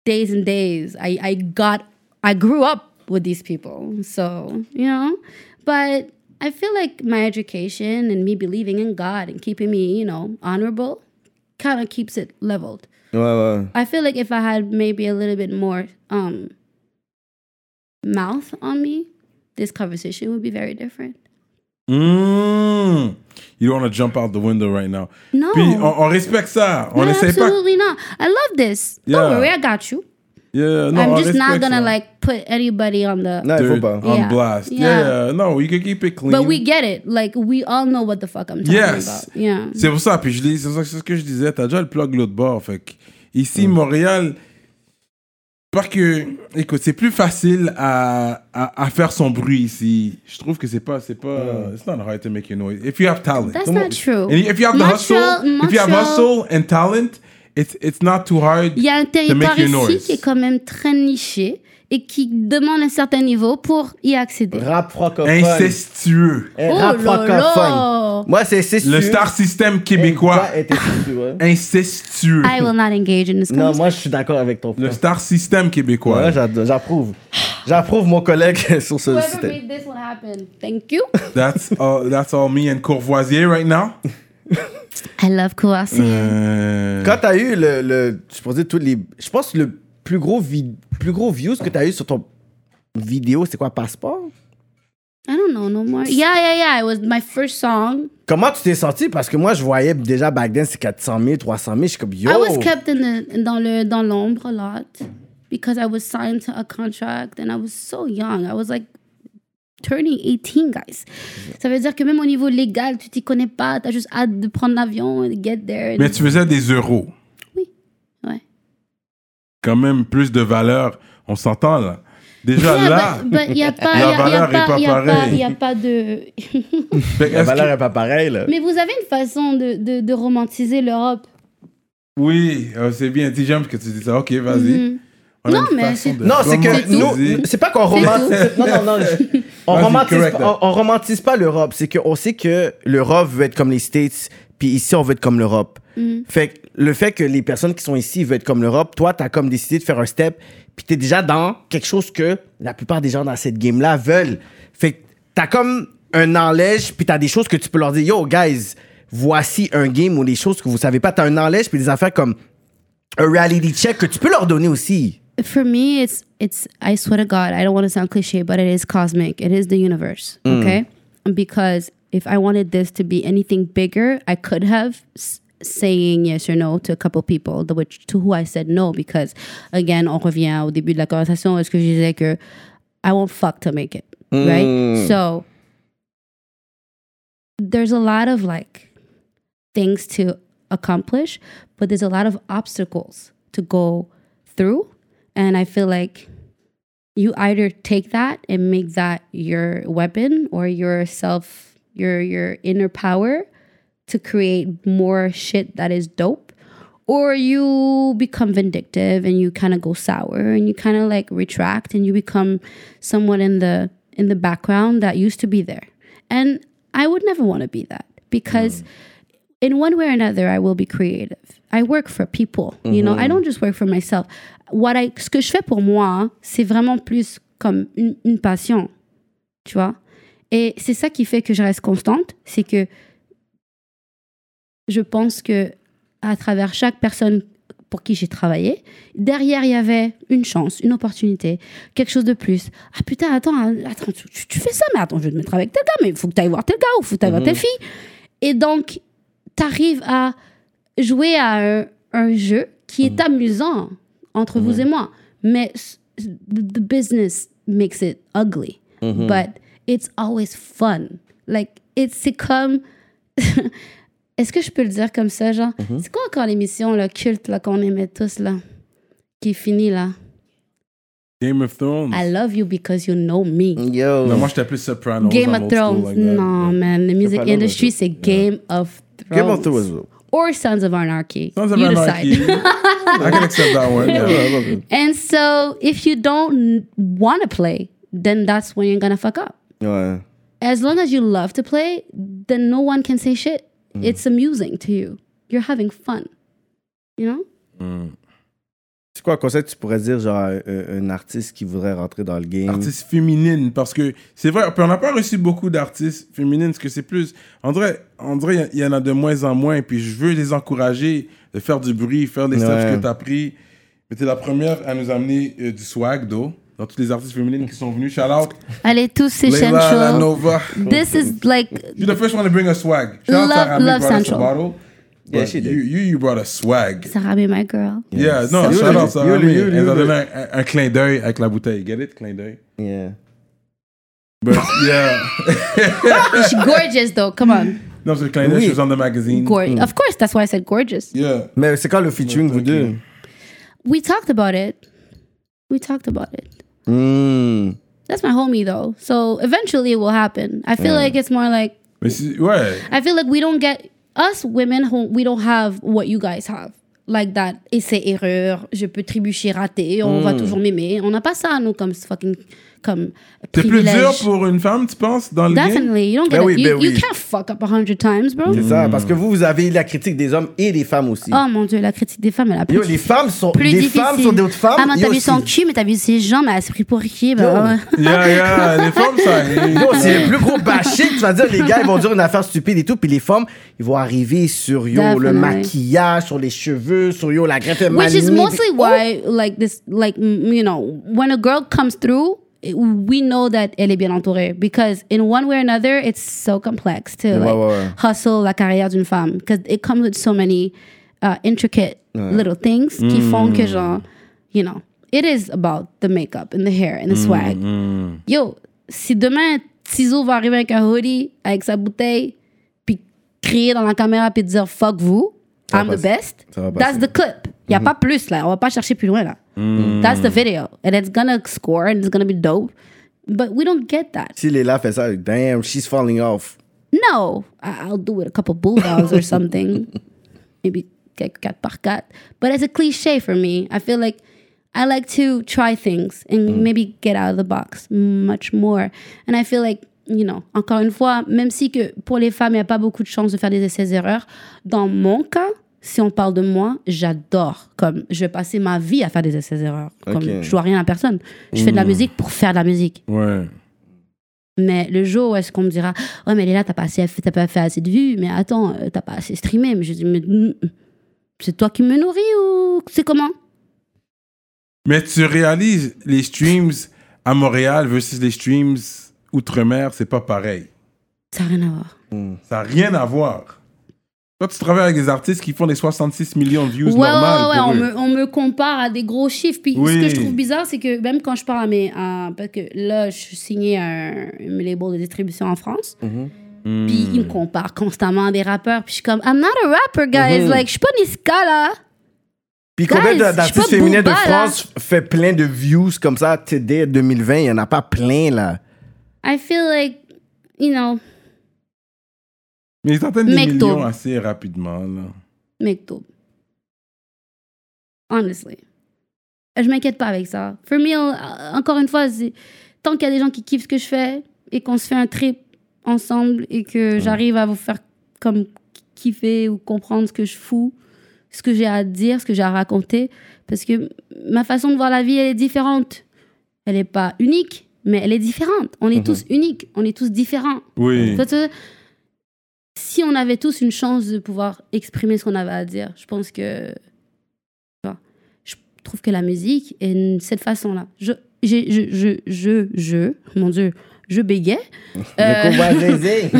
Speaker 5: days and days. I I got I grew up with these people, so you know, but. I feel like my education and me believing in God and keeping me, you know, honorable kind of keeps it leveled.
Speaker 3: Ouais, ouais.
Speaker 5: I feel like if I had maybe a little bit more um mouth on me, this conversation would be very different.
Speaker 4: Mm. You don't want to jump out the window right now.
Speaker 5: No.
Speaker 4: Puis on, on respecte ça. On
Speaker 5: No,
Speaker 4: n'essaie pas.
Speaker 5: absolutely not. I love this. Don't
Speaker 4: Yeah.
Speaker 5: worry, I got you.
Speaker 4: Yeah, no, on
Speaker 5: I'm just not
Speaker 4: respecte
Speaker 5: gonna
Speaker 4: ça.
Speaker 5: like put anybody on the
Speaker 3: Non, Ah, il faut
Speaker 4: Dude,
Speaker 3: pas.
Speaker 4: on
Speaker 5: Yeah.
Speaker 4: blast. Yeah.
Speaker 5: Yeah.
Speaker 4: yeah, no, you can keep it clean.
Speaker 5: But we get it. Like we all know what the fuck I'm talking
Speaker 4: Yes.
Speaker 5: about. Yeah.
Speaker 4: C'est pour ça. Puis je dis, c'est ça- c'est ce que je disais. T'as déjà le plug l'autre bord. Fait que
Speaker 3: Mm.
Speaker 4: ici, Montréal, parce que, écoute, c'est plus facile à, à, à faire son bruit ici. Je trouve que c'est pas, c'est
Speaker 3: Mm.
Speaker 4: pas, it's not hard to make your noise if you have talent.
Speaker 5: That's not true.
Speaker 4: And if you have the hustle,
Speaker 5: Montreal-
Speaker 4: if you have
Speaker 5: Montreal-
Speaker 4: hustle and talent, it's it's not too hard.
Speaker 5: Il y a un territoire
Speaker 4: make your
Speaker 5: ici
Speaker 4: noise.
Speaker 5: qui est quand même très niché et qui demande un certain niveau pour y accéder.
Speaker 3: Rap francophone.
Speaker 4: Incestueux.
Speaker 3: Eh,
Speaker 5: Oh
Speaker 3: rap
Speaker 5: là là.
Speaker 3: francophone. Moi, c'est c'est
Speaker 4: Le
Speaker 3: sûr.
Speaker 4: star system
Speaker 3: Eh,
Speaker 4: québécois,
Speaker 3: toi, eh, t'es sûr, ouais.
Speaker 4: incestueux.
Speaker 5: I will not engage in this
Speaker 3: Non,
Speaker 5: conversation.
Speaker 3: moi, je suis d'accord avec ton
Speaker 4: Le
Speaker 3: point.
Speaker 4: star system québécois.
Speaker 3: Ouais, j'ado- j'approuve. J'approuve mon collègue sur ce
Speaker 5: Whoever
Speaker 3: système.
Speaker 5: made this one happen, thank you.
Speaker 4: That's all, that's all me and Courvoisier right now.
Speaker 5: I love Kouassi.
Speaker 4: Euh,
Speaker 3: Quand t'as eu le, le je pourrais dire tous les, je pense que le plus gros vi- plus gros views que t'as eu sur ton vidéo, c'est quoi passeport
Speaker 5: I don't know no more. Yeah, yeah, yeah. It was my first song.
Speaker 3: Comment tu t'es senti Parce que moi, je voyais déjà back then c'est 400 000, 300 000, je suis comme yo.
Speaker 5: I was kept in the dans le dans l'ombre a lot because I was signed to a contract and I was so young. I was like turning 18, guys. Ça veut dire que même au niveau légal, tu t'y connais pas. T'as juste hâte de prendre l'avion and get there.
Speaker 4: mais tu faisais des euros.
Speaker 5: Ouais.
Speaker 4: Quand même plus de valeur. On s'entend là. Déjà
Speaker 5: Yeah,
Speaker 4: là.
Speaker 5: but- but y a pas,
Speaker 4: La
Speaker 5: y a- y a
Speaker 4: valeur est
Speaker 5: pas-
Speaker 4: pas
Speaker 5: y a pas-
Speaker 4: pareille.
Speaker 5: y a pas de.
Speaker 4: Fait que
Speaker 3: La
Speaker 4: est-ce
Speaker 3: valeur
Speaker 4: que-
Speaker 3: est pas pareille là.
Speaker 5: Mais vous avez une façon de, de, de romantiser l'Europe.
Speaker 4: Oui, euh, c'est bien. dis j'aime que tu dis ça. Ok, vas-y.
Speaker 5: Mhm.
Speaker 4: On a
Speaker 5: Non,
Speaker 4: une
Speaker 5: mais
Speaker 4: façon
Speaker 5: c'est-
Speaker 4: de
Speaker 3: Non, c'est
Speaker 5: C'est
Speaker 3: que
Speaker 5: tout.
Speaker 3: nous,
Speaker 4: romantiser.
Speaker 3: c'est pas qu'on
Speaker 5: C'est
Speaker 3: romantise. Non, non, non. je- On
Speaker 4: Vas-y,
Speaker 3: romantise,
Speaker 4: correct,
Speaker 3: pas, on, on romantise pas l'Europe. C'est qu'on sait que l'Europe veut être comme les States, puis ici on veut être comme l'Europe. Fait que le fait que les personnes qui sont ici veulent être comme l'Europe, toi t'as comme décidé de faire un step, puis t'es déjà dans quelque chose que la plupart des gens dans cette game là veulent. Fait que t'as comme un enlège, puis t'as des choses que tu peux leur dire, yo guys, voici un game ou des choses que vous savez pas. T'as un enlège puis des affaires comme un reality check que tu peux leur donner aussi.
Speaker 5: For me, it's, it's, I swear to God, I don't want to sound cliche, but it is cosmic. It is the universe, okay? Because if I wanted this to be anything bigger, I could have s- saying yes or no to a couple people, the which, to who I said no, because again, on revient au début de la conversation, est-ce que je disais que I won't fuck to make it, right? So, there's a lot of like things to accomplish, but there's a lot of obstacles to go through. And I feel like you either take that and make that your weapon or your self, your your inner power to create more shit that is dope, or you become vindictive and you kind of go sour and you kind of like retract and you become someone in the in the background that used to be there. And I would never want to be that because in one way or another, I will be creative. I work for people, you know. I don't just work for myself. What I, ce que je fais pour moi, c'est vraiment plus comme une, une passion, tu vois. Et c'est ça qui fait que je reste constante, c'est que je pense que à travers chaque personne pour qui j'ai travaillé, derrière il y avait une chance, une opportunité, quelque chose de plus. Ah putain, attends, hein, attends, tu, tu- tu fais ça, mais attends, je vais te mettre avec tel gars, mais il faut que tu ailles voir tel gars ou faut que tu voir telle fille. Et donc, tu arrives à jouer à un, un jeu qui est amusant entre vous et moi, mais s- the business makes it ugly, but it's always fun. Like, it's- c'est comme est-ce que je peux le dire comme ça, genre? C'est quoi encore l'émission, le culte là, qu'on aimait tous, là? Qui est finie, là?
Speaker 4: Game of Thrones.
Speaker 5: I love you because you know me.
Speaker 3: Yo.
Speaker 4: Non, moi, je t'appelais Sopranos.
Speaker 5: Game
Speaker 4: I'm
Speaker 5: of
Speaker 4: old school
Speaker 5: Thrones.
Speaker 4: like that.
Speaker 5: non, man. The music
Speaker 3: Sopranos,
Speaker 5: industry,
Speaker 3: that's
Speaker 5: c'est Game of Thrones.
Speaker 3: Game of Thrones.
Speaker 5: Or Sons of Anarchy.
Speaker 4: Sons of
Speaker 5: you
Speaker 4: Anarchy.
Speaker 5: decide.
Speaker 4: I can accept that one.
Speaker 3: Ah,
Speaker 4: yeah.
Speaker 5: And so, if you don't want to play, then that's when you're gonna fuck up.
Speaker 3: Ouais.
Speaker 5: As long as you love to play, then no one can say shit.
Speaker 4: Mm.
Speaker 5: It's amusing to you. You're having fun. You know?
Speaker 3: C'est quoi un conseil que tu pourrais dire, genre, à un, un artiste qui voudrait rentrer dans le game?
Speaker 4: Artiste féminine, parce que c'est vrai, puis on n'a pas reçu beaucoup d'artistes féminines, parce que c'est plus. En vrai, en vrai, il y en a de moins en moins, puis je veux les encourager de faire du bruit, faire des steps
Speaker 3: Ouais.
Speaker 4: que tu as pris. Mais tu es la première à nous amener euh, du swag, d'eau, dans toutes les artistes féminines qui sont venues. Shout out,
Speaker 5: Allez tous, c'est
Speaker 4: Leila, La
Speaker 5: Central.
Speaker 4: Nova.
Speaker 5: This is like
Speaker 4: You're the first one to bring a swag. Shout out
Speaker 5: Love-
Speaker 4: Sarah May brought
Speaker 5: love
Speaker 4: us a
Speaker 5: Central.
Speaker 4: bottle,
Speaker 3: Yeah,
Speaker 4: but
Speaker 3: she did.
Speaker 4: You, you, you brought a swag.
Speaker 5: Sarah May, my girl.
Speaker 4: Yeah, non,
Speaker 3: Salut,
Speaker 4: shout out
Speaker 3: Olivier.
Speaker 4: Sarah
Speaker 3: Yo,
Speaker 4: May.
Speaker 3: yo, yo,
Speaker 4: Elle nous a
Speaker 3: yo.
Speaker 4: donné un- un- un clin d'œil avec la bouteille. Get it? Clin d'œil.
Speaker 3: Yeah.
Speaker 4: But yeah.
Speaker 5: She's gorgeous though. Come on,
Speaker 4: Non, c'est le clin d'œil,
Speaker 3: Oui.
Speaker 4: she was on the magazine.
Speaker 5: gorgeous. Of course, that's why I said gorgeous.
Speaker 4: Mm. Yeah.
Speaker 3: Mais c'est quand le featuring, vous deux?
Speaker 5: We talked about it. We talked about it.
Speaker 3: Hmm.
Speaker 5: That's my homie though. So eventually it will happen. I feel like it's more like
Speaker 4: Mais c'est- ouais.
Speaker 5: I feel like we don't get us women who we don't have what you guys have. Like that, essai erreur, je peux trébucher, rater, on
Speaker 3: Hmm.
Speaker 5: va toujours m'aimer. On n'a pas ça nous comme fucking comme
Speaker 4: C'est plus
Speaker 5: privilège.
Speaker 4: dur pour une femme, tu penses, dans le game?
Speaker 5: Definitely, you don't get
Speaker 3: Ben
Speaker 5: a-
Speaker 3: oui,
Speaker 5: you,
Speaker 3: ben
Speaker 5: you
Speaker 3: oui.
Speaker 5: can't fuck up a hundred times, bro.
Speaker 3: C'est ça, parce que vous, vous avez la critique des hommes et des femmes aussi.
Speaker 5: Oh mon dieu, la critique des femmes, elle a plus
Speaker 3: Yo, les femmes sont.
Speaker 5: plus
Speaker 3: les
Speaker 5: difficile.
Speaker 3: femmes sont d'autres femmes.
Speaker 5: Ah, mais
Speaker 3: Yo,
Speaker 5: t'as vu son
Speaker 3: c'est-
Speaker 5: cul, mais t'as vu ses jambes, elle s'est pris pour qui bah, ouais.
Speaker 4: Yeah, yeah. Les femmes, ça.
Speaker 3: Yo, c'est le plus gros bashing. Tu vas dire, les gars, ils vont dire une affaire stupide et tout. Puis les femmes, ils vont arriver sur yo, le
Speaker 5: Definitely.
Speaker 3: maquillage, sur les cheveux, sur yo, la greffe Oh!
Speaker 5: Which is
Speaker 3: magnifique.
Speaker 5: mostly why, like this, like m- you know, when a girl comes through, it- we know that elle est bien entourée because in one way or another, it's so complex to like
Speaker 3: ouais, ouais.
Speaker 5: hustle la carrière d'une femme because it comes with so many uh, intricate little things qui
Speaker 3: Mm.
Speaker 5: font que genre, you know, it is about the makeup and the hair
Speaker 3: Mm,
Speaker 5: and the swag. Yo, si demain Tizo va arriver avec un hoodie, avec sa bouteille, puis crier dans la caméra puis dire fuck vous,
Speaker 3: Ça
Speaker 5: I'm
Speaker 3: va
Speaker 5: the
Speaker 3: passer.
Speaker 5: best.
Speaker 3: Ça va
Speaker 5: That's
Speaker 3: passer.
Speaker 5: the clip. Il a pas plus là, on va pas chercher plus loin là. That's the video and it's gonna score and it's gonna be dope. But we don't get that.
Speaker 3: Si Léla fait ça, damn, she's falling off.
Speaker 5: No, I- I'll do it a couple bulldogs or something. Maybe get cat par cat. But it's a cliche for me. I feel like I like to try things and maybe get out of the box much more. And I feel like, you know, encore une fois, même si que pour les femmes, il n'y a pas beaucoup de chances de faire des essais erreurs, dans mon cas, si on parle de moi, j'adore. Comme je vais passer ma vie à faire des essais erreurs. Comme
Speaker 3: Ok.
Speaker 5: je dois rien à personne. Je fais de la musique pour faire de la musique.
Speaker 4: Ouais.
Speaker 5: Mais le jour où est-ce qu'on me dira « Ouais, mais Léla, t'as pas, assez- t'as pas fait assez de vues, mais attends, euh, t'as pas assez streamé. » Mais je dis « Mais mm, mm, c'est toi qui me nourris ou c'est comment
Speaker 4: Mais tu réalises, les streams à Montréal versus les streams outre-mer, c'est pas pareil. ?»
Speaker 5: Ça n'a rien à voir.
Speaker 4: Ça n'a rien à voir. Toi, tu travailles avec des artistes qui font des 66 millions de views
Speaker 5: Ouais, ouais,
Speaker 4: normales
Speaker 5: ouais,
Speaker 4: pour
Speaker 5: on
Speaker 4: eux.
Speaker 5: me, on me compare à des gros chiffres. Puis
Speaker 4: Oui.
Speaker 5: ce que je trouve bizarre, c'est que même quand je parle à mes... à- parce que là, je suis signée à un un label de distribution en France.
Speaker 3: Mm-hmm.
Speaker 4: Hmm.
Speaker 5: Puis ils me comparent constamment à des rappeurs. Puis je suis comme « I'm not a rapper, guys.
Speaker 4: Uh-huh.
Speaker 5: Like, je suis pas Niska, là.
Speaker 3: Puis
Speaker 5: Guys,
Speaker 3: combien
Speaker 5: je
Speaker 3: de-
Speaker 5: suis
Speaker 3: d'artistes
Speaker 5: pas
Speaker 3: féminins de
Speaker 5: Booba, là.
Speaker 3: France fait plein de views comme ça, TD 2020, il n'y en a pas plein là.
Speaker 5: I feel like, you know,
Speaker 4: Mais ils atteignent des
Speaker 5: Mecto.
Speaker 4: millions assez rapidement. Là.
Speaker 5: Mektoub. Honestly. Je m'inquiète pas avec ça. For me, euh, encore une fois, c'est- tant qu'il y a des gens qui kiffent ce que je fais et qu'on se fait un trip ensemble et que j'arrive à vous faire comme kiffer ou comprendre ce que je fous, ce que j'ai à dire, ce que j'ai à raconter, parce que ma façon de voir la vie, elle est différente. Elle n'est pas unique, mais elle est différente. On est tous uniques, on est tous différents.
Speaker 4: Oui.
Speaker 5: Toi, tu- euh, si on avait tous une chance de pouvoir exprimer ce qu'on avait à dire, je pense que. tu vois, je trouve que la musique est de cette façon-là. Je, j'ai- je, je, je, je, mon Dieu, je bégais.
Speaker 3: Le combat zézé.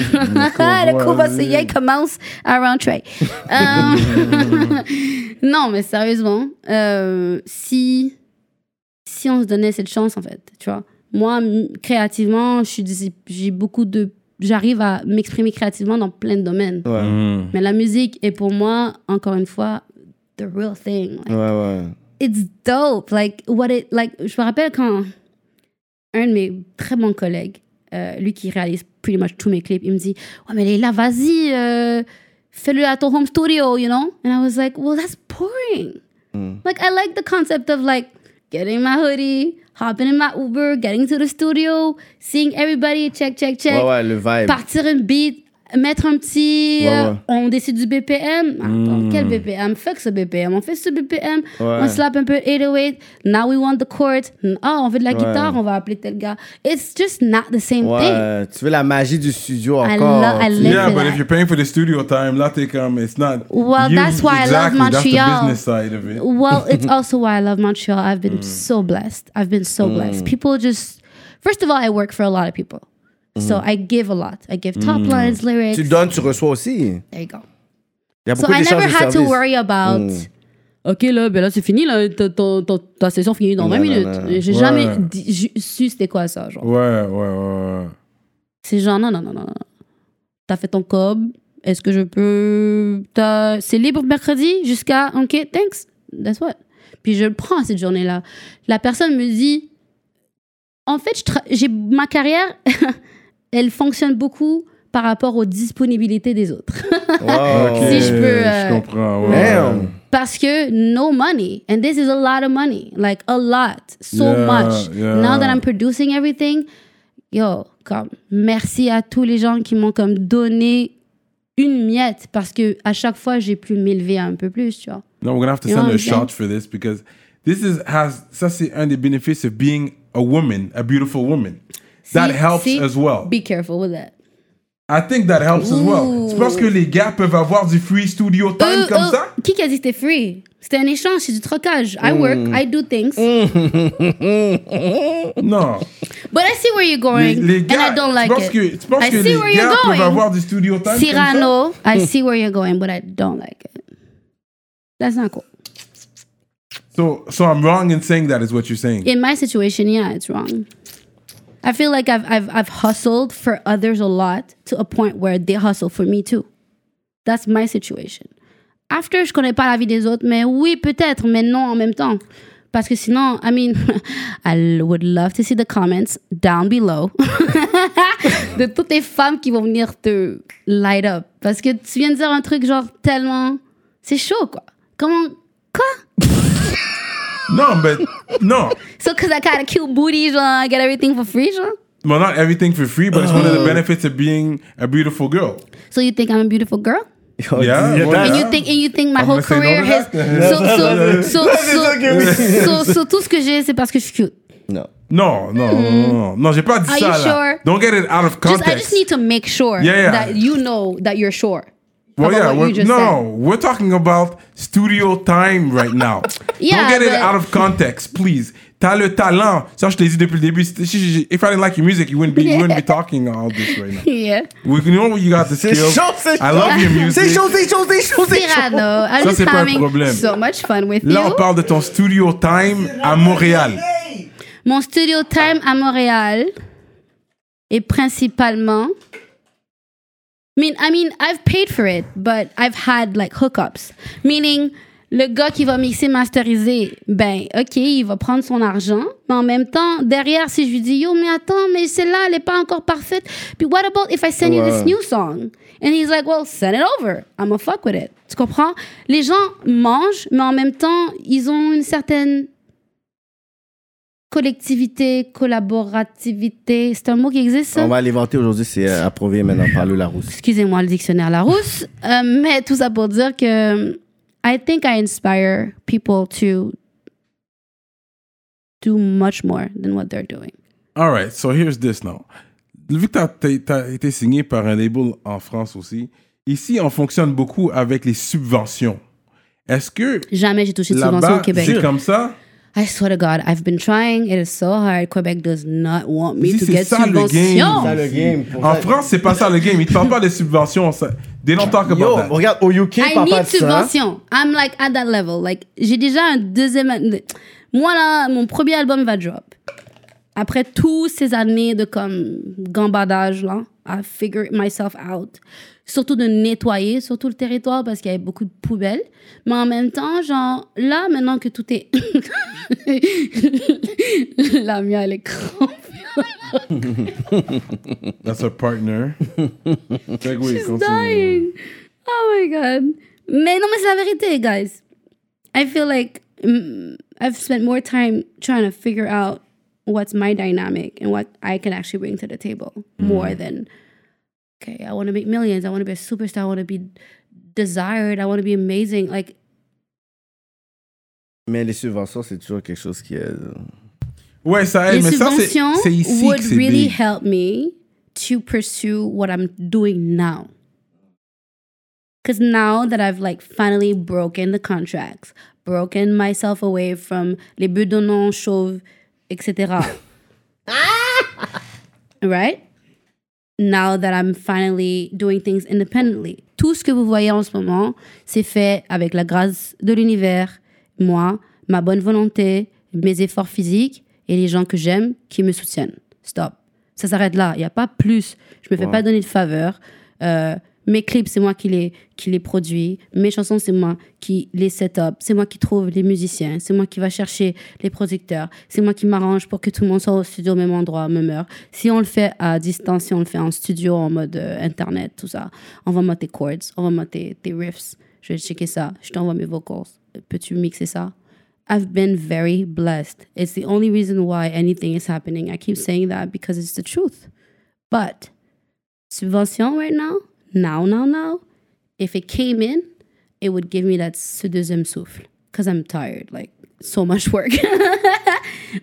Speaker 5: Ah, le
Speaker 3: euh,
Speaker 5: coup Euh. va essayer, commence à rentrer. Euh, non, mais sérieusement, euh, si, si on se donnait cette chance, en fait, tu vois. Moi, m- créativement, je suis dis- j'ai beaucoup de. J'arrive à m'exprimer créativement dans plein de domaines.
Speaker 3: Ouais,
Speaker 4: Mhm.
Speaker 5: Mais la musique est pour moi, encore une fois, the real thing. Like,
Speaker 3: ouais, ouais.
Speaker 5: It's dope. Like, what it, like, je me rappelle quand un de mes très bons collègues, euh, lui qui réalise pretty much tous mes clips, il me dit Ouais, mais Leila, vas-y, euh, fais-le à ton home studio, you know? And I was like, Well, that's boring.
Speaker 3: Mm.
Speaker 5: Like, I like the concept of like getting my hoodie, hopping in my Uber, getting to the studio, seeing everybody, check, check, check
Speaker 3: Ouais, ouais, le vibe.
Speaker 5: partir une beat, mettre un petit.
Speaker 3: Ouais,
Speaker 5: euh,
Speaker 3: ouais. Hmm.
Speaker 5: on décide du BPM. Attends, quel BPM Fuck ce BPM. On fait ce BPM.
Speaker 3: Ouais.
Speaker 5: On slap un peu 808. Now we want the chords. Ah, on veut de la guitare. On va appeler tel gars. It's just not the same thing.
Speaker 3: Ouais, euh, tu veux la magie du studio
Speaker 5: I
Speaker 3: encore.
Speaker 5: lo- I
Speaker 3: tu-
Speaker 5: live
Speaker 4: Yeah,
Speaker 5: for
Speaker 4: but
Speaker 5: that.
Speaker 4: if you're paying for the studio time, là, t'es comme, it's not.
Speaker 5: Well, that's why I love
Speaker 4: exactly, That's
Speaker 5: Montreal.
Speaker 4: the business side of it.
Speaker 5: well, it's also why I love Montreal. I've
Speaker 3: Hmm.
Speaker 5: been so blessed. I've been so blessed. People just. First of all, I work for a lot of people. So I give a lot. I give top lines, lyrics.
Speaker 3: Hmm. Tu donnes, tu reçois aussi.
Speaker 5: There you go.
Speaker 3: Il y a
Speaker 5: So
Speaker 3: beaucoup
Speaker 5: I
Speaker 3: d'échanges
Speaker 5: never
Speaker 3: de
Speaker 5: had to
Speaker 3: services. Hmm.
Speaker 5: worry about. Ok, là, ben là c'est fini, là, ta, ta- ta- ta session finit dans 20
Speaker 3: Non, non,
Speaker 5: minutes.
Speaker 3: non.
Speaker 5: J'ai
Speaker 4: Ouais.
Speaker 5: jamais dit- ju- su c'était quoi ça. Genre.
Speaker 4: Ouais, ouais, ouais. ouais.
Speaker 5: C'est genre, non, non, non, non. non. T'as fait ton cob, est-ce que je peux. t'as- C'est libre mercredi jusqu'à. Ok, thanks, that's what. Puis je le prends cette journée-là. La personne me dit. En fait, je tra- j'ai ma carrière, elle fonctionne beaucoup par rapport aux disponibilités des autres.
Speaker 3: Wow.
Speaker 4: Ok,
Speaker 5: Si je peux,
Speaker 4: Je
Speaker 5: euh,
Speaker 4: comprends, ouais.
Speaker 3: Damn.
Speaker 5: Parce que no money, and this is a lot of money, like a lot, so
Speaker 4: Yeah,
Speaker 5: much.
Speaker 4: yeah.
Speaker 5: Now that I'm producing everything, yo, comme merci à tous les gens qui m'ont comme donné une miette parce que à chaque fois j'ai pu m'élever un peu plus, tu vois.
Speaker 4: No, we're gonna have to
Speaker 5: You know
Speaker 4: send her a
Speaker 5: what I'm
Speaker 4: shot for this because this is has ça c'est un des bénéfices of being a woman, a beautiful woman. That
Speaker 5: See-
Speaker 4: helps
Speaker 5: see?
Speaker 4: as well.
Speaker 5: Be careful with that.
Speaker 4: I think that helps as well. Tu
Speaker 5: Ooh.
Speaker 4: penses que les gars peuvent avoir du free studio time
Speaker 5: Euh,
Speaker 4: comme
Speaker 5: euh,
Speaker 4: ça?
Speaker 5: Qui qui a dit que c'était free? C'était un échange, c'est du trocage. I work,
Speaker 4: Mm.
Speaker 5: I do things,
Speaker 4: Non.
Speaker 5: but I see where you're
Speaker 4: Les,
Speaker 5: going,
Speaker 4: les gars,
Speaker 5: and I don't like
Speaker 4: tu penses
Speaker 5: it.
Speaker 4: que, tu penses
Speaker 5: I
Speaker 4: que
Speaker 5: see
Speaker 4: les
Speaker 5: where
Speaker 4: gars
Speaker 5: you're
Speaker 4: peuvent
Speaker 5: going.
Speaker 4: avoir du studio time comme ça?
Speaker 5: Cyrano, I see where you're going, but I don't like it. That's not cool.
Speaker 4: So, so I'm wrong in saying that is what you're saying.
Speaker 5: in my situation, yeah, it's wrong. I feel like I've I've I've hustled for others a lot to a point where they hustle for me too. That's my situation. After, je connais pas la vie des autres, mais oui, peut-être, mais non en même temps. Parce que sinon, I mean, I would love to see the comments down below de toutes les femmes qui vont venir te light up. Parce que tu viens de dire un truc genre tellement... C'est chaud, quoi. Comment... Quoi?
Speaker 4: Non, but no.
Speaker 5: So, cause I got a cute booty, genre, I get everything for free, genre.
Speaker 4: Well, not everything for free, but it's one of
Speaker 3: Uh.
Speaker 4: the benefits of being a beautiful girl.
Speaker 5: So you think I'm a beautiful girl?
Speaker 3: Oh,
Speaker 4: Yeah,
Speaker 3: dis-
Speaker 4: yeah,
Speaker 3: that's-
Speaker 5: And
Speaker 4: that's-
Speaker 5: you think and you think my whole
Speaker 4: gonna say no
Speaker 5: career
Speaker 4: to
Speaker 5: has
Speaker 4: that.
Speaker 5: so so so so, so, so tout ce que j'ai c'est parce que je suis cute.
Speaker 3: Non.
Speaker 4: Non, non, non, non, non, j'ai pas dit
Speaker 5: Are
Speaker 4: ça
Speaker 5: you
Speaker 4: là.
Speaker 5: sure?
Speaker 4: Don't get it out of
Speaker 5: Just,
Speaker 4: context.
Speaker 5: I just need to make sure
Speaker 4: Yeah, yeah.
Speaker 5: that you know that you're sure.
Speaker 4: Well,
Speaker 5: about
Speaker 4: yeah,
Speaker 5: what
Speaker 4: we're,
Speaker 5: you just
Speaker 4: no, we're talking about studio time right now. Don't
Speaker 5: Yeah,
Speaker 4: get it
Speaker 5: but-
Speaker 4: out of context, please. T'as le talent. Ça, je t'ai dit depuis le début. Si- si- si- If I didn't like your music, you wouldn't be, you wouldn't be talking all this right now.
Speaker 5: Yeah.
Speaker 4: We you know you got the
Speaker 3: C'est
Speaker 4: skills.
Speaker 3: chaud, c'est
Speaker 4: I love your music.
Speaker 3: C'est chaud, c'est chaud, c'est chaud, c'est chaud.
Speaker 5: Cyrano, I'm
Speaker 4: Ça,
Speaker 5: just
Speaker 4: c'est pas un
Speaker 5: having
Speaker 4: problème.
Speaker 5: so much fun with
Speaker 4: Là, on
Speaker 5: you.
Speaker 4: parle de ton studio time à Montréal.
Speaker 5: Mon studio time à Montréal est principalement. I mean, I mean, I've paid for it, but I've had like hookups. Meaning, le gars qui va mixer, masteriser, ben, ok, il va prendre son argent, mais en même temps, derrière, si je lui dis, yo, mais attends, mais celle-là, elle n'est pas encore parfaite. Puis what about if I send you this
Speaker 3: Ouais.
Speaker 5: new song? And he's like, well, send it over. I'm gonna fuck with it. Tu comprends? Les gens mangent, mais en même temps, ils ont une certaine collectivité, collaborativité. C'est un mot qui existe, ça?
Speaker 3: On va l'inventer aujourd'hui, c'est euh, approuvé maintenant par le Larousse.
Speaker 5: excusez-moi le dictionnaire Larousse, euh, mais tout ça pour dire que I think I inspire people to do much more than what they're doing.
Speaker 4: All right, so here's this now. Vu que t'as- t'as t'as été signé par un label en France aussi, Ici, on fonctionne beaucoup avec les subventions. Est-ce que
Speaker 5: Jamais j'ai touché de subvention au
Speaker 4: là-bas,
Speaker 5: Québec.
Speaker 4: c'est comme ça?
Speaker 5: I swear to God, I've been trying. It is so hard. Quebec does not want me
Speaker 4: Ici,
Speaker 5: to
Speaker 4: c'est
Speaker 5: get
Speaker 4: ça le game.
Speaker 5: subvention.
Speaker 3: Ça, le game. Pour
Speaker 4: En
Speaker 3: ça-
Speaker 4: France, c'est pas ça le game. Ils te parlent pas de subventions. Ça, dès longtemps que
Speaker 3: Yo,
Speaker 4: pas
Speaker 3: regarde, au UK,
Speaker 5: I
Speaker 3: papa
Speaker 5: need
Speaker 3: de ça.
Speaker 5: subvention. I'm like at that level. Like, j'ai déjà un deuxième. Moi, là, mon premier album va drop. Après toutes ces années de comme gambadage, là, I figure myself out. Surtout de nettoyer, surtout le territoire, parce qu'il y avait beaucoup de poubelles. Mais en même temps, genre, là, maintenant que tout est. La mienne, elle est crampe.
Speaker 4: That's a partner. Fait que oui,
Speaker 5: She's
Speaker 4: continue.
Speaker 5: dying. Oh my god. Mais non, mais c'est la vérité, guys. I feel like mm, I've spent more time trying to figure out what's my dynamic and what I can actually bring to the table more than, okay, I want to make millions. I want to be a superstar. I want to be desired. I want to be amazing. Like,
Speaker 3: Mais les subventions, c'est toujours quelque chose qui est.
Speaker 4: Ouais, ça aide,
Speaker 5: les
Speaker 4: mais ça, c'est
Speaker 5: subventions
Speaker 4: c'est ici
Speaker 5: would
Speaker 4: que c'est
Speaker 5: really
Speaker 4: big.
Speaker 5: help me to pursue what I'm doing now. Because now that I've like finally broken the contracts, broken myself away from les buts donnants, chauves, etc. right? Now that I'm finally doing things independently. Tout ce que vous voyez en ce moment, c'est fait avec la grâce de l'univers, moi, ma bonne volonté, mes efforts physiques et les gens que j'aime qui me soutiennent. Stop. Ça s'arrête là. Il n'y a pas plus. Je me fais pas donner de faveur. Euh, mes clips, c'est moi qui les, qui les produis. Mes chansons, c'est moi qui les set up. C'est moi qui trouve les musiciens. C'est moi qui va chercher les producteurs. C'est moi qui m'arrange pour que tout le monde soit au studio au même endroit, même heure. Si on le fait à distance, si on le fait en studio, en mode euh, internet, tout ça, on va mettre tes chords, on va mettre tes, tes riffs. Je vais checker ça. Je t'envoie mes vocals. Peux-tu mixer ça? I've been very blessed. It's the only reason why anything is happening. I keep saying that because it's the truth. But subvention right now, now, now, now, if it came in, it would give me that ce deuxième souffle because I'm tired, like so much work.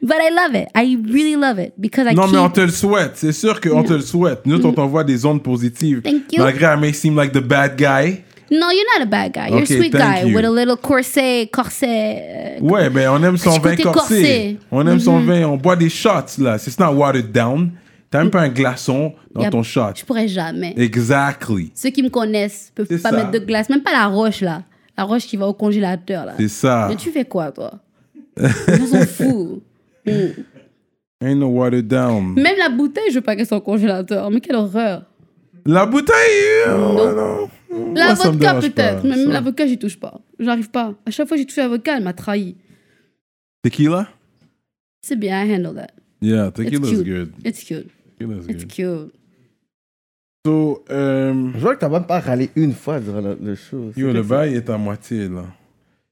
Speaker 5: but I love it. I really love it because I
Speaker 4: Non, mais on
Speaker 5: keep.
Speaker 4: te le souhaite. C'est sûr qu'on te le souhaite. Nous, on t'envoie des ondes positives.
Speaker 5: Mm-hmm. Thank you.
Speaker 4: Malgré I may seem like the bad guy.
Speaker 5: No, you're not a bad guy. You're a
Speaker 4: Okay,
Speaker 5: sweet
Speaker 4: thank
Speaker 5: guy
Speaker 4: you.
Speaker 5: with a little corset, corset. uh,
Speaker 4: Ouais, ben on aime son
Speaker 5: Petit
Speaker 4: vin
Speaker 5: côté
Speaker 4: corsé.
Speaker 5: corsé. Mm-hmm.
Speaker 4: On aime son vin. On boit des shots, là. It's not watered down. T'as
Speaker 5: Mm.
Speaker 4: même pas un glaçon dans
Speaker 5: y a-
Speaker 4: ton shot.
Speaker 5: Je pourrais jamais.
Speaker 4: Exactly.
Speaker 5: Ceux qui me connaissent peuvent
Speaker 4: C'est
Speaker 5: pas
Speaker 4: ça.
Speaker 5: mettre de glace, même pas la roche là, la roche qui va au congélateur là.
Speaker 4: C'est ça.
Speaker 5: Mais tu fais quoi toi Ils s'en fous.
Speaker 4: Ain't no watered down.
Speaker 5: Même la bouteille, je veux pas qu'elle soit au congélateur. Mais quelle horreur.
Speaker 4: La bouteille. euh, non.
Speaker 5: La
Speaker 4: Moi, ça me
Speaker 5: vodka
Speaker 4: dérange pas,
Speaker 5: peut-être, mais même
Speaker 4: ça.
Speaker 5: l'avocat j'y touche pas. J'arrive pas. À chaque fois que j'ai touché à l'avocat, elle m'a trahi.
Speaker 4: Tequila?
Speaker 5: C'est bien, I handle that.
Speaker 4: Yeah, tequila's
Speaker 5: cute.
Speaker 4: good.
Speaker 5: It's cute.
Speaker 4: Tequila's
Speaker 5: It's
Speaker 4: good.
Speaker 5: cute.
Speaker 4: So, euh,
Speaker 3: Je vois que t'as même pas râlé une fois durant le, le show.
Speaker 4: yo,
Speaker 3: C'est-
Speaker 4: le bail est à moitié, là.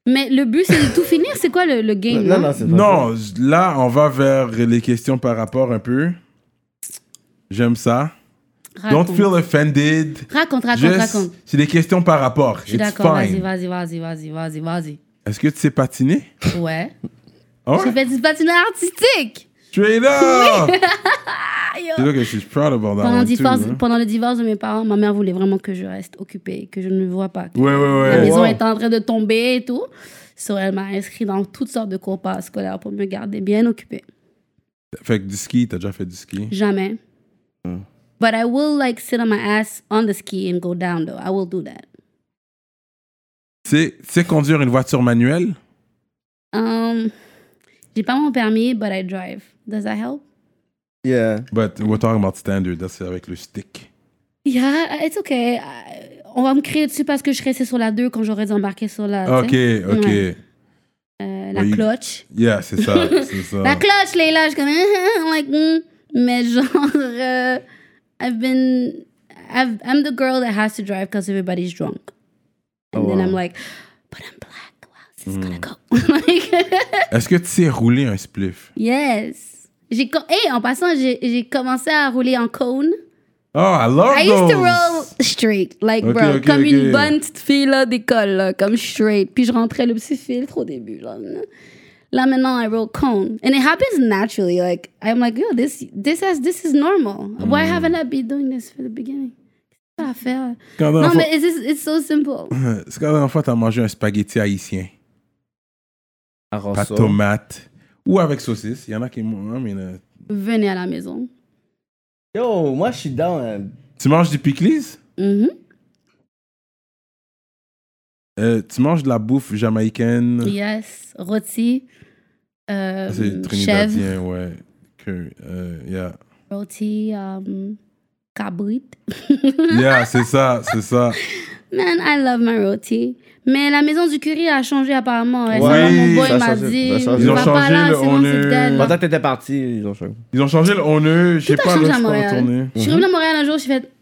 Speaker 5: Mais le but c'est de tout finir. C'est quoi le, le game
Speaker 3: Non,
Speaker 5: là
Speaker 3: non, c'est pas ça.
Speaker 4: Non, j- là, on va vers les questions par rapport un peu. J'aime ça.
Speaker 5: Raconte.
Speaker 4: Don't feel offended.
Speaker 5: Raconte, raconte,
Speaker 4: Juste,
Speaker 5: raconte.
Speaker 4: c'est des questions par rapport.
Speaker 5: Je suis
Speaker 4: It's
Speaker 5: d'accord. Vas-y,
Speaker 4: fine.
Speaker 5: vas-y, vas-y, vas-y, vas-y, vas-y.
Speaker 4: Est-ce que tu sais patiner?
Speaker 5: Ouais.
Speaker 4: Ah ouais?
Speaker 5: J'ai fait du patinage artistique.
Speaker 4: Straight up!
Speaker 5: Aïe. oh.
Speaker 4: C'est là que je suis proud about that
Speaker 5: Pendant,
Speaker 4: one
Speaker 5: le
Speaker 4: too,
Speaker 5: divorce,
Speaker 4: hein.
Speaker 5: pendant le divorce de mes parents, ma mère voulait vraiment que je reste occupée, que je ne me vois pas. que
Speaker 4: Ouais, ouais,
Speaker 5: La
Speaker 4: ouais.
Speaker 5: maison
Speaker 3: wow.
Speaker 5: était en train de tomber et tout. So, elle m'a inscrit dans toutes sortes de cours scolaires pour me garder bien occupée.
Speaker 4: Fait que du ski, t'as déjà fait du ski.
Speaker 5: Jamais. But I will like sit on my ass on the ski and go down though. I will do that.
Speaker 4: Tu sais- tu sais conduire une voiture manuelle?
Speaker 5: Um, J'ai pas mon permis, but I drive. Does that help?
Speaker 3: Yeah.
Speaker 4: But we're talking about standard, that's avec le stick.
Speaker 5: Yeah, it's okay. I- on va me crier dessus parce que je restais sur la 2 quand j'aurais désembarqué sur la, tu
Speaker 4: Ok,
Speaker 5: sais,
Speaker 4: ok.
Speaker 5: Ouais. euh, la
Speaker 4: Oui. Ah.
Speaker 5: clutch.
Speaker 4: Yeah, c'est ça, c'est ça.
Speaker 5: La cloche, les là, je suis comme, I'm like, mm. mais genre, euh, I've been, I've, I'm the girl that has to drive because everybody's drunk. And
Speaker 3: Oh,
Speaker 5: then
Speaker 3: wow.
Speaker 5: I'm like, but I'm black, wow, this is gonna go. like,
Speaker 4: Est-ce que tu sais rouler un spliff?
Speaker 5: yes. J'ai, co- hey, en passant, j'ai, j'ai commencé à rouler en cône.
Speaker 4: Oh, I love
Speaker 5: I used
Speaker 4: those!
Speaker 5: to roll straight, like
Speaker 4: Oh. Ok,
Speaker 5: bro,
Speaker 4: ok,
Speaker 5: comme
Speaker 4: ok.
Speaker 5: une bonne petite fille là, d'école, là, comme straight. Puis je rentrais le petit filtre au début. Là, là maintenant, I roll cone. And it happens naturally. Like,
Speaker 4: Hmm.
Speaker 5: I'm like, yo, this, this, has, this is normal. Why haven't I been doing this for the beginning? ça à faire.
Speaker 4: Quand la
Speaker 5: Non,
Speaker 4: dernière
Speaker 5: mais it's, just- it's so simple.
Speaker 4: fois- c'est quand la dernière fois t'as mangé un spaghetti haïtien,
Speaker 3: À
Speaker 4: pas de
Speaker 3: Rosso.
Speaker 4: tomate ou avec saucisse. Il y en a qui mangent, mais euh,
Speaker 5: Venez à la maison.
Speaker 3: Yo, moi, je suis dans un...
Speaker 4: tu manges du pickles,
Speaker 5: Mhm.
Speaker 4: Euh, tu manges de la bouffe jamaïcaine.
Speaker 5: Yes, rôti, euh,
Speaker 4: Ah, C'est
Speaker 5: chèvre,
Speaker 4: trinidadien, ouais. Que, euh, yeah.
Speaker 5: rôti, euh, cabrit.
Speaker 4: yeah, c'est ça, c'est ça.
Speaker 5: Man, I love my roti. Mais la maison du curry a changé apparemment.
Speaker 3: Ouais.
Speaker 5: Récemment,
Speaker 4: Oui,
Speaker 5: mon boy
Speaker 3: ça a
Speaker 5: m'a
Speaker 3: changé,
Speaker 5: dit.
Speaker 3: ça a changé.
Speaker 5: Ils
Speaker 3: Ils ont
Speaker 5: ont
Speaker 4: changé
Speaker 5: pas là,
Speaker 4: le
Speaker 5: sinon
Speaker 4: on
Speaker 5: c'est
Speaker 4: est-
Speaker 5: dead.
Speaker 3: Pendant que t'étais parti, ils ont changé.
Speaker 4: Ils ont changé le honneur, je sais
Speaker 5: Tout a
Speaker 4: pas,
Speaker 5: changé
Speaker 4: là, je
Speaker 5: à
Speaker 4: suis pas
Speaker 5: Montréal.
Speaker 4: retourné.
Speaker 5: Je suis revenue à Montréal un jour, j'ai fait.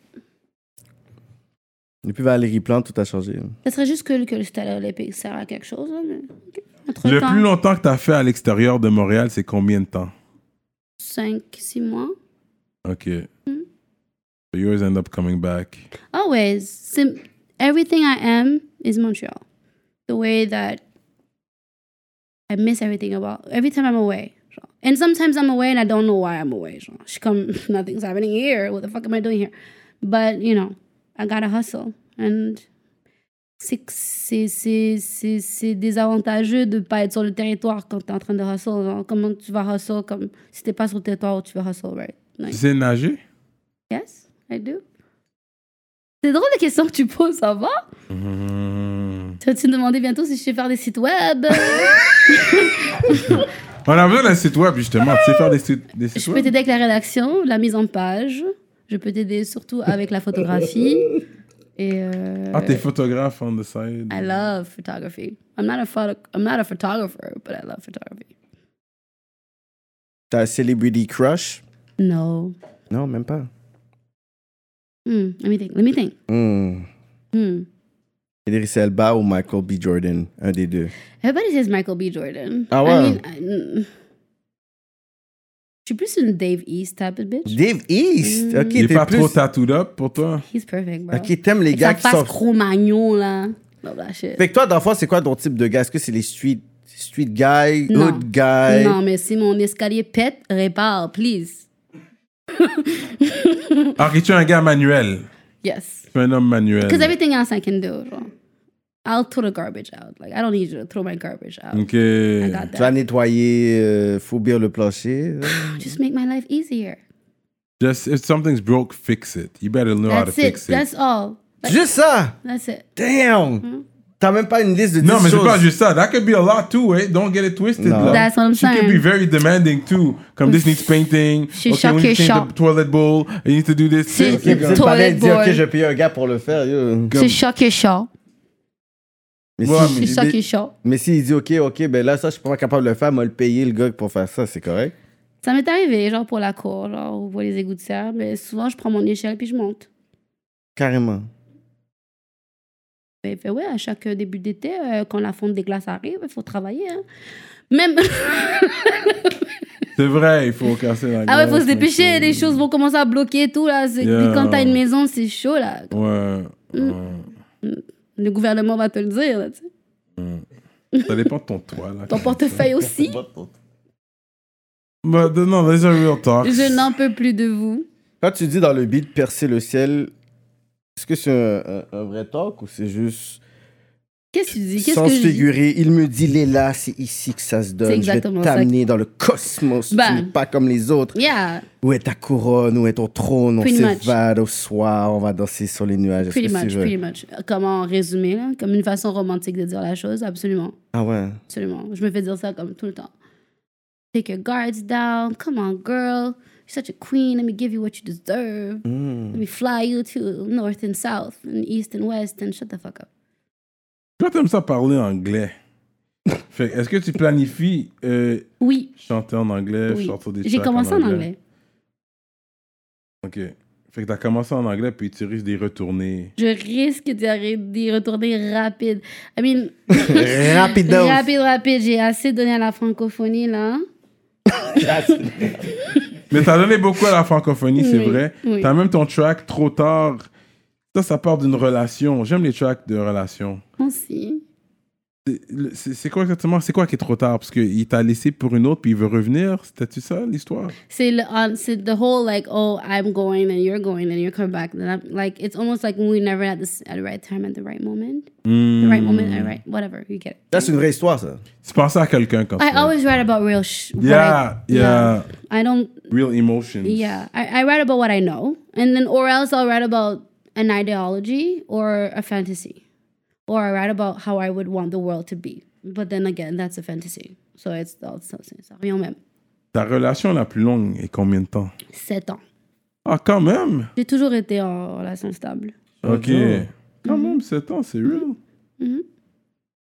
Speaker 3: Depuis Valérie Plante, tout a changé.
Speaker 5: Ça serait juste cool que le stade olympique sert à quelque chose. Là, mais... ok. Entre
Speaker 4: Le
Speaker 5: temps,
Speaker 4: plus longtemps que t'as fait à l'extérieur de Montréal, c'est combien de temps?
Speaker 5: 5, 6 mois.
Speaker 4: Ok.
Speaker 5: Hmm.
Speaker 4: So you always end up coming back.
Speaker 5: Always. Sim- everything I am is Montreal. The way that I miss everything about every time I'm away. genre. And sometimes I'm away and I don't know why I'm away. genre. Je suis comme, nothing's happening here. What the fuck am I doing here? But, you know, I gotta hustle. And c'est- c'est c'est- c'est- c'est désavantageux de pas être sur le territoire quand t'es en train de hustle. genre. Comment tu vas hustle comme si t'es pas sur le territoire où tu vas hustle, right? Like-
Speaker 4: Tu sais nager?
Speaker 5: Yes, I do. C'est drôle les questions que tu poses, ça va
Speaker 4: Mhm.
Speaker 5: Tu vas te demander bientôt si je sais faire des sites web.
Speaker 4: On a besoin d'un site web, justement. Tu sais faire des sites, des sites
Speaker 5: je peux
Speaker 4: web?
Speaker 5: t'aider avec la rédaction, la mise en page. Je peux t'aider surtout avec la photographie. Et euh,
Speaker 4: Ah, t'es photographe on the side.
Speaker 5: I love photography. I'm not a photo I'm not a photographer, but I love photography.
Speaker 3: T'as un celebrity crush?
Speaker 5: No.
Speaker 3: Non, même pas.
Speaker 5: Hmm, let me think. Let me think.
Speaker 3: Hmm.
Speaker 5: Hmm.
Speaker 3: Idriss Elba ou Michael B. Jordan? Un des deux.
Speaker 5: Everybody says Michael B. Jordan.
Speaker 3: Ah
Speaker 5: I
Speaker 3: ouais.
Speaker 5: mean, I- mm. je suis plus une Dave East type of bitch.
Speaker 3: Dave East!
Speaker 5: Hmm.
Speaker 3: Ok,
Speaker 4: Il est
Speaker 3: t'es
Speaker 4: pas
Speaker 3: plus...
Speaker 4: trop tattooed up pour toi?
Speaker 5: He's perfect, bro.
Speaker 3: Ok, t'aimes les
Speaker 5: Avec
Speaker 3: gars
Speaker 5: sa
Speaker 3: qui
Speaker 5: face
Speaker 3: sont...
Speaker 5: Cro-Magnon, là. Blah, blah, shit.
Speaker 3: Fait que toi, d'enfant, c'est quoi ton type de gars? Est-ce que c'est les street, street guys,
Speaker 5: Non.
Speaker 3: hood guys?
Speaker 5: Non, mais si mon escalier pète, répare, please. Mm.
Speaker 4: Ah, ok, tu es un gars manuel.
Speaker 5: Yes.
Speaker 4: Tu es un homme manuel.
Speaker 5: Because everything else I can do, genre. I'll throw the garbage out. Like, I don't need you to throw my garbage out.
Speaker 4: Ok.
Speaker 5: I got
Speaker 3: Tu
Speaker 5: that.
Speaker 3: vas nettoyer, euh, fourbir le plancher. euh.
Speaker 5: Just make my life easier.
Speaker 4: Just, if something's broke, fix it. You better know how to
Speaker 5: That's it.
Speaker 4: fix it.
Speaker 5: That's all. Like,
Speaker 3: Juste ça!
Speaker 5: that's it.
Speaker 3: Damn! T'as même pas une liste de 10
Speaker 4: Non, mais c'est
Speaker 3: choses.
Speaker 4: pas juste ça. That could be a lot too, eh? Don't get it twisted.
Speaker 3: Non.
Speaker 4: là.
Speaker 5: That's what I'm
Speaker 4: She could
Speaker 5: saying.
Speaker 4: be very demanding too. Comme this needs painting.
Speaker 5: She
Speaker 4: okay,
Speaker 5: shock
Speaker 4: we need
Speaker 5: your
Speaker 4: to change
Speaker 5: shock.
Speaker 4: the toilet bowl. You need to do this.
Speaker 5: Si.
Speaker 4: Okay,
Speaker 3: C'est
Speaker 4: comme-
Speaker 3: pas bien
Speaker 5: Toilet
Speaker 3: de dire,
Speaker 5: bowl.
Speaker 3: ok, je vais payer un gars pour le faire. yo.
Speaker 5: C'est chaud que chaud.
Speaker 3: Mais
Speaker 4: Ouais,
Speaker 3: si-
Speaker 5: C'est ça
Speaker 3: mais-
Speaker 5: qui est chaud.
Speaker 3: Mais s'il dit, OK, OK, ben là, ça, je suis pas capable de le faire, moi, le payer, le gars, pour faire ça, c'est correct.
Speaker 5: Ça m'est arrivé, genre pour la cour, genre, ou pour les égouts de serre, mais souvent je prends mon échelle puis je monte.
Speaker 3: Carrément.
Speaker 5: Ben, fait, ouais, à chaque euh, début d'été, euh, quand la fonte des glaces arrive, il faut travailler. hein. Même.
Speaker 4: C'est vrai, il faut casser la
Speaker 5: ah ouais, faut se
Speaker 4: glace,
Speaker 5: dépêcher,
Speaker 4: ok.
Speaker 5: les choses vont commencer à bloquer et tout. Là. C'est-
Speaker 4: Yeah.
Speaker 5: Puis quand t'as une maison, c'est chaud. là.
Speaker 4: Ouais. ouais.
Speaker 5: Mm. Le gouvernement va te le dire. là, tu sais.
Speaker 4: Ça dépend de ton toit, là.
Speaker 5: Ton portefeuille aussi.
Speaker 4: But, uh, no, these are real talks.
Speaker 5: Je n'en peux plus de vous.
Speaker 3: Quand tu dis dans le beat percer le ciel, est-ce que c'est un, un- un vrai talk ou c'est juste
Speaker 5: Qu'est-ce que tu dis Qu'est-ce
Speaker 3: sans
Speaker 5: que
Speaker 3: se
Speaker 5: je dis
Speaker 3: figurer? Il me dit, Léla, c'est ici que ça se donne.
Speaker 5: C'est
Speaker 3: je vais
Speaker 5: exactement ça.
Speaker 3: t'amener dans le cosmos.
Speaker 5: Ben.
Speaker 3: Tu n'es pas comme les autres.
Speaker 5: Yeah,
Speaker 3: Où est ta couronne? Où est ton trône? On
Speaker 5: Pretty
Speaker 3: s'évade au soir. On va danser sur les nuages. Est-ce
Speaker 5: pretty
Speaker 3: que c'est
Speaker 5: much,
Speaker 3: vrai?
Speaker 5: pretty much. Comment résumer là Comme une façon romantique de dire la chose, absolument.
Speaker 3: Ah ouais.
Speaker 5: Absolument. Je me fais dire ça comme tout le temps. Take your guards down. Come on, girl. You're such a queen. Let me give you what you deserve.
Speaker 3: Hmm.
Speaker 5: Let me fly you to north and south and east and west and shut the fuck up.
Speaker 4: Toi, t'aimes ça parler anglais. Fait, que, est-ce que tu planifies euh,
Speaker 5: Oui,
Speaker 4: chanter en anglais,
Speaker 5: oui.
Speaker 4: chanter des
Speaker 5: J'ai
Speaker 4: tracks
Speaker 5: commencé en anglais.
Speaker 4: Ok. Fait que t'as commencé en anglais, puis tu risques d'y retourner.
Speaker 5: Je risque d'y arri- d'y retourner rapide. I mean,
Speaker 3: Rapido.
Speaker 5: rapide, rapide. J'ai assez donné à la francophonie, là.
Speaker 4: Mais t'as donné beaucoup à la francophonie, c'est
Speaker 5: Oui,
Speaker 4: vrai.
Speaker 5: oui.
Speaker 4: T'as même ton track trop tard. Ça, ça part d'une relation. J'aime les tracks de relation.
Speaker 5: Merci.
Speaker 4: C'est- c'est- le- C'est c'est quoi exactement C'est quoi qui est trop tard Parce qu'il t'a laissé pour une autre, puis il veut revenir. C'était-tu ça, l'histoire
Speaker 5: C'est le- um, c'est the whole like, oh, I'm going, then you're going, then you're coming back. Then I'm like, it's almost like we never at, this, at the right time, at the right moment. The
Speaker 4: Hmm.
Speaker 5: right moment, at the right, whatever, you get it.
Speaker 3: Ça, c'est une vraie histoire, ça.
Speaker 4: Tu pensais à quelqu'un quand
Speaker 5: I
Speaker 4: tu-
Speaker 5: always write about real sh- what
Speaker 4: Yeah,
Speaker 5: I-
Speaker 4: yeah.
Speaker 5: I don't,
Speaker 4: Real emotions.
Speaker 5: yeah. I, I write about what I know. And then, or else I'll write about an ideology or a fantasy. Or I write about how I would want the world to be. But then again, that's a fantasy. So it's, it's, it's, it's rien au même.
Speaker 4: Ta relation la plus longue est combien de temps
Speaker 5: Sept ans.
Speaker 4: Ah, quand même
Speaker 5: J'ai toujours été en relation stable.
Speaker 4: Ok. Quand même, 7 ans, c'est real.
Speaker 5: Mhm.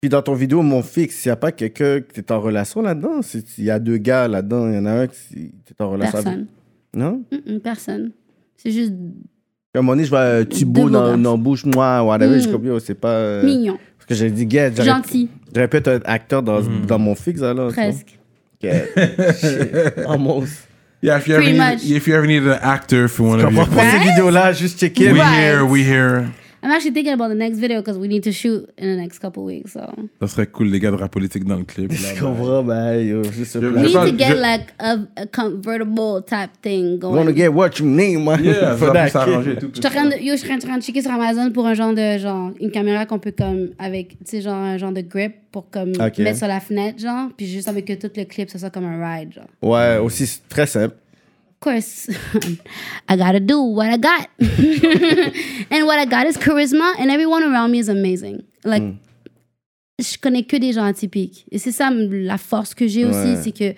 Speaker 3: Puis dans ton vidéo, mon fixe, il n'y a pas quelqu'un que t'es en relation là-dedans. Il y a deux gars là-dedans, il y en a un qui t'es en relation avec-
Speaker 5: Personne.
Speaker 3: Non?
Speaker 5: Mm-mm, personne. C'est juste
Speaker 3: Puis à un moment donné, je vois euh, Thibaut
Speaker 5: Deux
Speaker 3: dans,
Speaker 5: beaux
Speaker 3: dans bouche, moi, whatever.
Speaker 5: Mm.
Speaker 3: Je suis comme, yo, c'est pas. euh,
Speaker 5: mignon,
Speaker 3: Parce que j'ai dit, gars, j'aurais-
Speaker 5: gentil,
Speaker 3: j'aurais pu être un acteur dans, dans mon fixe alors. tu vois.
Speaker 5: presque.
Speaker 3: Ok. Shit. Almost.
Speaker 4: Yeah, if you ever
Speaker 5: Pretty
Speaker 4: need,
Speaker 5: much.
Speaker 4: if you ever need an actor, if you want to
Speaker 3: On
Speaker 4: be
Speaker 3: va
Speaker 4: a
Speaker 3: reprendre ces
Speaker 5: Right?
Speaker 3: vidéos-là, juste checker.
Speaker 4: We
Speaker 5: Right.
Speaker 4: here, we here.
Speaker 5: I'm actually thinking about the next video because we need to shoot in the next couple weeks. So
Speaker 4: Ça serait cool, les gars de rap politique dans le clip. là,
Speaker 3: Je
Speaker 4: là.
Speaker 3: comprends, ben, yo, juste ce
Speaker 4: Je-
Speaker 5: we
Speaker 3: plan.
Speaker 4: je-
Speaker 5: need to
Speaker 4: Je-
Speaker 5: get like a, a convertible type thing
Speaker 3: You wanna
Speaker 5: going.
Speaker 3: get what you need, man.
Speaker 4: Yeah, ça
Speaker 3: For
Speaker 4: va
Speaker 3: that
Speaker 4: plus s'arranger et
Speaker 3: kid.
Speaker 4: tout.
Speaker 5: Je suis en train de- yo, je suis en train de checker sur Amazon pour un genre de genre une caméra qu'on peut comme avec tu sais genre un genre de grip pour comme
Speaker 3: Ok.
Speaker 5: mettre sur la fenêtre genre puis juste avec que tout le clip ça soit comme un ride genre.
Speaker 3: Ouais, aussi, c'est très simple.
Speaker 5: Of course, I gotta do what I got. and what I got is charisma, and everyone around me is amazing. Like, je connais que des gens atypiques. Et c'est ça m- la force que j'ai aussi, c'est que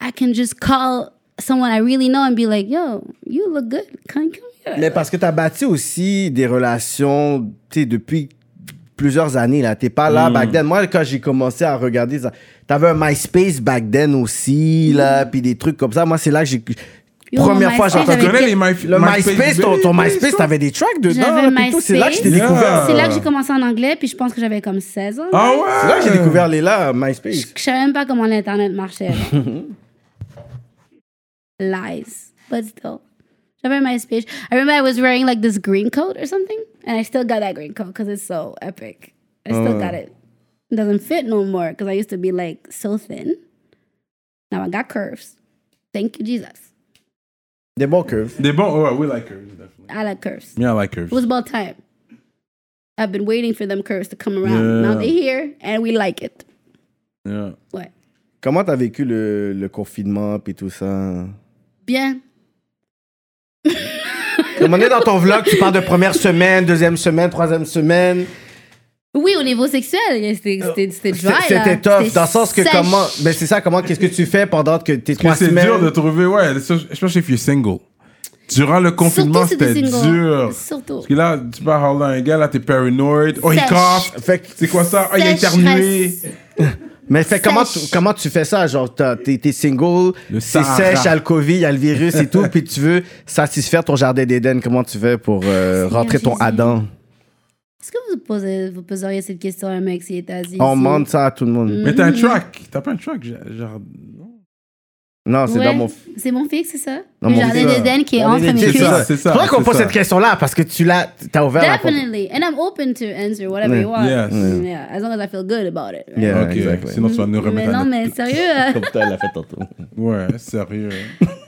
Speaker 5: I can just call someone I really know and be like, yo, you look good. Come, come here.
Speaker 3: Mais parce que t'as bâti aussi des relations, tu sais, depuis plusieurs années, là. T'es pas
Speaker 4: Mm.
Speaker 3: là back then. Moi, quand j'ai commencé à regarder ça, t'avais un MySpace back then aussi,
Speaker 4: Mm.
Speaker 3: là, puis des trucs comme ça. Moi, c'est là que j'ai.
Speaker 5: Yo,
Speaker 3: Première
Speaker 5: mon
Speaker 3: fois, j'ai
Speaker 5: MySpace,
Speaker 3: entendu.
Speaker 4: Tu connais les My-
Speaker 3: Le MySpace, ton, ton MySpace, t'avais des tracks dedans.
Speaker 5: J'avais
Speaker 3: là, puis tout. C'est là que je t'ai
Speaker 5: MySpace.
Speaker 3: découvert.
Speaker 5: C'est là que j'ai commencé en anglais, puis je pense que j'avais comme 16 ans.
Speaker 4: Euh. Ah
Speaker 5: là.
Speaker 4: ouais
Speaker 3: C'est là que j'ai découvert les là, MySpace.
Speaker 5: Je savais même pas comment l'Internet marchait. là. Lies. But still. J'avais un MySpace. I remember I was wearing like this green coat or something. And I still got that green coat because it's so epic. I
Speaker 4: Oh.
Speaker 5: still got it. It doesn't fit no more because I used to be like so thin. Now I got curves. Thank you, Jesus.
Speaker 3: Des bons curves.
Speaker 4: Des bons. Ouais, we like curves, definitely.
Speaker 5: I like curves.
Speaker 4: Yeah, I like curves.
Speaker 5: It was about time. I've been waiting for them curves to come around. Now
Speaker 4: Yeah.
Speaker 5: they're here and we like it.
Speaker 4: Yeah.
Speaker 5: What?
Speaker 3: Comment t'as vécu le, le confinement puis tout ça?
Speaker 5: Bien.
Speaker 3: Comme on est dans ton vlog, tu parles de première semaine, deuxième semaine, troisième semaine.
Speaker 5: Oui, au niveau sexuel, c'était c'était- c'était dry.
Speaker 3: C'est-
Speaker 5: là.
Speaker 3: C'était tough.
Speaker 5: C'était
Speaker 3: Dans le sens que
Speaker 5: sèche.
Speaker 3: comment. Ben c'est ça, comment. Qu'est-ce que tu fais pendant que tes trois
Speaker 4: Parce que c'est
Speaker 3: semaines.
Speaker 4: dur de trouver, ouais, ça, especially if you're single. Durant le confinement,
Speaker 5: Surtout si t'es
Speaker 4: c'était
Speaker 5: single.
Speaker 4: dur.
Speaker 5: Surtout.
Speaker 4: Parce que là, tu parles à un gars, là, t'es paranoïde. Oh, il
Speaker 5: Sèche.
Speaker 4: cough.
Speaker 3: Fait que-
Speaker 4: C'est quoi ça? Oh, il a
Speaker 5: Sécheresse.
Speaker 4: éternué.
Speaker 3: Mais fait, comment, tu,
Speaker 5: Sèche.
Speaker 3: comment tu fais ça? Genre, t'as- t'es t'es single,
Speaker 4: Le
Speaker 3: c'est
Speaker 4: Sahara.
Speaker 3: sèche, il y a le COVID, il y a le virus et tout, puis tu veux satisfaire ton jardin d'Éden. Comment tu fais pour euh,
Speaker 5: Seigneur
Speaker 3: rentrer ton
Speaker 5: Jésus.
Speaker 3: Adam?
Speaker 5: Est-ce que vous posez, vous poseriez cette question à un mec s'il est assis?
Speaker 3: On
Speaker 5: ici?
Speaker 3: demande ça à tout le monde.
Speaker 5: Mm.
Speaker 4: Mais t'as un track. T'as pas un track, genre. non?
Speaker 3: Non, c'est
Speaker 5: Ouais.
Speaker 3: dans mon.
Speaker 5: C'est mon fixe, c'est ça?
Speaker 3: Dans
Speaker 5: le
Speaker 3: mon
Speaker 5: jardin
Speaker 3: fixe.
Speaker 5: d'Éden qui est
Speaker 3: Jardin
Speaker 5: entre mes
Speaker 3: d'Éden,
Speaker 5: cuisses.
Speaker 4: C'est ça, c'est ça.
Speaker 3: Faudrait qu'on
Speaker 4: c'est
Speaker 3: pose
Speaker 4: ça.
Speaker 3: cette question-là parce que tu l'as. T'as ouvert la porte.
Speaker 5: Definitely. And I'm open to answer whatever you want.
Speaker 4: Yes.
Speaker 5: Mm, Yeah. As long as I feel good about it. right?
Speaker 3: Yeah,
Speaker 4: Ok,
Speaker 3: exactly.
Speaker 4: sinon tu vas nous
Speaker 5: Mais
Speaker 4: remettre à
Speaker 5: non,
Speaker 4: notre-
Speaker 5: mais sérieux. euh,
Speaker 3: Comme toi, elle l'a fait tantôt.
Speaker 4: Ouais, sérieux.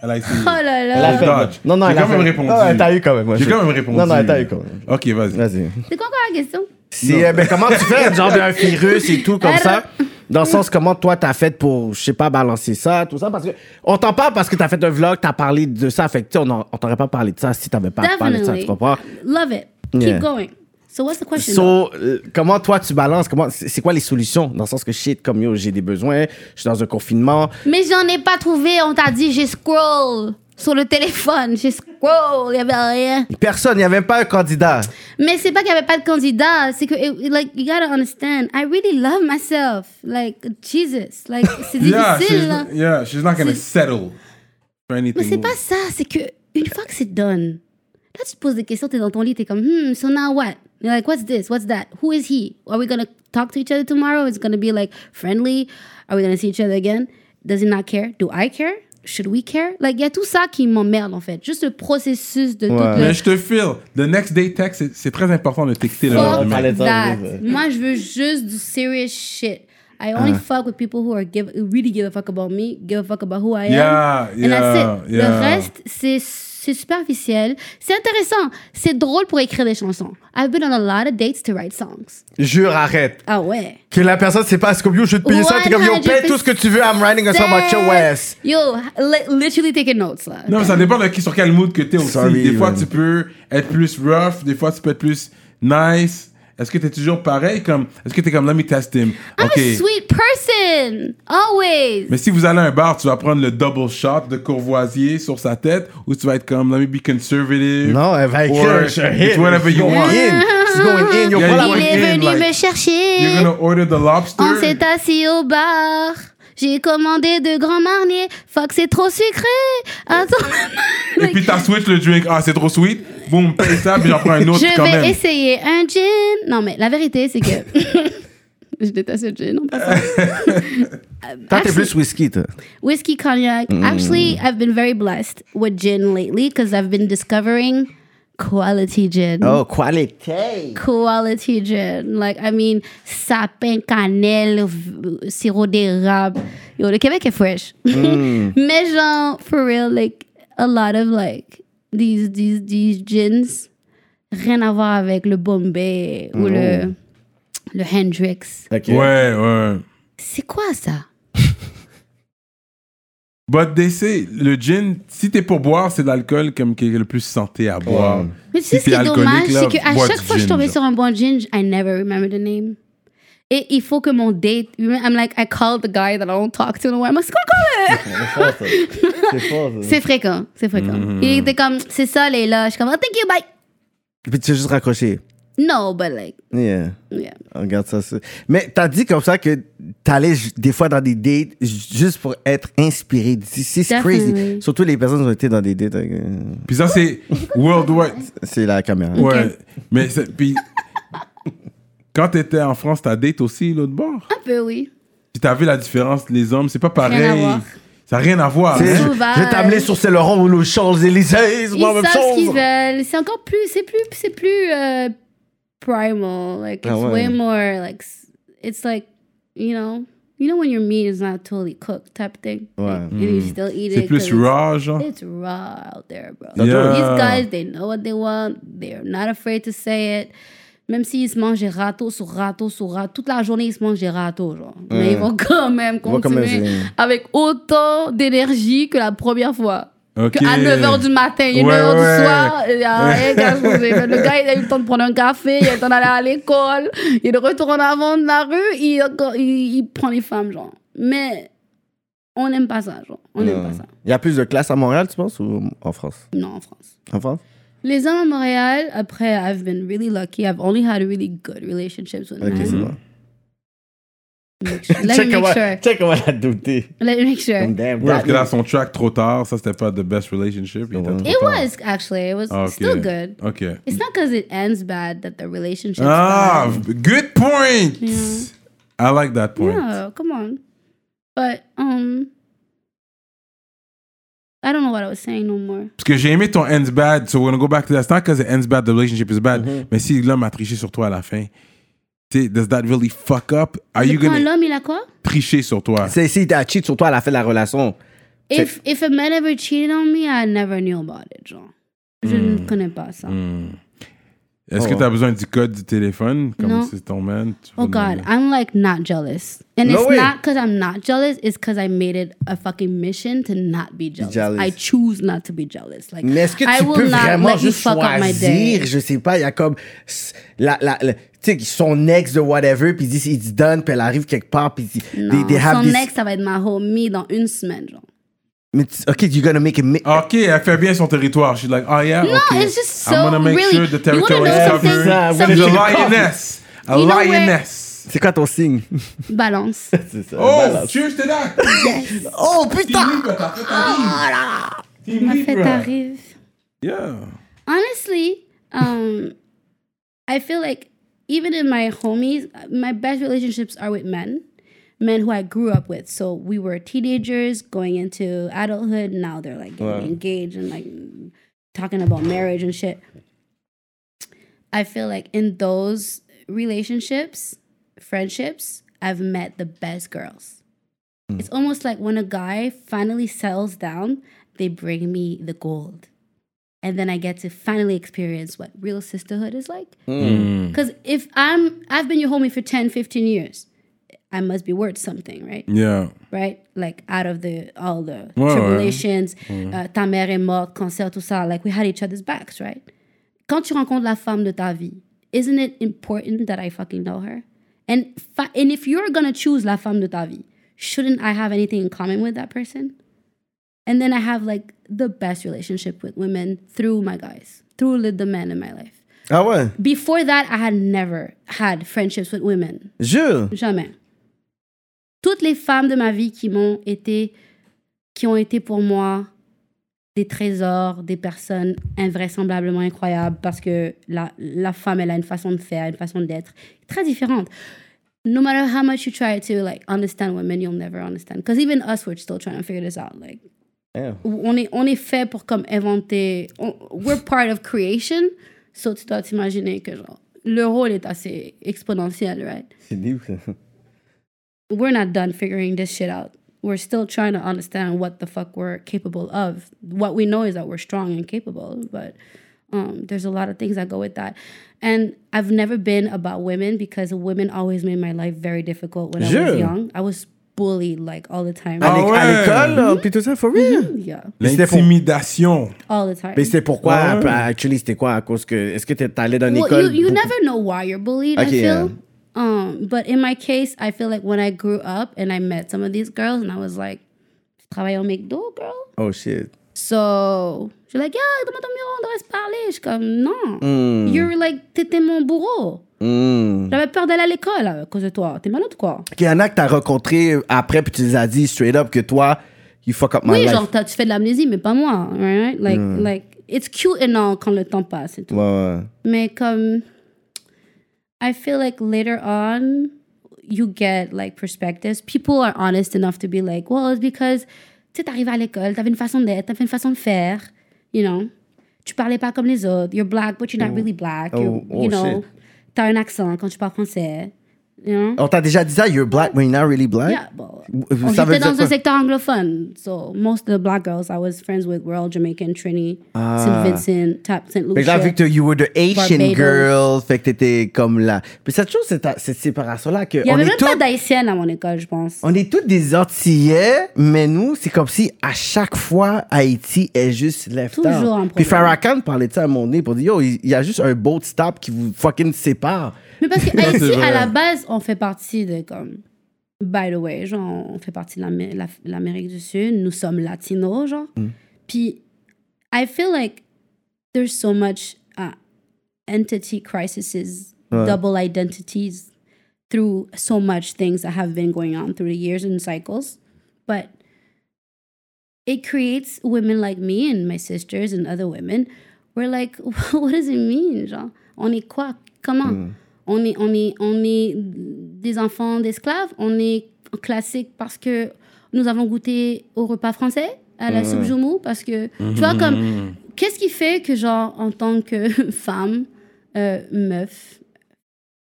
Speaker 4: Elle a essayé.
Speaker 5: Oh là
Speaker 4: Elle a fait-
Speaker 5: là.
Speaker 4: Dodge.
Speaker 3: Non, non,
Speaker 4: J'ai
Speaker 3: elle a
Speaker 4: quand même
Speaker 3: fait-
Speaker 4: répondu.
Speaker 3: Ah, ouais, t'as eu quand même. moi,
Speaker 4: J'ai
Speaker 3: je-
Speaker 4: quand même répondu.
Speaker 3: Non, non, t'as eu quand même.
Speaker 4: Ok, vas-y.
Speaker 3: Vas-y.
Speaker 5: C'est quoi encore la question?
Speaker 3: Si, euh, ben, comment tu fais, genre, d'un virus et tout, comme ça? Dans le sens, comment toi, t'as fait pour, je sais pas, balancer ça, tout ça? Parce que, on t'en parle parce que t'as fait un vlog, t'as parlé de ça. Fait que, tu sais, on en- on t'aurait pas parlé de ça si t'avais pas parlé de ça, tu
Speaker 5: Definitely.
Speaker 3: comprends?
Speaker 5: Love it.
Speaker 3: Yeah.
Speaker 5: Keep going. So what's the question? though?
Speaker 3: So, euh, comment toi, tu balances? Comment, c'est c'est quoi les solutions? Dans le sens que, shit, comme yo, j'ai des besoins, je suis dans un confinement.
Speaker 5: Mais j'en ai pas trouvé. On t'a dit, j'ai scroll sur le téléphone. J'ai scroll. Il y avait rien.
Speaker 3: Personne, il y avait même pas un candidat.
Speaker 5: Mais c'est pas qu'il y avait pas de candidat, c'est que it- like you gotta understand, I really love myself, like Jesus, like c'est
Speaker 4: Yeah,
Speaker 5: difficile. hein. là.
Speaker 4: she's, yeah, she's not gonna
Speaker 5: C'est-
Speaker 4: settle for anything.
Speaker 5: Mais c'est pas ça, c'est que une fois que c'est done, là tu te poses des questions, t'es dans ton lit, t'es comme hmm, so now what? You're like what's this? What's that? Who is he? Are we gonna talk to each other tomorrow? Is it gonna be like friendly? Are we gonna see each other again? Does he not care? Do I care? should we care? Like, il y a tout ça qui m'emmerde, en fait. Juste le processus de tout
Speaker 3: Ouais.
Speaker 4: Mais
Speaker 5: le...
Speaker 4: je te feel. The next day text, c'est- c'est très important de texter le
Speaker 5: Fuck
Speaker 4: lendemain.
Speaker 3: Fallait
Speaker 5: that.
Speaker 3: dire, ouais.
Speaker 5: Moi, je veux juste du serious shit. I
Speaker 4: Ah.
Speaker 5: only fuck with people who are give, who really give a fuck about me, give a fuck about who I
Speaker 4: Yeah,
Speaker 5: am. And that's
Speaker 4: yeah,
Speaker 5: it.
Speaker 4: yeah.
Speaker 5: Le reste, c'est c'est superficiel. C'est intéressant. C'est drôle pour écrire des chansons. I've been on a lot of dates to write songs.
Speaker 3: Jure, arrête.
Speaker 5: Ah ouais.
Speaker 3: Que la personne, c'est pas, c'est comme yo, je vais te payer ça. T'es comme yo, paye tout ce que tu veux, I'm writing a song about your ass.
Speaker 5: Yo, li- literally taking notes, là.
Speaker 4: Non, mais ça dépend de qui, sur quel mood que t'es aussi.
Speaker 3: Sorry,
Speaker 4: des fois,
Speaker 3: man.
Speaker 4: tu peux être plus rough, des fois, tu peux être plus nice. Est-ce que t'es toujours pareil? Comme, est-ce que t'es comme, let me test him?
Speaker 5: I'm
Speaker 4: Ok.
Speaker 5: a sweet person. Always.
Speaker 4: Mais si vous allez à un bar, tu vas prendre le double shot de Courvoisier sur sa tête ou tu vas être comme, let me be conservative.
Speaker 3: Non, elle va écrire.
Speaker 4: Or,
Speaker 3: je suis un
Speaker 4: it's
Speaker 3: hit.
Speaker 4: whatever you
Speaker 3: She's going
Speaker 4: want.
Speaker 3: in. She's going in. Yo,
Speaker 4: Yeah,
Speaker 3: pas
Speaker 4: you
Speaker 3: la
Speaker 5: Il
Speaker 4: want-
Speaker 5: est
Speaker 4: game,
Speaker 5: venu
Speaker 4: like,
Speaker 5: me
Speaker 4: You're
Speaker 5: chercher.
Speaker 4: gonna order the lobster.
Speaker 5: On s'est assis au bar. J'ai commandé de grands marniers. Fuck, c'est trop sucré. Attends.
Speaker 4: Et puis t'as switch le drink. Ah, c'est trop sweet. Boum, paye ça, puis j'en prends un autre
Speaker 5: je
Speaker 4: quand
Speaker 5: vais
Speaker 4: même.
Speaker 5: essayer un gin. Non, mais la vérité, c'est que. je déteste le gin en passant.
Speaker 3: Toi, t'es plus whisky, toi.
Speaker 5: Whiskey, cognac.
Speaker 4: Mm.
Speaker 5: Actually, I've been very blessed with gin lately because I've been discovering quality gin.
Speaker 3: Oh, qualité.
Speaker 5: quality gin. Like, I mean, sapin, cannelle, v- sirop d'érable. Yo, le Québec est fresh.
Speaker 4: Mm.
Speaker 5: Mais genre, for real, like, a lot of, like, these, these, these gins, rien à voir avec le Bombay ou
Speaker 4: Mm.
Speaker 5: le, le Hendrix.
Speaker 3: Ok.
Speaker 4: Ouais, ouais.
Speaker 5: C'est quoi ça?
Speaker 4: But they say, le gin, si t'es pour boire, c'est de l'alcool comme qui est le plus santé à boire.
Speaker 5: Mais tu sais
Speaker 4: Si
Speaker 5: ce qui
Speaker 4: t'es
Speaker 5: est dommage,
Speaker 4: alcoolique, là,
Speaker 5: c'est qu'à
Speaker 4: bois
Speaker 5: chaque
Speaker 4: du
Speaker 5: fois que je
Speaker 4: gin,
Speaker 5: tombais
Speaker 4: genre.
Speaker 5: sur un bon gin, I never remember the name. Et il faut que mon date, I'm like, I called the guy that I don't talk to in a while. I'm like, c'est quoi le
Speaker 3: C'est
Speaker 5: gars, là?
Speaker 3: fort, ça. C'est fort, ça.
Speaker 5: C'est fréquent, c'est fréquent.
Speaker 3: Mm-hmm.
Speaker 5: Il était comme, c'est ça, les là. Je suis comme, oh, thank you, bye.
Speaker 3: Puis tu as juste raccroché.
Speaker 5: No, but like,
Speaker 3: Yeah. Oh,
Speaker 5: yeah.
Speaker 3: Regarde ça. ça. Mais t'as dit comme ça que t'allais ju- des fois dans des dates ju- juste pour être inspiré. C'est- C'est crazy.
Speaker 5: Definitely.
Speaker 3: Surtout les personnes qui ont été dans des dates. avec, euh,
Speaker 4: Puis ça, c'est worldwide.
Speaker 3: C'est la caméra.
Speaker 4: Ouais. Mais c'est- puis quand t'étais en France, t'as date aussi l'autre bord.
Speaker 5: Un peu, oui.
Speaker 4: Puis t'as vu la différence, les hommes, c'est pas
Speaker 5: Rien à
Speaker 4: pareil.
Speaker 5: voir.
Speaker 4: Ça n'a rien à voir.
Speaker 3: Tu sais, Je,
Speaker 4: hein.
Speaker 5: Sauvage.
Speaker 3: je vais t'amener sur Saint-Laurent ou le Champs-Élysées. C'est
Speaker 5: Ils
Speaker 3: pas la même
Speaker 5: savent ce qu'ils
Speaker 3: chose.
Speaker 5: veulent. C'est encore plus, c'est plus, c'est plus euh, primal. Like, it's
Speaker 3: Ah ouais.
Speaker 5: way more, like, s- it's like, you know, you know when your meat is not totally cooked type thing.
Speaker 3: Ouais. Mm.
Speaker 5: Like, And you still eat
Speaker 4: C'est
Speaker 5: it. 'cause
Speaker 4: plus raw, genre.
Speaker 5: It's, it's raw out there, bro.
Speaker 4: Yeah.
Speaker 5: These guys, they know what they want. They're not afraid to say it. Même s'ils se mangent des râteaux sur râteaux sur râteaux, toute la journée ils se mangent des râteaux, genre. Mais ils vont quand même
Speaker 3: vont quand
Speaker 5: continuer
Speaker 3: même-
Speaker 5: avec autant d'énergie que la première fois.
Speaker 4: Ok.
Speaker 5: Qu'à 9h du matin, 1h
Speaker 4: Ouais, ouais.
Speaker 5: du soir, il y a rien qu'à changer. Mais Le gars, il a eu le temps de prendre un café, il a eu le temps d'aller à l'école, il retourne avant de la rue, il, il, il prend les femmes, genre. Mais on n'aime pas ça, genre. On n'aime pas ça.
Speaker 3: Il y a plus de classes à Montréal, tu penses, ou en France
Speaker 5: Non, en France.
Speaker 3: En France
Speaker 5: Les hommes à Montréal, après, I've been really lucky. I've only had really good relationships with
Speaker 3: Ok, c'est
Speaker 5: men.
Speaker 3: bon.
Speaker 5: Make sure- Let me make sure.
Speaker 3: check comment la douter.
Speaker 5: Let me make sure.
Speaker 3: Comme damn,
Speaker 4: Ouais, parce que là,
Speaker 3: that-
Speaker 4: son track trop tard, ça c'était pas the best relationship. Il était
Speaker 3: Ouais.
Speaker 4: trop
Speaker 5: It
Speaker 4: tard.
Speaker 5: was, actually. It was
Speaker 4: Ah, ok.
Speaker 5: still good.
Speaker 4: Ok.
Speaker 5: It's not because it ends bad that the relationship's
Speaker 4: Ah,
Speaker 5: bad.
Speaker 4: good point! I like that point.
Speaker 5: No, come on. But um I don't know what I was saying no more.
Speaker 4: Parce que j'ai aimé ton ends bad, so we're gonna go back to that. It's not because it ends bad, the relationship is bad.
Speaker 3: Mm-hmm.
Speaker 4: Mais si l'homme a triché sur toi à la fin, tu sais, does that really fuck up? Are you
Speaker 5: Quand
Speaker 4: gonna
Speaker 5: l'homme il a quoi?
Speaker 4: tricher sur toi?
Speaker 3: C'est si t'as cheat sur toi à la fin de la relation.
Speaker 5: If if a man ever cheated on me, I never knew about it, genre. Je
Speaker 4: Hmm.
Speaker 5: ne connais pas ça.
Speaker 4: Est-ce que
Speaker 3: Oh.
Speaker 4: t'as besoin du code du téléphone? Comme
Speaker 5: Non.
Speaker 4: c'est ton man. tu
Speaker 5: Oh
Speaker 4: vas
Speaker 5: God,
Speaker 4: demander.
Speaker 5: I'm like not jealous, and
Speaker 3: No
Speaker 5: it's
Speaker 3: way.
Speaker 5: not because I'm not jealous. It's because I made it a fucking mission to not be jealous.
Speaker 3: jealous.
Speaker 5: I choose not to be jealous. Like
Speaker 3: Mais est-ce que
Speaker 5: I
Speaker 3: tu
Speaker 5: will
Speaker 3: peux
Speaker 5: not
Speaker 3: vraiment
Speaker 5: let you
Speaker 3: juste
Speaker 5: fuck up my day.
Speaker 3: choisir? Je sais pas, il y a comme s- la, la, la- tu sais, son ex de whatever, puis il dit it's done, puis elle arrive quelque part, puis il dit
Speaker 5: Non,
Speaker 3: they- they have
Speaker 5: son
Speaker 3: this-
Speaker 5: ex, ça va être ma homie dans une semaine, genre.
Speaker 3: Mais tu- ok, you're gonna make a mi-
Speaker 4: Ok, elle fait bien son territoire. She's like, oh yeah,
Speaker 5: No,
Speaker 4: okay.
Speaker 5: it's just so
Speaker 4: I'm gonna make
Speaker 5: really.
Speaker 4: sure the
Speaker 5: you wanna
Speaker 4: territory is
Speaker 5: know
Speaker 3: something-
Speaker 4: covered.
Speaker 3: Yeah,
Speaker 5: something?
Speaker 4: She's a
Speaker 3: something-
Speaker 4: lioness. A
Speaker 5: You know where-
Speaker 4: lioness.
Speaker 3: C'est quoi ton signe?
Speaker 5: Balance.
Speaker 3: C'est ça,
Speaker 4: Oh,
Speaker 3: balance.
Speaker 4: cheers to that!
Speaker 3: Oh,
Speaker 4: Team
Speaker 3: putain!
Speaker 4: Libra, t'as fait ta
Speaker 5: Oh
Speaker 4: vie. Team
Speaker 5: Ma fête
Speaker 4: Libra.
Speaker 5: arrive.
Speaker 4: Yeah.
Speaker 5: Honestly, um, I feel like even in my homies, my best relationships are with men. men who I grew up with. So we were teenagers going into adulthood. Now they're like getting engaged and like talking about marriage and shit. I feel like in those relationships, friendships, I've met the best girls. It's almost like when a guy finally settles down, they bring me the gold. And then I get to finally experience what real sisterhood is like. Because if I'm, I've been your homie for 10, 15 years, I must be worth something, right?
Speaker 4: Yeah.
Speaker 5: right? Like out of the all the
Speaker 4: ouais.
Speaker 5: tribulations, euh, ta mère est morte, cancer, tout ça. Like we had each other's backs, right? Quand tu rencontres la femme de ta vie, isn't it important that I fucking know her? And fa- and if you're gonna choose la femme de ta vie, shouldn't I have anything in common with that person? And then I have like the best relationship with women through my guys, through the- the men in my life.
Speaker 3: Ah ouais?
Speaker 5: Before that, I had never had friendships with women.
Speaker 3: Jure?
Speaker 5: Jamais. Toutes les femmes de ma vie qui m'ont été, qui ont été pour moi des trésors, des personnes invraisemblablement incroyables, parce que la, la femme, elle a une façon de faire, une façon d'être très différente. No matter how much you try to like understand women, you'll never understand. Because even us, we're still trying to figure this out. Like,
Speaker 3: Yeah.
Speaker 5: on est, on est fait pour comme inventer. on- we're part of creation. So tu dois t'imaginer que genre, le rôle est assez exponentiel, right?
Speaker 3: C'est deep.
Speaker 5: we're not done figuring this shit out. We're still trying to understand what the fuck we're capable of. What we know is that we're strong and capable, but um, there's a lot of things that go with that. And I've never been about women because women always made my life very difficult when I
Speaker 3: Sure.
Speaker 5: was young. I was bullied like all the time.
Speaker 3: À l'éc-
Speaker 4: ouais.
Speaker 3: à l'école, là, puis tout ça, for real?
Speaker 5: yeah,
Speaker 3: Mais c'était pour-
Speaker 4: L'intimidation.
Speaker 5: all the time.
Speaker 3: Mais c'était pourquoi?
Speaker 4: Ouais.
Speaker 3: un peu, Actually, c'était quoi? À cause que. Est-ce que t'es- t'allais dans l'école?
Speaker 5: Well, you, you
Speaker 3: beaucoup-
Speaker 5: never know why you're bullied,
Speaker 3: Okay,
Speaker 5: I
Speaker 3: yeah.
Speaker 5: feel. Um, but in my case, I feel like when I grew up and I met some of these girls and I was like, travaille au McDo, girl?
Speaker 3: Oh shit.
Speaker 5: So, je suis like, yeah, comment ton bureau, on devrait se parler. Je suis comme, non. You're like, t'étais mon bourreau.
Speaker 3: Hmm.
Speaker 5: J'avais peur d'aller à l'école à cause de toi. T'es malade ou quoi?
Speaker 3: Qu'il y en a que t'as rencontré après, puis tu les as dit straight up que toi, you fuck up my
Speaker 5: Oui,
Speaker 3: life. Hmm.
Speaker 5: genre, t'as- tu fais de l'amnésie, mais pas moi. Right? Like, like, it's cute and all quand le temps passe et tout.
Speaker 3: Ouais, ouais.
Speaker 5: Mais comme, um, I feel like later on, you get like perspectives. People are honest enough to be like, well, it's because, tu sais, t'arrives à l'école, t'avais une façon d'être, t'avais une façon de faire, you know. Tu parlais pas comme les autres. You're black, but you're not really black.
Speaker 3: Oh,
Speaker 5: You're-
Speaker 3: oh,
Speaker 5: you know,
Speaker 3: shit. Oh,
Speaker 5: t'as un accent quand tu parles français, you know.
Speaker 3: On t'a déjà dit ça, you're black, but you're not really black?
Speaker 5: Yeah, bon.
Speaker 3: Vous
Speaker 5: On
Speaker 3: savez
Speaker 5: était
Speaker 3: dire
Speaker 5: dans
Speaker 3: quoi?
Speaker 5: un secteur anglophone. So, most of the black girls I was friends with were all Jamaican, Trini, St. Vincent, Tap, St.
Speaker 3: Ah. Fait que là, vu
Speaker 5: Lucia.
Speaker 3: que t'as- you were the Asian
Speaker 5: Barbados.
Speaker 3: girl, fait que t'étais comme là. Puis cette chose, cette, cette séparation-là, que
Speaker 5: Il y
Speaker 3: on
Speaker 5: avait
Speaker 3: est
Speaker 5: même pas
Speaker 3: tous,
Speaker 5: d'haïtiennes à mon école, je pense.
Speaker 3: on est tous des Antillais, mais nous, c'est comme si à chaque fois, Haïti est juste left
Speaker 5: Toujours
Speaker 3: out.
Speaker 5: un problème.
Speaker 3: Puis Farrakhan parlait de ça à mon nez pour dire, yo, il il y a juste un boat stop qui vous fucking sépare.
Speaker 5: Mais parce que
Speaker 4: c'est
Speaker 5: Haïti,
Speaker 4: vrai.
Speaker 5: à la base, on fait partie de comme. By the way, genre, on fait partie de l'Amé- la- l'Amérique du Sud. Nous sommes latinos, genre.
Speaker 3: Mm.
Speaker 5: Puis, I feel like there's so much uh, entity crises, double identities through so much things that have been going on through the years and cycles. But it creates women like me and my sisters and other women. We're like, what does it mean? Genre, on est quoi? Comment? On, est, on, est, on est des enfants d'esclaves? On est classique parce que nous avons goûté au repas français, à la soupe Joumou? Parce que, tu vois, comme, qu'est-ce qui fait que, genre, en tant que femme, euh, meuf,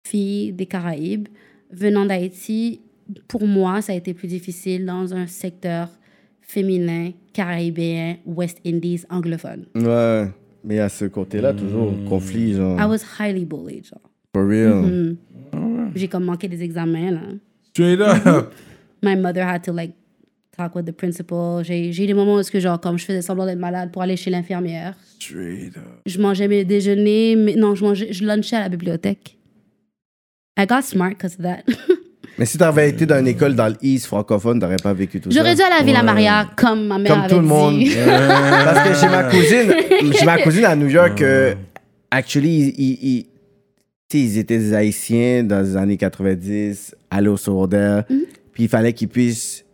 Speaker 5: fille des Caraïbes, venant d'Haïti, pour moi, ça a été plus difficile dans un secteur féminin, caribéen, West Indies, anglophone.
Speaker 3: Ouais. Mais à ce côté-là, toujours, conflit, genre.
Speaker 5: I was highly bullied. genre.
Speaker 3: For real.
Speaker 5: Mm-hmm. J'ai comme manqué des examens, là.
Speaker 4: Straight
Speaker 5: Mhm.
Speaker 4: up.
Speaker 5: My mother had to, like, talk with the principal. J'ai j'ai eu des moments où, est-ce que, genre, comme je faisais semblant d'être malade pour aller chez l'infirmière.
Speaker 4: Straight up.
Speaker 5: Je mangeais mes déjeuners, mais non, je mangeais, je lunchais à la bibliothèque. I got smart because of that.
Speaker 3: Mais si t'avais été dans une école dans l'East francophone, t'aurais pas vécu tout ça.
Speaker 5: J'aurais dû aller à la Villa Maria comme ma mère
Speaker 3: Comme
Speaker 5: avait
Speaker 3: tout le
Speaker 5: dit.
Speaker 3: monde. Euh. Parce que j'ai ma cousine, j'ai ma cousine à New York, euh, actually, ils, ils- ils- tu sais, ils étaient des
Speaker 5: Mm.
Speaker 3: Haïtiens dans les années 90, aller au secondaire, puis il fallait qu'ils puissent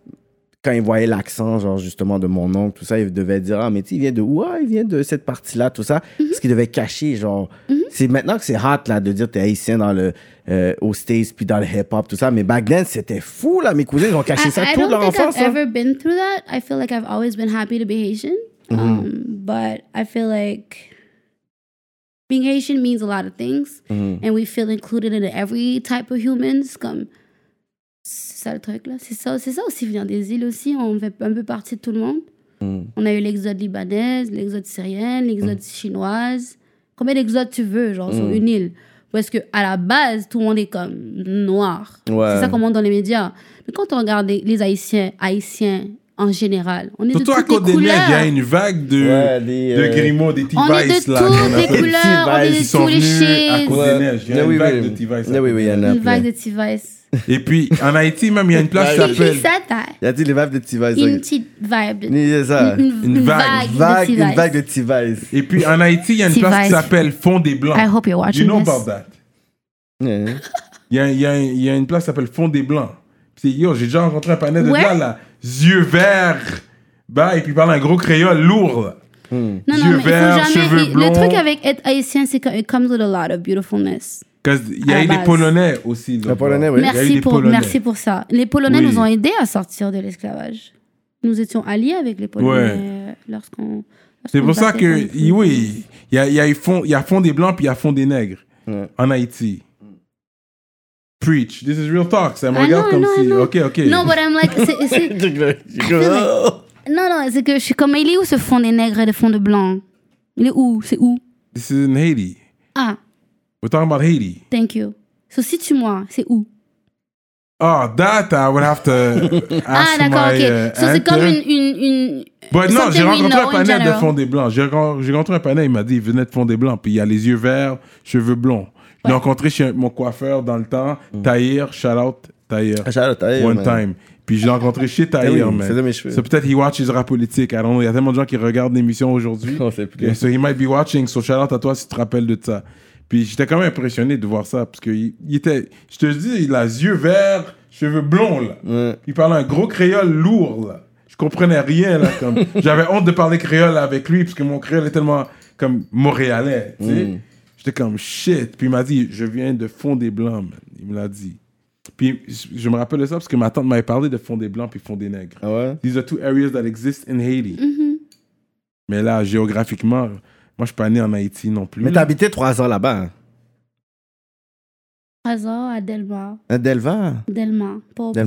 Speaker 3: quand ils voyaient l'accent, genre justement de mon oncle, tout ça, ils devaient dire Ah, mais tu sais, il vient de où Ah, il vient de cette partie-là, tout ça.
Speaker 5: Mm-hmm.
Speaker 3: Parce qu'ils devaient cacher, genre. C'est maintenant que c'est hot, là, de dire t'es haïtien dans le. Euh, au States, puis dans le hip-hop, tout ça. Mais back then, c'était fou, là. Mes cousins, ils ont caché ça
Speaker 5: I, I
Speaker 3: toute
Speaker 5: don't
Speaker 3: leur
Speaker 5: think
Speaker 3: enfance.
Speaker 5: I've
Speaker 3: hein.
Speaker 5: ever been through that. I feel like I've always been happy to be Haitian. Um, but I feel like being Haitian means a lot of things. And we feel included in every type of humans. Comme, c'est ça le truc là. C'est ça, c'est ça aussi venir des îles aussi. On fait un peu partie de tout le monde. On a eu l'exode libanaise, l'exode syrienne, l'exode chinoise. Combien d'exodes tu veux, genre, sur une île Ou est-ce que à la base, tout le monde est comme noir
Speaker 3: Ouais.
Speaker 5: C'est ça qu'on montre dans les médias. Mais quand on regarde les, les Haïtiens, Haïtiens en général, on est
Speaker 4: Surtout à
Speaker 5: de toutes
Speaker 4: Côte
Speaker 5: les
Speaker 4: des Neiges,
Speaker 5: couleurs.
Speaker 4: il y a une vague de,
Speaker 3: Ouais, des,
Speaker 4: de
Speaker 3: euh,
Speaker 4: Grimaud, des
Speaker 5: On est
Speaker 4: T-Vice
Speaker 5: de
Speaker 4: là. qu'on
Speaker 5: toutes les
Speaker 4: appelle.
Speaker 5: couleurs, on est
Speaker 3: T-Vice,
Speaker 4: ils
Speaker 5: de
Speaker 4: sont
Speaker 5: tous les
Speaker 4: venus à
Speaker 5: shades.
Speaker 4: Côte des Neiges. Il y a
Speaker 3: Ouais.
Speaker 4: une
Speaker 3: Oui,
Speaker 4: vague
Speaker 3: oui.
Speaker 4: de T-Vice.
Speaker 3: Oui, oui, il y en a
Speaker 5: Une vague
Speaker 3: plein.
Speaker 5: de T-Vice.
Speaker 4: Et puis en Haïti, même, il y a une place qui
Speaker 5: Une
Speaker 4: s'appelle.
Speaker 3: Il a dit les vagues de T-Vice.
Speaker 5: une
Speaker 3: ok.
Speaker 5: petite vibe. de-
Speaker 3: Oui, c'est ça.
Speaker 5: Une, une-
Speaker 4: Une
Speaker 5: une
Speaker 4: vague.
Speaker 5: vague,
Speaker 3: Vague-
Speaker 5: de
Speaker 3: une
Speaker 5: T-Vice.
Speaker 3: vague de T-Vice.
Speaker 4: Et puis en Haïti, il y a une place qui
Speaker 5: T-Vice.
Speaker 4: s'appelle Fond des Blancs.
Speaker 5: I hope you're watching
Speaker 4: You know
Speaker 5: this.
Speaker 4: about that.
Speaker 3: Ouais.
Speaker 4: Il y a, il y a- il y a une place qui s'appelle Fond des Blancs. Puis c'est, yo, j'ai déjà rencontré un panel de
Speaker 5: Ouais.
Speaker 4: gars là, yeux verts, bah, et puis il parle un gros créole lourd. là.
Speaker 5: Non, non,
Speaker 4: Yeux
Speaker 5: mais il faut
Speaker 4: verts,
Speaker 5: jamais-
Speaker 4: cheveux
Speaker 5: il-
Speaker 4: blonds.
Speaker 5: Le truc avec être haïtien, c'est qu'il comes with a lot of beautifulness.
Speaker 4: Cause il y
Speaker 5: À
Speaker 4: a
Speaker 5: la
Speaker 4: eu des
Speaker 5: base.
Speaker 4: Polonais aussi. là.
Speaker 3: Les Polonais, oui. Il y a
Speaker 5: Merci pour, merci pour ça. Les Polonais
Speaker 4: Oui.
Speaker 5: nous ont aidés à sortir de l'esclavage. Nous étions alliés avec les Polonais euh, lorsqu'on.
Speaker 4: C'est
Speaker 5: lorsqu'on
Speaker 4: pour ça
Speaker 5: battait
Speaker 4: que,
Speaker 5: contre les
Speaker 4: oui, il y a, il y, a eu fond- il y a fond des Blancs puis il y a fond des Nègres
Speaker 3: Ouais.
Speaker 4: en Haïti. Preach. This is real talk. Ça me
Speaker 5: Ah
Speaker 4: regarde
Speaker 5: non,
Speaker 4: comme
Speaker 5: non,
Speaker 4: si.
Speaker 5: non.
Speaker 4: Ok, ok.
Speaker 5: Non, but I'm like, c'est- c'est- non, non, c'est que je suis comme, il est où ce fond des nègres et le fond de blanc Il est où C'est où
Speaker 4: This is in Haiti.
Speaker 5: Ah,
Speaker 4: We're talking about Haiti.
Speaker 5: thank you. So, situe-moi, c'est où
Speaker 4: Oh, that I would have to
Speaker 5: Ah,
Speaker 4: ask
Speaker 5: d'accord,
Speaker 4: my, uh,
Speaker 5: ok. So, c'est
Speaker 4: aunt.
Speaker 5: comme une. une, une
Speaker 4: But non, j'ai
Speaker 5: something we
Speaker 4: rencontré un
Speaker 5: know in
Speaker 4: panel de
Speaker 5: general.
Speaker 4: fond des blancs. J'ai ren- j'ai rencontré un panel, il m'a dit, il venait de fond des blancs. Puis il y a les yeux verts, cheveux blonds. Je l'ai rencontré chez mon coiffeur dans le temps, Tahir, shout out Tahir.
Speaker 3: Mm. Ah, Charlotte, hey,
Speaker 4: One
Speaker 3: man.
Speaker 4: time. Puis je l'ai rencontré chez
Speaker 3: Ah oui,
Speaker 4: Tahir,
Speaker 3: il
Speaker 4: man.
Speaker 3: faisait mes cheveux.
Speaker 4: So peut-être he watches rap politique. I don't know. Il y a tellement de gens qui regardent l'émission aujourd'hui.
Speaker 3: On sait plus.
Speaker 4: So he might be watching. So shout out à toi si tu te rappelles de ça. Puis j'étais quand même impressionné de voir ça parce que il, il était, je te dis, il a les yeux verts, cheveux blonds là.
Speaker 3: Ouais.
Speaker 4: Il parlait un gros créole lourd là. Je comprenais rien là comme. J'avais honte de parler créole avec lui parce que mon créole est tellement comme montréalais. Tu sais.
Speaker 3: Mm.
Speaker 4: J'étais comme shit. Puis il m'a dit, je viens de Fond des Blancs. Man. Il me l'a dit. Puis je me rappelle de ça parce que ma tante m'avait parlé de Fond des Blancs puis Fond des Nègres.
Speaker 3: Ah ouais?
Speaker 4: These are two areas that exist in Haiti.
Speaker 5: Mm-hmm. Mhm.
Speaker 4: Mais là, géographiquement, moi, je suis pas né en Haïti non plus.
Speaker 3: Mais t'as habité trois ans là-bas. hein?
Speaker 5: Hasard à Delmar.
Speaker 3: À Delva.
Speaker 5: Delmar. Port-au-Prince.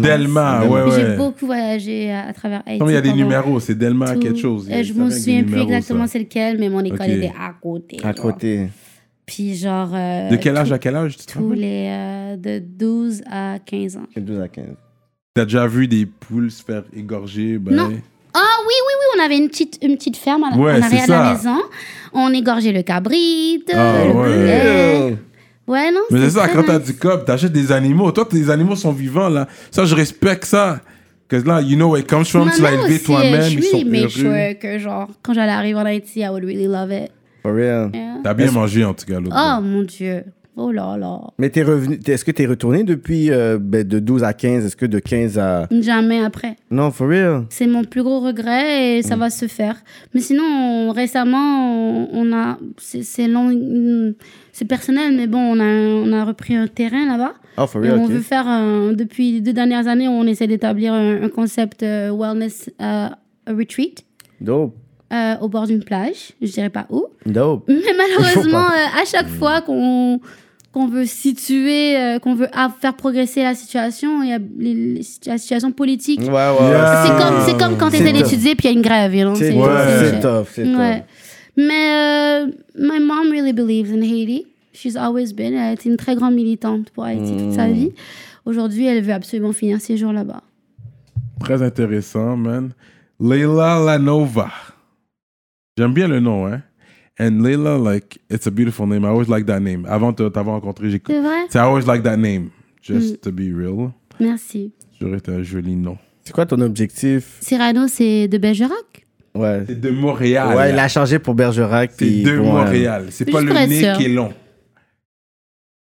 Speaker 4: Delma,
Speaker 3: Delmar.
Speaker 4: Ah ouais,
Speaker 5: J'ai
Speaker 4: ouais.
Speaker 5: beaucoup voyagé euh, à, à travers Haïti.
Speaker 4: Comme il y a des
Speaker 5: pendant
Speaker 4: numéros, c'est Delma
Speaker 5: tout.
Speaker 4: quelque chose.
Speaker 5: Euh, je me souviens plus exactement c'est lequel, mais mon école
Speaker 4: Ok.
Speaker 5: était à côté.
Speaker 3: À
Speaker 5: genre.
Speaker 3: côté.
Speaker 5: Puis genre. euh,
Speaker 4: De quel âge
Speaker 5: tout-
Speaker 4: à Mhm. quel âge tu te
Speaker 5: Tous
Speaker 4: rappelles?
Speaker 5: les. euh, de 12 à 15 ans.
Speaker 3: C'est 12 à 15.
Speaker 4: T'as déjà vu des poules se faire égorger? ben,
Speaker 5: Non. Ah oui, oui, oui, on avait une petite, une petite ferme à la-
Speaker 4: Ouais,
Speaker 5: en
Speaker 4: c'est
Speaker 5: arrière de
Speaker 4: ça.
Speaker 5: la maison. On égorgeait le cabrit,
Speaker 4: Ah, ouais.
Speaker 5: le poulet. Ouais, non.
Speaker 4: Mais c'est ça,
Speaker 5: très
Speaker 4: quand t'as
Speaker 5: nice.
Speaker 4: du cop, t'achètes des animaux. Toi, tes animaux sont vivants, là. Ça, je respecte ça. Parce que là, you know where it comes from, tu
Speaker 5: Maman
Speaker 4: l'as élevé
Speaker 5: aussi,
Speaker 4: toi-même,
Speaker 5: Je
Speaker 4: ils
Speaker 5: really
Speaker 4: sont
Speaker 5: made
Speaker 4: heureux.
Speaker 5: sure que, genre, quand j'allais arriver en Haïti, I would really love it.
Speaker 3: For real.
Speaker 5: Yeah.
Speaker 4: T'as bien mangé, en tout cas, l'autre.
Speaker 5: Oh
Speaker 4: jour.
Speaker 5: mon Dieu. Oh là là.
Speaker 3: Mais t'es revenu. t'es- Est-ce que t'es retourné depuis euh, ben, de 12 à 15? Est-ce que de 15 à.
Speaker 5: Jamais après.
Speaker 3: Non, for real.
Speaker 5: C'est mon plus gros regret et ça va se faire. Mais sinon, on- récemment, on, on a. C'est c'est long. C'est personnel, mais bon, on a, on a repris un terrain là-bas.
Speaker 3: Ah, for
Speaker 5: Et
Speaker 3: real,
Speaker 5: on
Speaker 3: ok.
Speaker 5: veut faire. un- depuis les deux dernières années, on essaie d'établir un, un concept euh, wellness euh, retreat
Speaker 3: Dope.
Speaker 5: euh, au bord d'une plage. Je dirais pas où.
Speaker 3: Dope.
Speaker 5: Mais
Speaker 3: Il faut
Speaker 5: malheureusement,
Speaker 3: pas.
Speaker 5: euh, à chaque fois qu'on qu'on veut situer, euh, qu'on veut av- faire progresser la situation, il y a les- les- la situation politique.
Speaker 3: Ouais, ouais.
Speaker 4: Yeah.
Speaker 5: C'est
Speaker 4: Ah.
Speaker 5: comme, c'est comme quand t'essaies
Speaker 3: C'est tough.
Speaker 5: d'étudier puis il y a une grève. you know,
Speaker 3: C'est
Speaker 5: c'est-
Speaker 3: tough,
Speaker 4: Ouais.
Speaker 3: c'est tough, c'est tough.
Speaker 5: Ouais. Mais euh, my mom really believes in Haiti. She's always been. Elle a été une très grande militante pour Haïti toute
Speaker 3: Hmm.
Speaker 5: sa vie. Aujourd'hui, elle veut absolument finir ses jours là-bas.
Speaker 4: Très intéressant, man. Leila Lanova. J'aime bien le nom, hein. And Leila, like, it's a beautiful name. I always like that name. Avant de t'avoir rencontré, j'ai...
Speaker 5: C'est vrai?
Speaker 4: I always like that name. Just to be real.
Speaker 5: Merci.
Speaker 4: J'aurais été un joli nom.
Speaker 3: C'est quoi ton objectif?
Speaker 5: Cyrano, c'est de Bergerac?
Speaker 3: Ouais.
Speaker 4: C'est de Montréal.
Speaker 3: ouais, il a changé pour Bergerac.
Speaker 4: C'est
Speaker 3: puis
Speaker 4: de
Speaker 3: pour, euh,
Speaker 4: Montréal. C'est
Speaker 5: Mais
Speaker 4: pas
Speaker 5: je
Speaker 4: le
Speaker 5: pourrais être
Speaker 4: nez
Speaker 5: sûre.
Speaker 4: qui est long.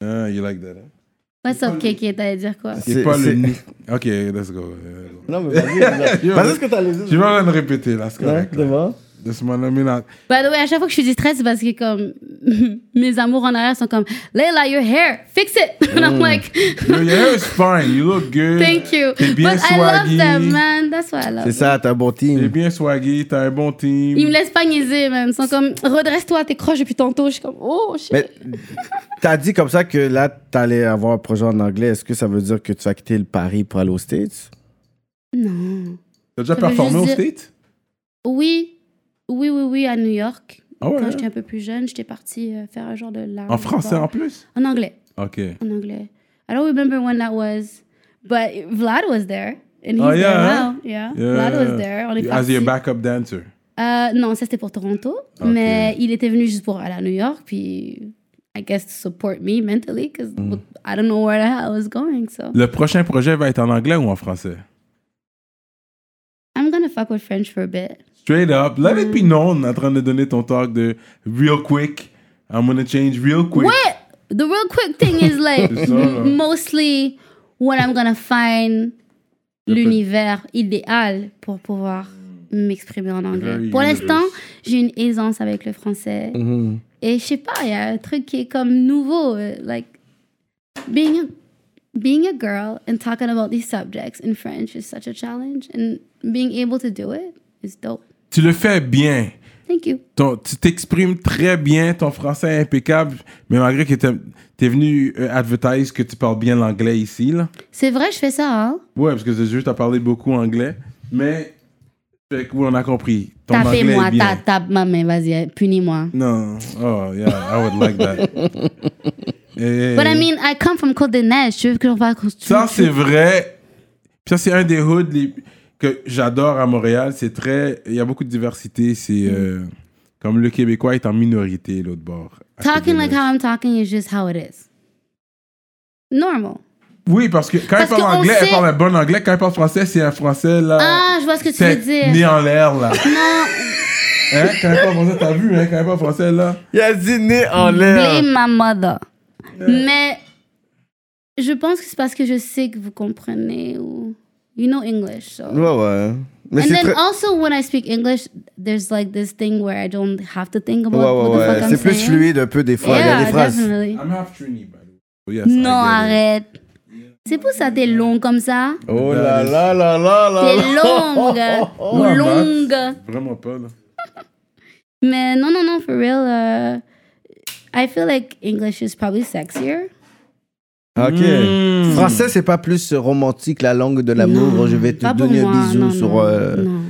Speaker 4: Ah, you like that. hein?
Speaker 5: What's up, Kéké? T'allais dire quoi?
Speaker 4: C'est
Speaker 3: C'est-
Speaker 4: pas le
Speaker 3: c'est-
Speaker 4: nu. Ok, let's go. let's go.
Speaker 3: Non, mais vas-y, vas-y.
Speaker 4: Yo,
Speaker 3: Vas-y, ce que t'allais dire.
Speaker 4: Tu vas me le répéter là, c'est
Speaker 3: Ouais,
Speaker 4: correct.
Speaker 3: c'est bon.
Speaker 4: Laisse-moi nommer la.
Speaker 5: By the way, à chaque fois que je suis distraite, c'est parce que comme mes amours en arrière sont comme Layla, your hair, fix it. And
Speaker 4: Mm.
Speaker 5: I'm like,
Speaker 4: Yo, your hair is fine. You look good.
Speaker 5: thank you.
Speaker 4: T'es bien
Speaker 5: But I love
Speaker 4: swaggy.
Speaker 5: that man. That's why I love.
Speaker 3: C'est
Speaker 5: them.
Speaker 3: ça, t'as un bon
Speaker 4: T'es
Speaker 3: team.
Speaker 4: bien swaggy. T'as un bon team.
Speaker 5: Ils me laissent pas niaiser, man. Ils sont comme redresse-toi, t'es croche depuis tantôt. Je suis comme oh shit.
Speaker 3: Mais t'as dit comme ça que là, t'allais avoir un projet en anglais. Est-ce que ça veut dire que tu vas quitter le Paris pour aller aux States?
Speaker 5: Non.
Speaker 4: T'as déjà
Speaker 5: Ça veut
Speaker 4: performé
Speaker 5: juste
Speaker 4: au
Speaker 5: dire-
Speaker 4: State?
Speaker 5: Oui, oui, oui, oui, à New York.
Speaker 4: Ah ouais.
Speaker 5: Quand j'étais un peu plus jeune, j'étais partie euh, faire un genre de larme.
Speaker 4: En hein. français en plus?
Speaker 5: En anglais.
Speaker 4: Ok.
Speaker 5: En anglais. I don't remember when that was, but Vlad was there. And he's
Speaker 4: Oh, yeah,
Speaker 5: there
Speaker 4: hein?
Speaker 5: now. Yeah.
Speaker 4: Yeah.
Speaker 5: Vlad was there. On est
Speaker 4: As
Speaker 5: parti.
Speaker 4: your backup dancer.
Speaker 5: Euh, non, ça c'était pour Toronto,
Speaker 4: Ok.
Speaker 5: mais il était venu juste pour aller à New York, puis I guess to support me mentally, because I don't know where the hell I was going. So
Speaker 4: Le prochain projet va être en anglais ou en français?
Speaker 5: I'm gonna fuck with French for a bit.
Speaker 4: Straight up. Let it be known. En train de donner ton talk de real quick. I'm gonna change real quick.
Speaker 5: What? The real quick thing is like
Speaker 4: C'est ça, là.
Speaker 5: mostly what I'm gonna find l'univers idéal pour pouvoir m'exprimer en anglais.
Speaker 4: Very
Speaker 5: Pour l'instant,
Speaker 4: universe. Mm-hmm.
Speaker 5: j'ai une aisance avec le français. Et je sais pas, il y a un truc qui est comme nouveau. euh, Like, being a, being a girl and talking about these subjects in French is such a challenge. And being able to do it is dope.
Speaker 4: Tu le fais bien.
Speaker 5: Thank you.
Speaker 4: Ton- tu t'exprimes très bien, ton français est impeccable, mais malgré que t'es t'es venu euh, advertise que tu parles bien l'anglais ici, là.
Speaker 5: C'est vrai, je fais ça, hein?
Speaker 4: Ouais, parce que c'est juste à parler beaucoup anglais, mais fait que oui, on a compris. Ton anglais est
Speaker 5: Tapez-moi,
Speaker 4: bien.
Speaker 5: ta- tape ma main, vas-y, euh, punis-moi.
Speaker 4: Non, oh yeah, I would like that. Eh,
Speaker 5: But I mean, I come from Côte des Neiges. Tu veux que l'on va
Speaker 4: ça c'est vrai. Puis ça c'est un des hoods les- que j'adore à Montréal. C'est très, il y a beaucoup de diversité. C'est
Speaker 5: Mm.
Speaker 4: euh, comme le Québécois est en minorité l'autre bord. à Côte
Speaker 5: Talking
Speaker 4: des
Speaker 5: like
Speaker 4: Neiges.
Speaker 5: how I'm talking is just how it is. Normal.
Speaker 4: Oui, parce que quand
Speaker 5: Parce
Speaker 4: elle parle
Speaker 5: qu'on
Speaker 4: anglais,
Speaker 5: sait-
Speaker 4: elle parle un bon anglais. Quand elle parle français, c'est un français là.
Speaker 5: Ah, je vois ce que tu
Speaker 4: c'est
Speaker 5: veux dire.
Speaker 4: Né en l'air là. Hein? Quand elle parle français, t'as vu, hein? Quand elle parle français là.
Speaker 3: Il a dit né en l'air.
Speaker 5: Blame my mother. Mais je pense que c'est parce que je sais que vous comprenez ou. You know English, so.
Speaker 3: Ouais, ouais. Mais
Speaker 5: And
Speaker 3: c'est
Speaker 5: then
Speaker 3: très-
Speaker 5: also when I speak English, there's like this thing where I don't have to think about
Speaker 3: Ouais, ouais,
Speaker 5: what the
Speaker 3: ouais.
Speaker 5: fuck I'm
Speaker 3: C'est plus
Speaker 5: saying.
Speaker 3: fluide un peu des fois. Il y a
Speaker 5: Yeah,
Speaker 3: des phrases.
Speaker 5: definitely.
Speaker 4: I'm half Trini, by the way. So, Oh, yes, I get
Speaker 5: Non,
Speaker 4: it.
Speaker 5: arrête. C'est pour ça que t'es long comme ça.
Speaker 3: Oh là là là là là.
Speaker 5: T'es
Speaker 3: là.
Speaker 5: longue ou
Speaker 3: bah.
Speaker 4: Ouais,
Speaker 5: longue.
Speaker 4: Vraiment pas là.
Speaker 5: Mais non, non, non, for real. euh, I feel like English is probably sexier.
Speaker 3: Ok.
Speaker 4: Mm.
Speaker 3: Français, c'est pas plus romantique, la langue de l'amour.
Speaker 5: Non,
Speaker 3: Je vais te
Speaker 5: pas pour
Speaker 3: donner
Speaker 5: moi,
Speaker 3: un bisou
Speaker 5: non,
Speaker 3: sur.
Speaker 5: non,
Speaker 3: euh,
Speaker 5: non.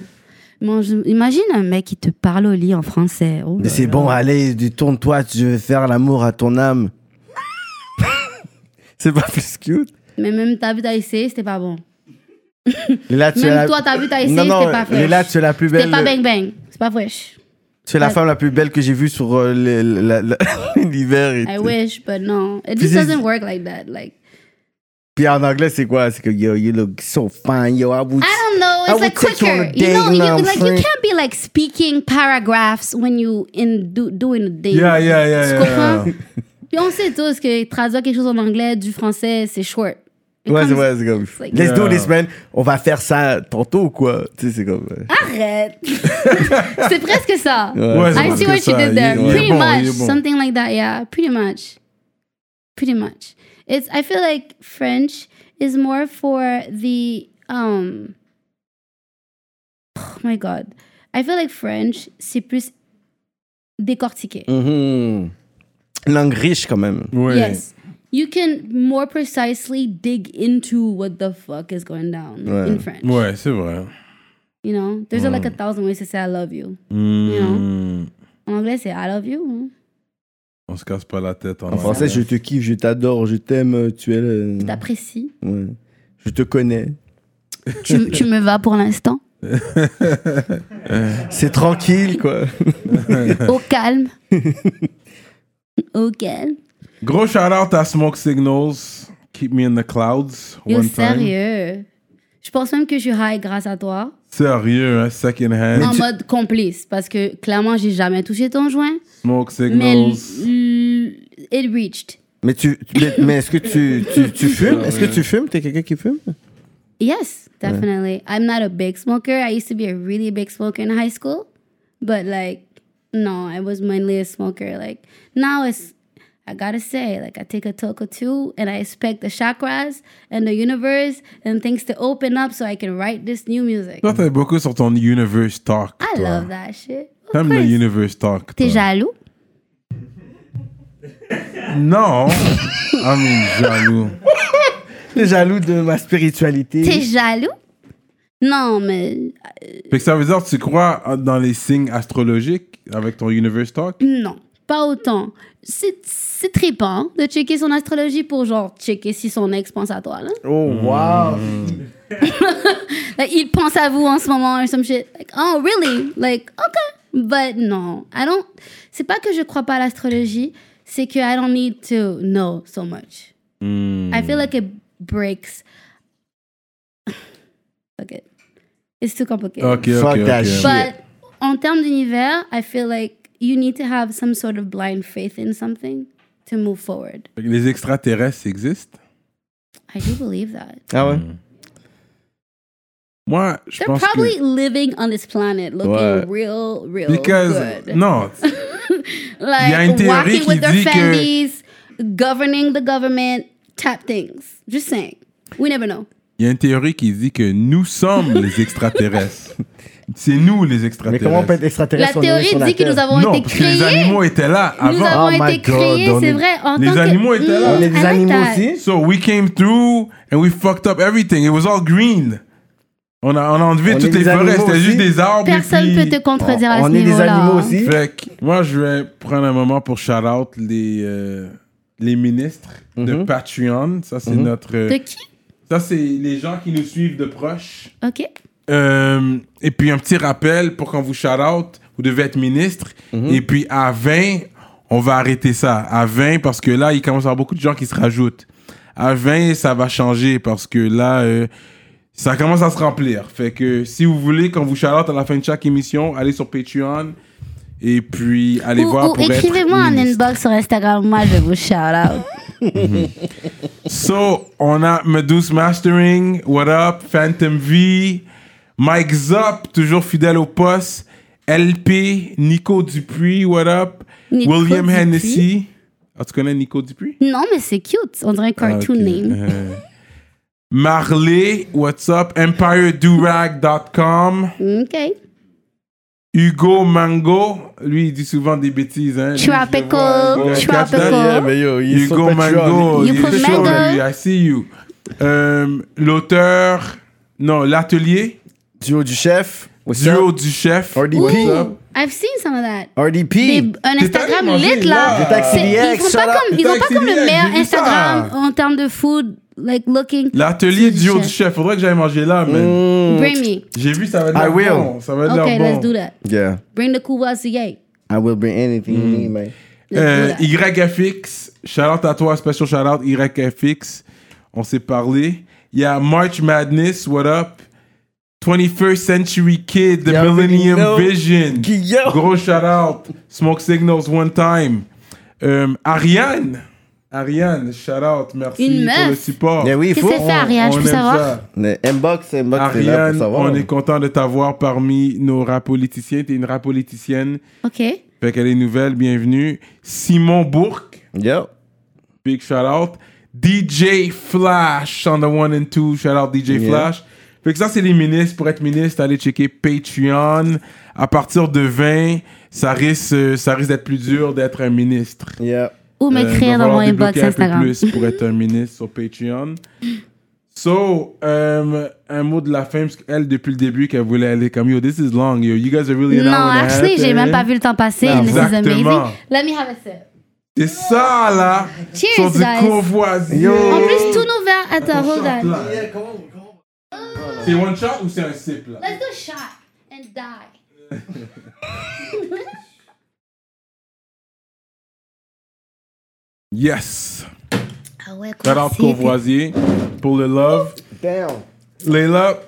Speaker 5: Bon, je- imagine un mec qui te parle au lit en français. Oh là
Speaker 3: Mais c'est
Speaker 5: là.
Speaker 3: bon, allez, du- tourne-toi, je vais faire l'amour à ton âme. c'est pas plus cute.
Speaker 5: Mais même t'as vu, t'as essayé, c'était pas bon.
Speaker 3: Léla, tu
Speaker 5: Même
Speaker 3: es la...
Speaker 5: toi, t'as vu, t'as essayé,
Speaker 3: Non, non,
Speaker 5: c'était pas fresh.
Speaker 3: Léla, tu es la plus
Speaker 5: C'était
Speaker 3: belle.
Speaker 5: pas bang bang. C'est pas fresh.
Speaker 3: Tu es la
Speaker 5: Ouais.
Speaker 3: femme la plus belle que j'ai vue sur euh, le- la- la- l'univers. et
Speaker 5: I
Speaker 3: tout.
Speaker 5: wish, but no. It
Speaker 3: Puis
Speaker 5: just
Speaker 3: c'est-
Speaker 5: doesn't work like that. Like,
Speaker 3: Puis en anglais, c'est quoi C'est que yo, you look so fine, yo, I would.
Speaker 5: I don't know.
Speaker 3: I
Speaker 5: It's
Speaker 3: would
Speaker 5: like
Speaker 3: take you on a
Speaker 5: quicker. You, know,
Speaker 3: date, no,
Speaker 5: you, like you
Speaker 3: friend.
Speaker 5: can't be like speaking paragraphs when you in do, doing a date.
Speaker 4: Yeah, yeah, yeah,
Speaker 5: Tu
Speaker 4: yeah,
Speaker 5: comprends?
Speaker 4: yeah.
Speaker 5: Puis on sait tous que traduire quelque chose en anglais du français, c'est short. It
Speaker 3: Ouais,
Speaker 5: comes-
Speaker 3: c'est ouais, c'est comme.
Speaker 5: like-
Speaker 3: Let's do
Speaker 4: Yeah.
Speaker 3: this, man. On va faire ça tantôt ou quoi Tu sais, c'est comme. euh,
Speaker 5: Arrête! c'est presque ça.
Speaker 4: Ouais, c'est
Speaker 5: I
Speaker 4: parce
Speaker 5: see
Speaker 4: que
Speaker 5: what she
Speaker 4: ça,
Speaker 5: did
Speaker 4: il-
Speaker 5: there.
Speaker 4: il est
Speaker 5: Pretty
Speaker 4: bon, il
Speaker 5: much.
Speaker 4: est bon.
Speaker 5: Something like that, yeah. Pretty much. Pretty much. It's I feel like French is more for the um Oh my god. I feel like French, c'est plus décortiqué.
Speaker 3: mhm. Langue riche, quand même.
Speaker 4: Ouais.
Speaker 5: Yes. You can more precisely dig into what the fuck is going down
Speaker 3: Ouais.
Speaker 5: in French.
Speaker 4: Ouais, c'est vrai.
Speaker 5: You know, there's like a thousand ways to say I love you.
Speaker 4: Mm.
Speaker 5: En anglais, c'est I love you. hein.
Speaker 4: On se casse pas la tête en,
Speaker 3: En français, je te kiffe, je t'adore, je t'aime, tu es le.
Speaker 5: T'apprécies.
Speaker 3: Ouais. Je te connais.
Speaker 5: tu, tu me vas pour l'instant.
Speaker 3: C'est tranquille, quoi.
Speaker 5: Au calme. Au calme.
Speaker 4: Gros shout out à Smoke Signals. Keep me in the clouds.
Speaker 5: Yo,
Speaker 4: one time.
Speaker 5: sérieux. Je pense même que je suis high grâce à toi.
Speaker 4: Sérieux, hein? Second hand.
Speaker 5: en mode complice. Parce que clairement, j'ai jamais touché ton joint.
Speaker 4: Smoke
Speaker 5: Mais
Speaker 4: Signals.
Speaker 5: l- l- it reached.
Speaker 3: Mais, tu, mais, mais est-ce que tu, tu, tu fumes? Est-ce que tu fumes? T'es quelqu'un qui fume?
Speaker 5: Yes, definitely. I'm not a big smoker. I used to be a really big smoker in high school, but like, no, I was mainly a smoker. Like now, it's I gotta say, like I take a talk or two, and I expect the chakras and the universe and things to open up so I can write this new music.
Speaker 4: Toi, t'es beaucoup sur ton universe talk.
Speaker 5: I
Speaker 4: toi.
Speaker 5: love that shit. Of
Speaker 4: T'aimes le
Speaker 5: course.
Speaker 4: universe talk.
Speaker 5: T'es
Speaker 4: toi.
Speaker 5: jaloux?
Speaker 4: Non. Ah, I mean, jaloux.
Speaker 3: T'es jaloux de ma spiritualité.
Speaker 5: T'es jaloux? Non, mais
Speaker 4: Fait que ça veut dire que tu crois dans les signes astrologiques avec ton universe talk?
Speaker 5: Non, pas autant. C'est c'est trippant de checker son astrologie pour genre checker si son ex pense à toi. Là.
Speaker 3: Oh, wow!
Speaker 5: Like, il pense à vous en ce moment or some shit. Like, oh, really? Like, okay. But non, I don't... C'est pas que je crois pas à l'astrologie, c'est que I don't need to know so much.
Speaker 4: Hmm.
Speaker 5: I feel like it breaks... Fuck it. It's too complicated.
Speaker 4: Ok, ok,
Speaker 3: Fuck
Speaker 4: ok.
Speaker 3: that shit.
Speaker 5: But en termes d'univers, I feel like you need to have some sort of blind faith in something to move forward.
Speaker 4: Fait que Les extraterrestres existent?
Speaker 5: I do believe that.
Speaker 3: Ah ouais?
Speaker 4: Moi, je
Speaker 5: They're
Speaker 4: pense que...
Speaker 5: probably living on this planet looking
Speaker 3: Ouais.
Speaker 5: real, real
Speaker 4: Because,
Speaker 5: oh, good.
Speaker 4: non,
Speaker 5: like
Speaker 4: y a une théorie
Speaker 5: walking
Speaker 4: qui
Speaker 5: with their
Speaker 4: dit que-
Speaker 5: families, governing the government, type things. Just saying. We never know.
Speaker 4: il y a une théorie qui dit que nous sommes les extraterrestres. C'est nous les
Speaker 3: Mais
Speaker 4: extraterrestres.
Speaker 3: comment on peut être
Speaker 5: La
Speaker 3: extraterrestre? si on est
Speaker 5: théorie
Speaker 3: sur la
Speaker 5: dit que
Speaker 3: Terre?
Speaker 5: nous avons
Speaker 4: non,
Speaker 5: été
Speaker 4: parce que les
Speaker 5: créés.
Speaker 4: animaux étaient là
Speaker 5: Nous
Speaker 4: avant.
Speaker 5: avons
Speaker 3: Oh my
Speaker 5: été
Speaker 3: God,
Speaker 5: créés,
Speaker 3: on est-
Speaker 5: c'est vrai. En
Speaker 4: Les
Speaker 5: tant que- Mm,
Speaker 4: animaux étaient là.
Speaker 3: On est
Speaker 5: I
Speaker 3: des
Speaker 5: like
Speaker 3: animaux
Speaker 5: that.
Speaker 3: aussi?
Speaker 4: So we came through and we fucked up everything. It was all green. On a, on a enlevé
Speaker 3: On est
Speaker 4: toutes
Speaker 3: des
Speaker 4: les forêts.
Speaker 3: animaux
Speaker 4: C'était
Speaker 3: aussi.
Speaker 4: juste des arbres.
Speaker 5: Personne
Speaker 4: et
Speaker 5: peut
Speaker 4: puis...
Speaker 5: te contredire à ce
Speaker 3: Oh, On est des
Speaker 5: niveau-là.
Speaker 3: animaux
Speaker 5: hein.
Speaker 3: aussi.
Speaker 4: Fait que moi, je vais prendre un moment pour shout out les, euh, les ministres de Patreon. Ça, c'est notre. euh,
Speaker 5: De qui
Speaker 4: ça, c'est les gens qui nous suivent de proche.
Speaker 5: Ok.
Speaker 4: Euh, et puis un petit rappel pour qu'on vous shout out, vous devez être ministre. Et puis à 20, on va arrêter ça. À 20, parce que là, il commence à y avoir beaucoup de gens qui se rajoutent. À 20, ça va changer parce que là, euh, ça commence à se remplir. Fait que si vous voulez qu'on vous shout out à la fin de chaque émission, allez sur Patreon. Et puis allez
Speaker 5: Ou,
Speaker 4: voir
Speaker 5: ou
Speaker 4: pour être
Speaker 5: écrivez-moi en
Speaker 4: ministre.
Speaker 5: inbox sur Instagram, moi je vous shout out.
Speaker 4: So, on a Medus Mastering, what up, Phantom V, Mike Zop, toujours fidèle au poste, LP, Nico Dupuis, what up,
Speaker 5: Nico
Speaker 4: William
Speaker 5: Dupuis.
Speaker 4: Hennessy. Ah, tu connais Nico Dupuis?
Speaker 5: Non, mais c'est cute. On dirait un cartoon
Speaker 4: Ah, ok.
Speaker 5: name.
Speaker 4: Euh, Marley, what's up, EmpireDurag.com,
Speaker 5: OK.
Speaker 4: Hugo Mango, lui il dit souvent des bêtises. Hein. Lui, je le vois,
Speaker 5: Tropical,
Speaker 4: il est capable.
Speaker 5: tropical. Yeah, mais
Speaker 3: yo,
Speaker 4: Hugo Mango,
Speaker 5: You
Speaker 4: il
Speaker 5: put
Speaker 4: est chaud,
Speaker 5: mango.
Speaker 4: lui, I see you. Euh, L'auteur, non, l'atelier,
Speaker 3: Duo du chef. What's
Speaker 4: duo
Speaker 3: up?
Speaker 4: du chef.
Speaker 3: RDP.
Speaker 4: What's up?
Speaker 5: Ooh, I've seen some of that. Des-
Speaker 3: RDP.
Speaker 5: un
Speaker 4: T'es allé
Speaker 5: Instagram
Speaker 4: manger
Speaker 5: lit là.
Speaker 4: là.
Speaker 3: Des taxis
Speaker 5: C'est- ils
Speaker 3: liés,
Speaker 5: font
Speaker 3: shout
Speaker 5: pas
Speaker 3: out.
Speaker 5: comme,
Speaker 4: Des
Speaker 5: ils ont pas
Speaker 4: taxis
Speaker 5: comme
Speaker 4: liés,
Speaker 5: le
Speaker 4: j'ai
Speaker 5: meilleur
Speaker 4: vu ça.
Speaker 5: Instagram en termes de food, like looking.
Speaker 4: L'atelier
Speaker 5: Du
Speaker 4: duo
Speaker 5: chef.
Speaker 4: du chef. Faudrait que j'aille manger là, man.
Speaker 5: Bring me.
Speaker 4: J'ai vu, ça va être
Speaker 3: Mm. I
Speaker 4: l'air
Speaker 3: will.
Speaker 4: bon. Ça va être l'air
Speaker 5: Okay,
Speaker 4: bon.
Speaker 5: let's do that.
Speaker 3: Yeah.
Speaker 5: Bring the Kuwasiye.
Speaker 3: I will bring anything you need, man.
Speaker 4: Euh,
Speaker 5: Let's do
Speaker 4: YFX, shout-out à toi, special shout-out YFX. On s'est parlé. Il y a March Madness, what up? 21st Century Kid, The
Speaker 3: You already
Speaker 4: Millennium
Speaker 3: know.
Speaker 4: Vision.
Speaker 3: Guillaume.
Speaker 4: Gros shout-out. Smoke Signals One Time. Euh, Ariane. Ariane, shout-out. Merci
Speaker 5: Une
Speaker 4: pour le
Speaker 5: meuf.
Speaker 4: support.
Speaker 3: Yeah, oui, il
Speaker 5: Qu'est-ce
Speaker 3: faut.
Speaker 5: que c'est fait, Ariane? Je
Speaker 4: On
Speaker 5: peux
Speaker 4: aime
Speaker 5: savoir?
Speaker 4: ça.
Speaker 3: Mais Inbox, inbox, c'est là
Speaker 4: Ariane,
Speaker 3: pour savoir.
Speaker 4: on est content de t'avoir parmi nos rap politiciens. T'es une rap politicienne.
Speaker 5: that. OK.
Speaker 4: Fait qu'elle est nouvelle, bienvenue. Simon Bourque.
Speaker 3: Yo.
Speaker 4: Big shout out. DJ Flash on the one and two. Shout out DJ
Speaker 3: Yeah.
Speaker 4: Flash. Fait que ça, c'est les ministres. Pour être ministre, allez checker Patreon. À partir de 20, ça risque, euh, ça risque d'être plus dur d'être un ministre.
Speaker 3: Yeah.
Speaker 5: Ou
Speaker 4: Euh, il va
Speaker 5: m'écrire dans mon
Speaker 4: falloir
Speaker 5: inbox
Speaker 4: débloquer un peu
Speaker 5: Instagram.
Speaker 4: plus pour être un ministre sur Patreon. So, um, un mot de la fin, parce qu'elle, depuis le début, qu'elle voulait aller comme Yo, this is long, yo, you guys are really an
Speaker 5: Non,
Speaker 4: hour and a
Speaker 5: actually,
Speaker 4: half,
Speaker 5: j'ai
Speaker 4: eh?
Speaker 5: même pas vu le temps passer.
Speaker 3: Non,
Speaker 5: and This is amazing.
Speaker 4: exactement.
Speaker 5: Let me have a sip.
Speaker 4: C'est ça, là!
Speaker 5: Cheers,
Speaker 4: Sur du
Speaker 5: guys.
Speaker 4: courvoisier!
Speaker 3: Yo.
Speaker 5: En plus, tout nos verres. Attends, hold
Speaker 4: Shot,
Speaker 5: on.
Speaker 4: là. C'est one shot ou c'est un sip, là?
Speaker 5: Let's go shot and die.
Speaker 4: Yes!
Speaker 5: Ah ouais,
Speaker 4: Shout out
Speaker 5: quoi
Speaker 4: courvoisier pour le love.
Speaker 3: Damn.
Speaker 4: Leila,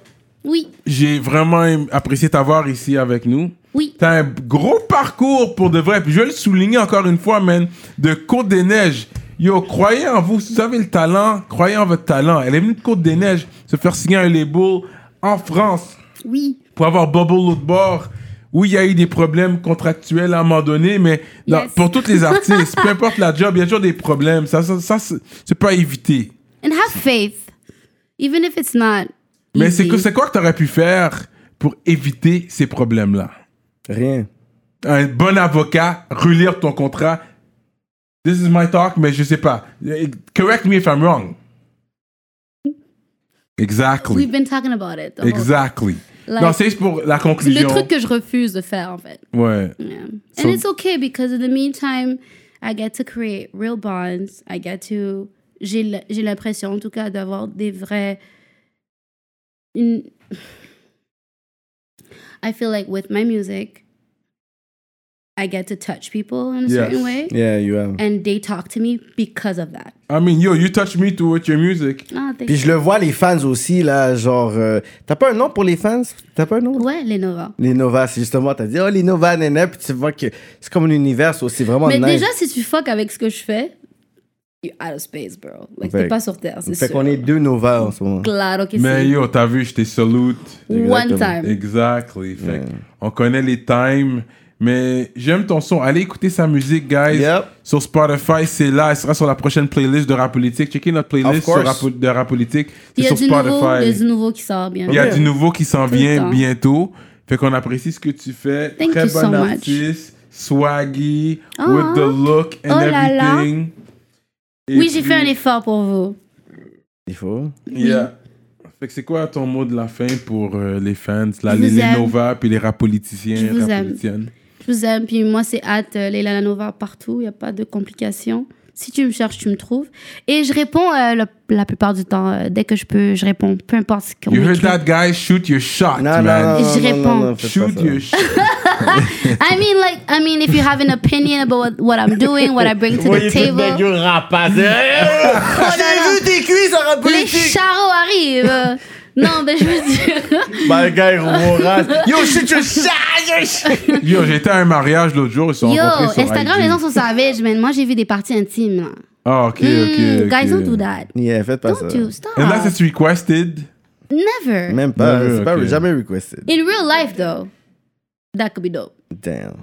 Speaker 5: Oui,
Speaker 4: j'ai vraiment aim- apprécié t'avoir ici avec nous.
Speaker 5: oui.
Speaker 4: T'as un gros parcours pour de vrai. Puis je vais le souligner encore une fois, man, de Côte des Neiges. Yo, croyez en vous. Si vous avez le talent, croyez en votre talent. Elle est venue de Côte-des-Neiges se faire signer un label en France
Speaker 5: Oui.
Speaker 4: pour avoir Bubble l'autre bord. Oui, il y a eu des problèmes contractuels à un moment donné, mais dans-
Speaker 5: Yes.
Speaker 4: pour tous les artistes, peu importe la job, il y a toujours des problèmes. Ça, ça, ça, c'est c'est pas évité.
Speaker 5: And have faith. Even if it's not.
Speaker 4: Mais c'est
Speaker 5: easy.
Speaker 4: que- c'est quoi que tu aurais pu faire pour éviter ces problèmes-là?
Speaker 3: Rien.
Speaker 4: un bon avocat, relire ton contrat. This is my talk, mais je sais pas. Eh, Correct me if I'm wrong.
Speaker 5: We've
Speaker 4: Exactly.
Speaker 5: been talking about it. the whole-
Speaker 4: Exactly.
Speaker 5: Like-
Speaker 4: non, c'est juste pour la
Speaker 5: C'est le
Speaker 4: conclusion.
Speaker 5: truc que je refuse de faire, en fait.
Speaker 4: Ouais.
Speaker 5: Yeah. And
Speaker 4: So-
Speaker 5: it's okay because in the meantime, I get to create real bonds. I get to. J'ai l- j'ai l'impression, en tout cas, d'avoir des vrais. une- I feel like with my music, I get to touch people in a
Speaker 4: Yes.
Speaker 5: certain way.
Speaker 3: Yeah, you have.
Speaker 5: And they talk to me because of that.
Speaker 4: I mean, yo, you touch me to with your music.
Speaker 5: Ah, thank
Speaker 3: Puis je le vois, les fans aussi, là, genre. euh, T'as pas un nom pour les fans T'as pas un nom
Speaker 5: you. Ouais, les Nova.
Speaker 3: Les Nova, c'est justement, t'as dit, oh, les Nova, nana, puis tu vois que c'est comme un univers aussi, c'est vraiment
Speaker 5: Mais
Speaker 3: nice.
Speaker 5: déjà, si tu fuck avec ce que je fais, you're out of space, bro. Like,
Speaker 3: Fait-
Speaker 5: t'es pas sur Terre, c'est
Speaker 3: fait
Speaker 5: sûr.
Speaker 3: qu'on est deux Nova en ce moment.
Speaker 5: Claro que
Speaker 4: Mais
Speaker 5: si.
Speaker 4: yo, t'as vu, je t'ai salute.
Speaker 5: One time.
Speaker 3: Mm.
Speaker 4: Exactly. Fait que On connaît les times. Mais j'aime ton son. Allez écouter sa musique, guys.
Speaker 3: Yep.
Speaker 4: Sur Spotify, c'est là. Elle sera sur la prochaine playlist de Rap Politique. Checkez notre playlist
Speaker 3: Of course.
Speaker 4: sur Rap- de Rap Politique.
Speaker 5: Il y,
Speaker 4: C'est
Speaker 5: a
Speaker 4: sur
Speaker 5: du
Speaker 4: Spotify.
Speaker 5: nouveau, il y a du nouveau qui sort bien.
Speaker 4: Il y a
Speaker 3: Ouais.
Speaker 4: du nouveau qui s'en
Speaker 5: le
Speaker 4: vient
Speaker 5: temps.
Speaker 4: bientôt. Fait qu'on apprécie ce que tu fais.
Speaker 5: Thank
Speaker 4: Très
Speaker 5: you
Speaker 4: bon
Speaker 5: so much.
Speaker 4: artiste. Swaggy.
Speaker 5: Ah.
Speaker 4: With the look and
Speaker 5: Oh là là.
Speaker 4: everything. Et
Speaker 5: Oui, j'ai
Speaker 4: puis-
Speaker 5: fait un effort pour vous.
Speaker 3: Il faut.
Speaker 4: Yeah. Fait que c'est quoi ton mot de la fin pour euh, les fans, là,
Speaker 5: Je
Speaker 4: les
Speaker 5: vous aime.
Speaker 4: Nova puis les rap politiciens,
Speaker 5: Je vous
Speaker 4: rap
Speaker 5: aime.
Speaker 4: politiciennes?
Speaker 5: Je vous aime. Puis moi, c'est hâte, euh, Leila Lanova partout. Il n'y a pas de complications. Si tu me cherches, tu me trouves. Et je réponds euh, le- la plupart du temps. euh, dès que je peux, je réponds. Peu importe ce qu'on
Speaker 4: You heard
Speaker 5: m'écrit.
Speaker 4: that guy? Shoot your shot,
Speaker 3: Non, non,
Speaker 4: man.
Speaker 3: non, non,
Speaker 5: Je
Speaker 3: non,
Speaker 5: réponds.
Speaker 3: non, non, faites pas
Speaker 4: Shoot
Speaker 3: ça.
Speaker 4: your shot.
Speaker 5: I mean, like, I mean, if you have an opinion about what, what I'm doing, what I bring to the table.
Speaker 3: rapace. J'ai vu tes cuisses en rap
Speaker 5: Oh Les
Speaker 3: politique.
Speaker 5: charros arrivent. non, mais je veux dire.
Speaker 3: My guy, Roras. Yo, shit, your shit, your shit.
Speaker 4: Yo, j'étais à un mariage l'autre jour, ils se sont
Speaker 5: Yo,
Speaker 4: rencontrés sur
Speaker 5: Instagram,
Speaker 4: IG.
Speaker 5: les gens sont savages, man. Moi, j'ai vu des parties intimes. Là.
Speaker 4: Ah, ok, ok,
Speaker 5: Mm,
Speaker 4: ok.
Speaker 5: Guys, don't do that.
Speaker 3: Yeah, faites pas ça.
Speaker 5: Don't you stop.
Speaker 4: And là, c'est requested.
Speaker 5: Never.
Speaker 3: Même pas,
Speaker 4: Ouais,
Speaker 3: c'est pas
Speaker 4: ok.
Speaker 3: jamais requested.
Speaker 5: In real life, though, that could be dope.
Speaker 3: Damn.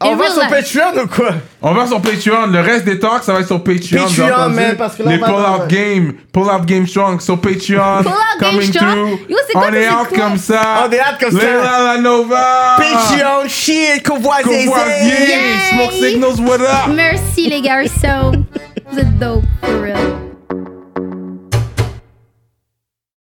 Speaker 3: On va
Speaker 5: real
Speaker 3: sur
Speaker 5: life.
Speaker 3: Patreon ou quoi?
Speaker 4: On va sur Patreon. Le reste des talks, ça va être sur Patreon.
Speaker 3: Patreon,
Speaker 4: j'ai entendu.
Speaker 3: man, parce que là,
Speaker 4: Les
Speaker 3: on va-
Speaker 4: pull-out game, pull-out game strong sur Patreon.
Speaker 5: Pull Out Game
Speaker 4: coming
Speaker 5: Strong.
Speaker 4: through.
Speaker 5: Yo, c'est quoi
Speaker 4: on
Speaker 5: ça,
Speaker 4: est
Speaker 5: c'est
Speaker 4: out
Speaker 5: quoi?
Speaker 4: comme ça.
Speaker 3: On est out comme ça.
Speaker 4: Léla Lanova.
Speaker 3: Patreon, shit, convoisier.
Speaker 4: Courvoisier.
Speaker 5: Yay.
Speaker 4: Smoke Signals, what up?
Speaker 5: Merci, les garçons. Vous êtes dope, for real.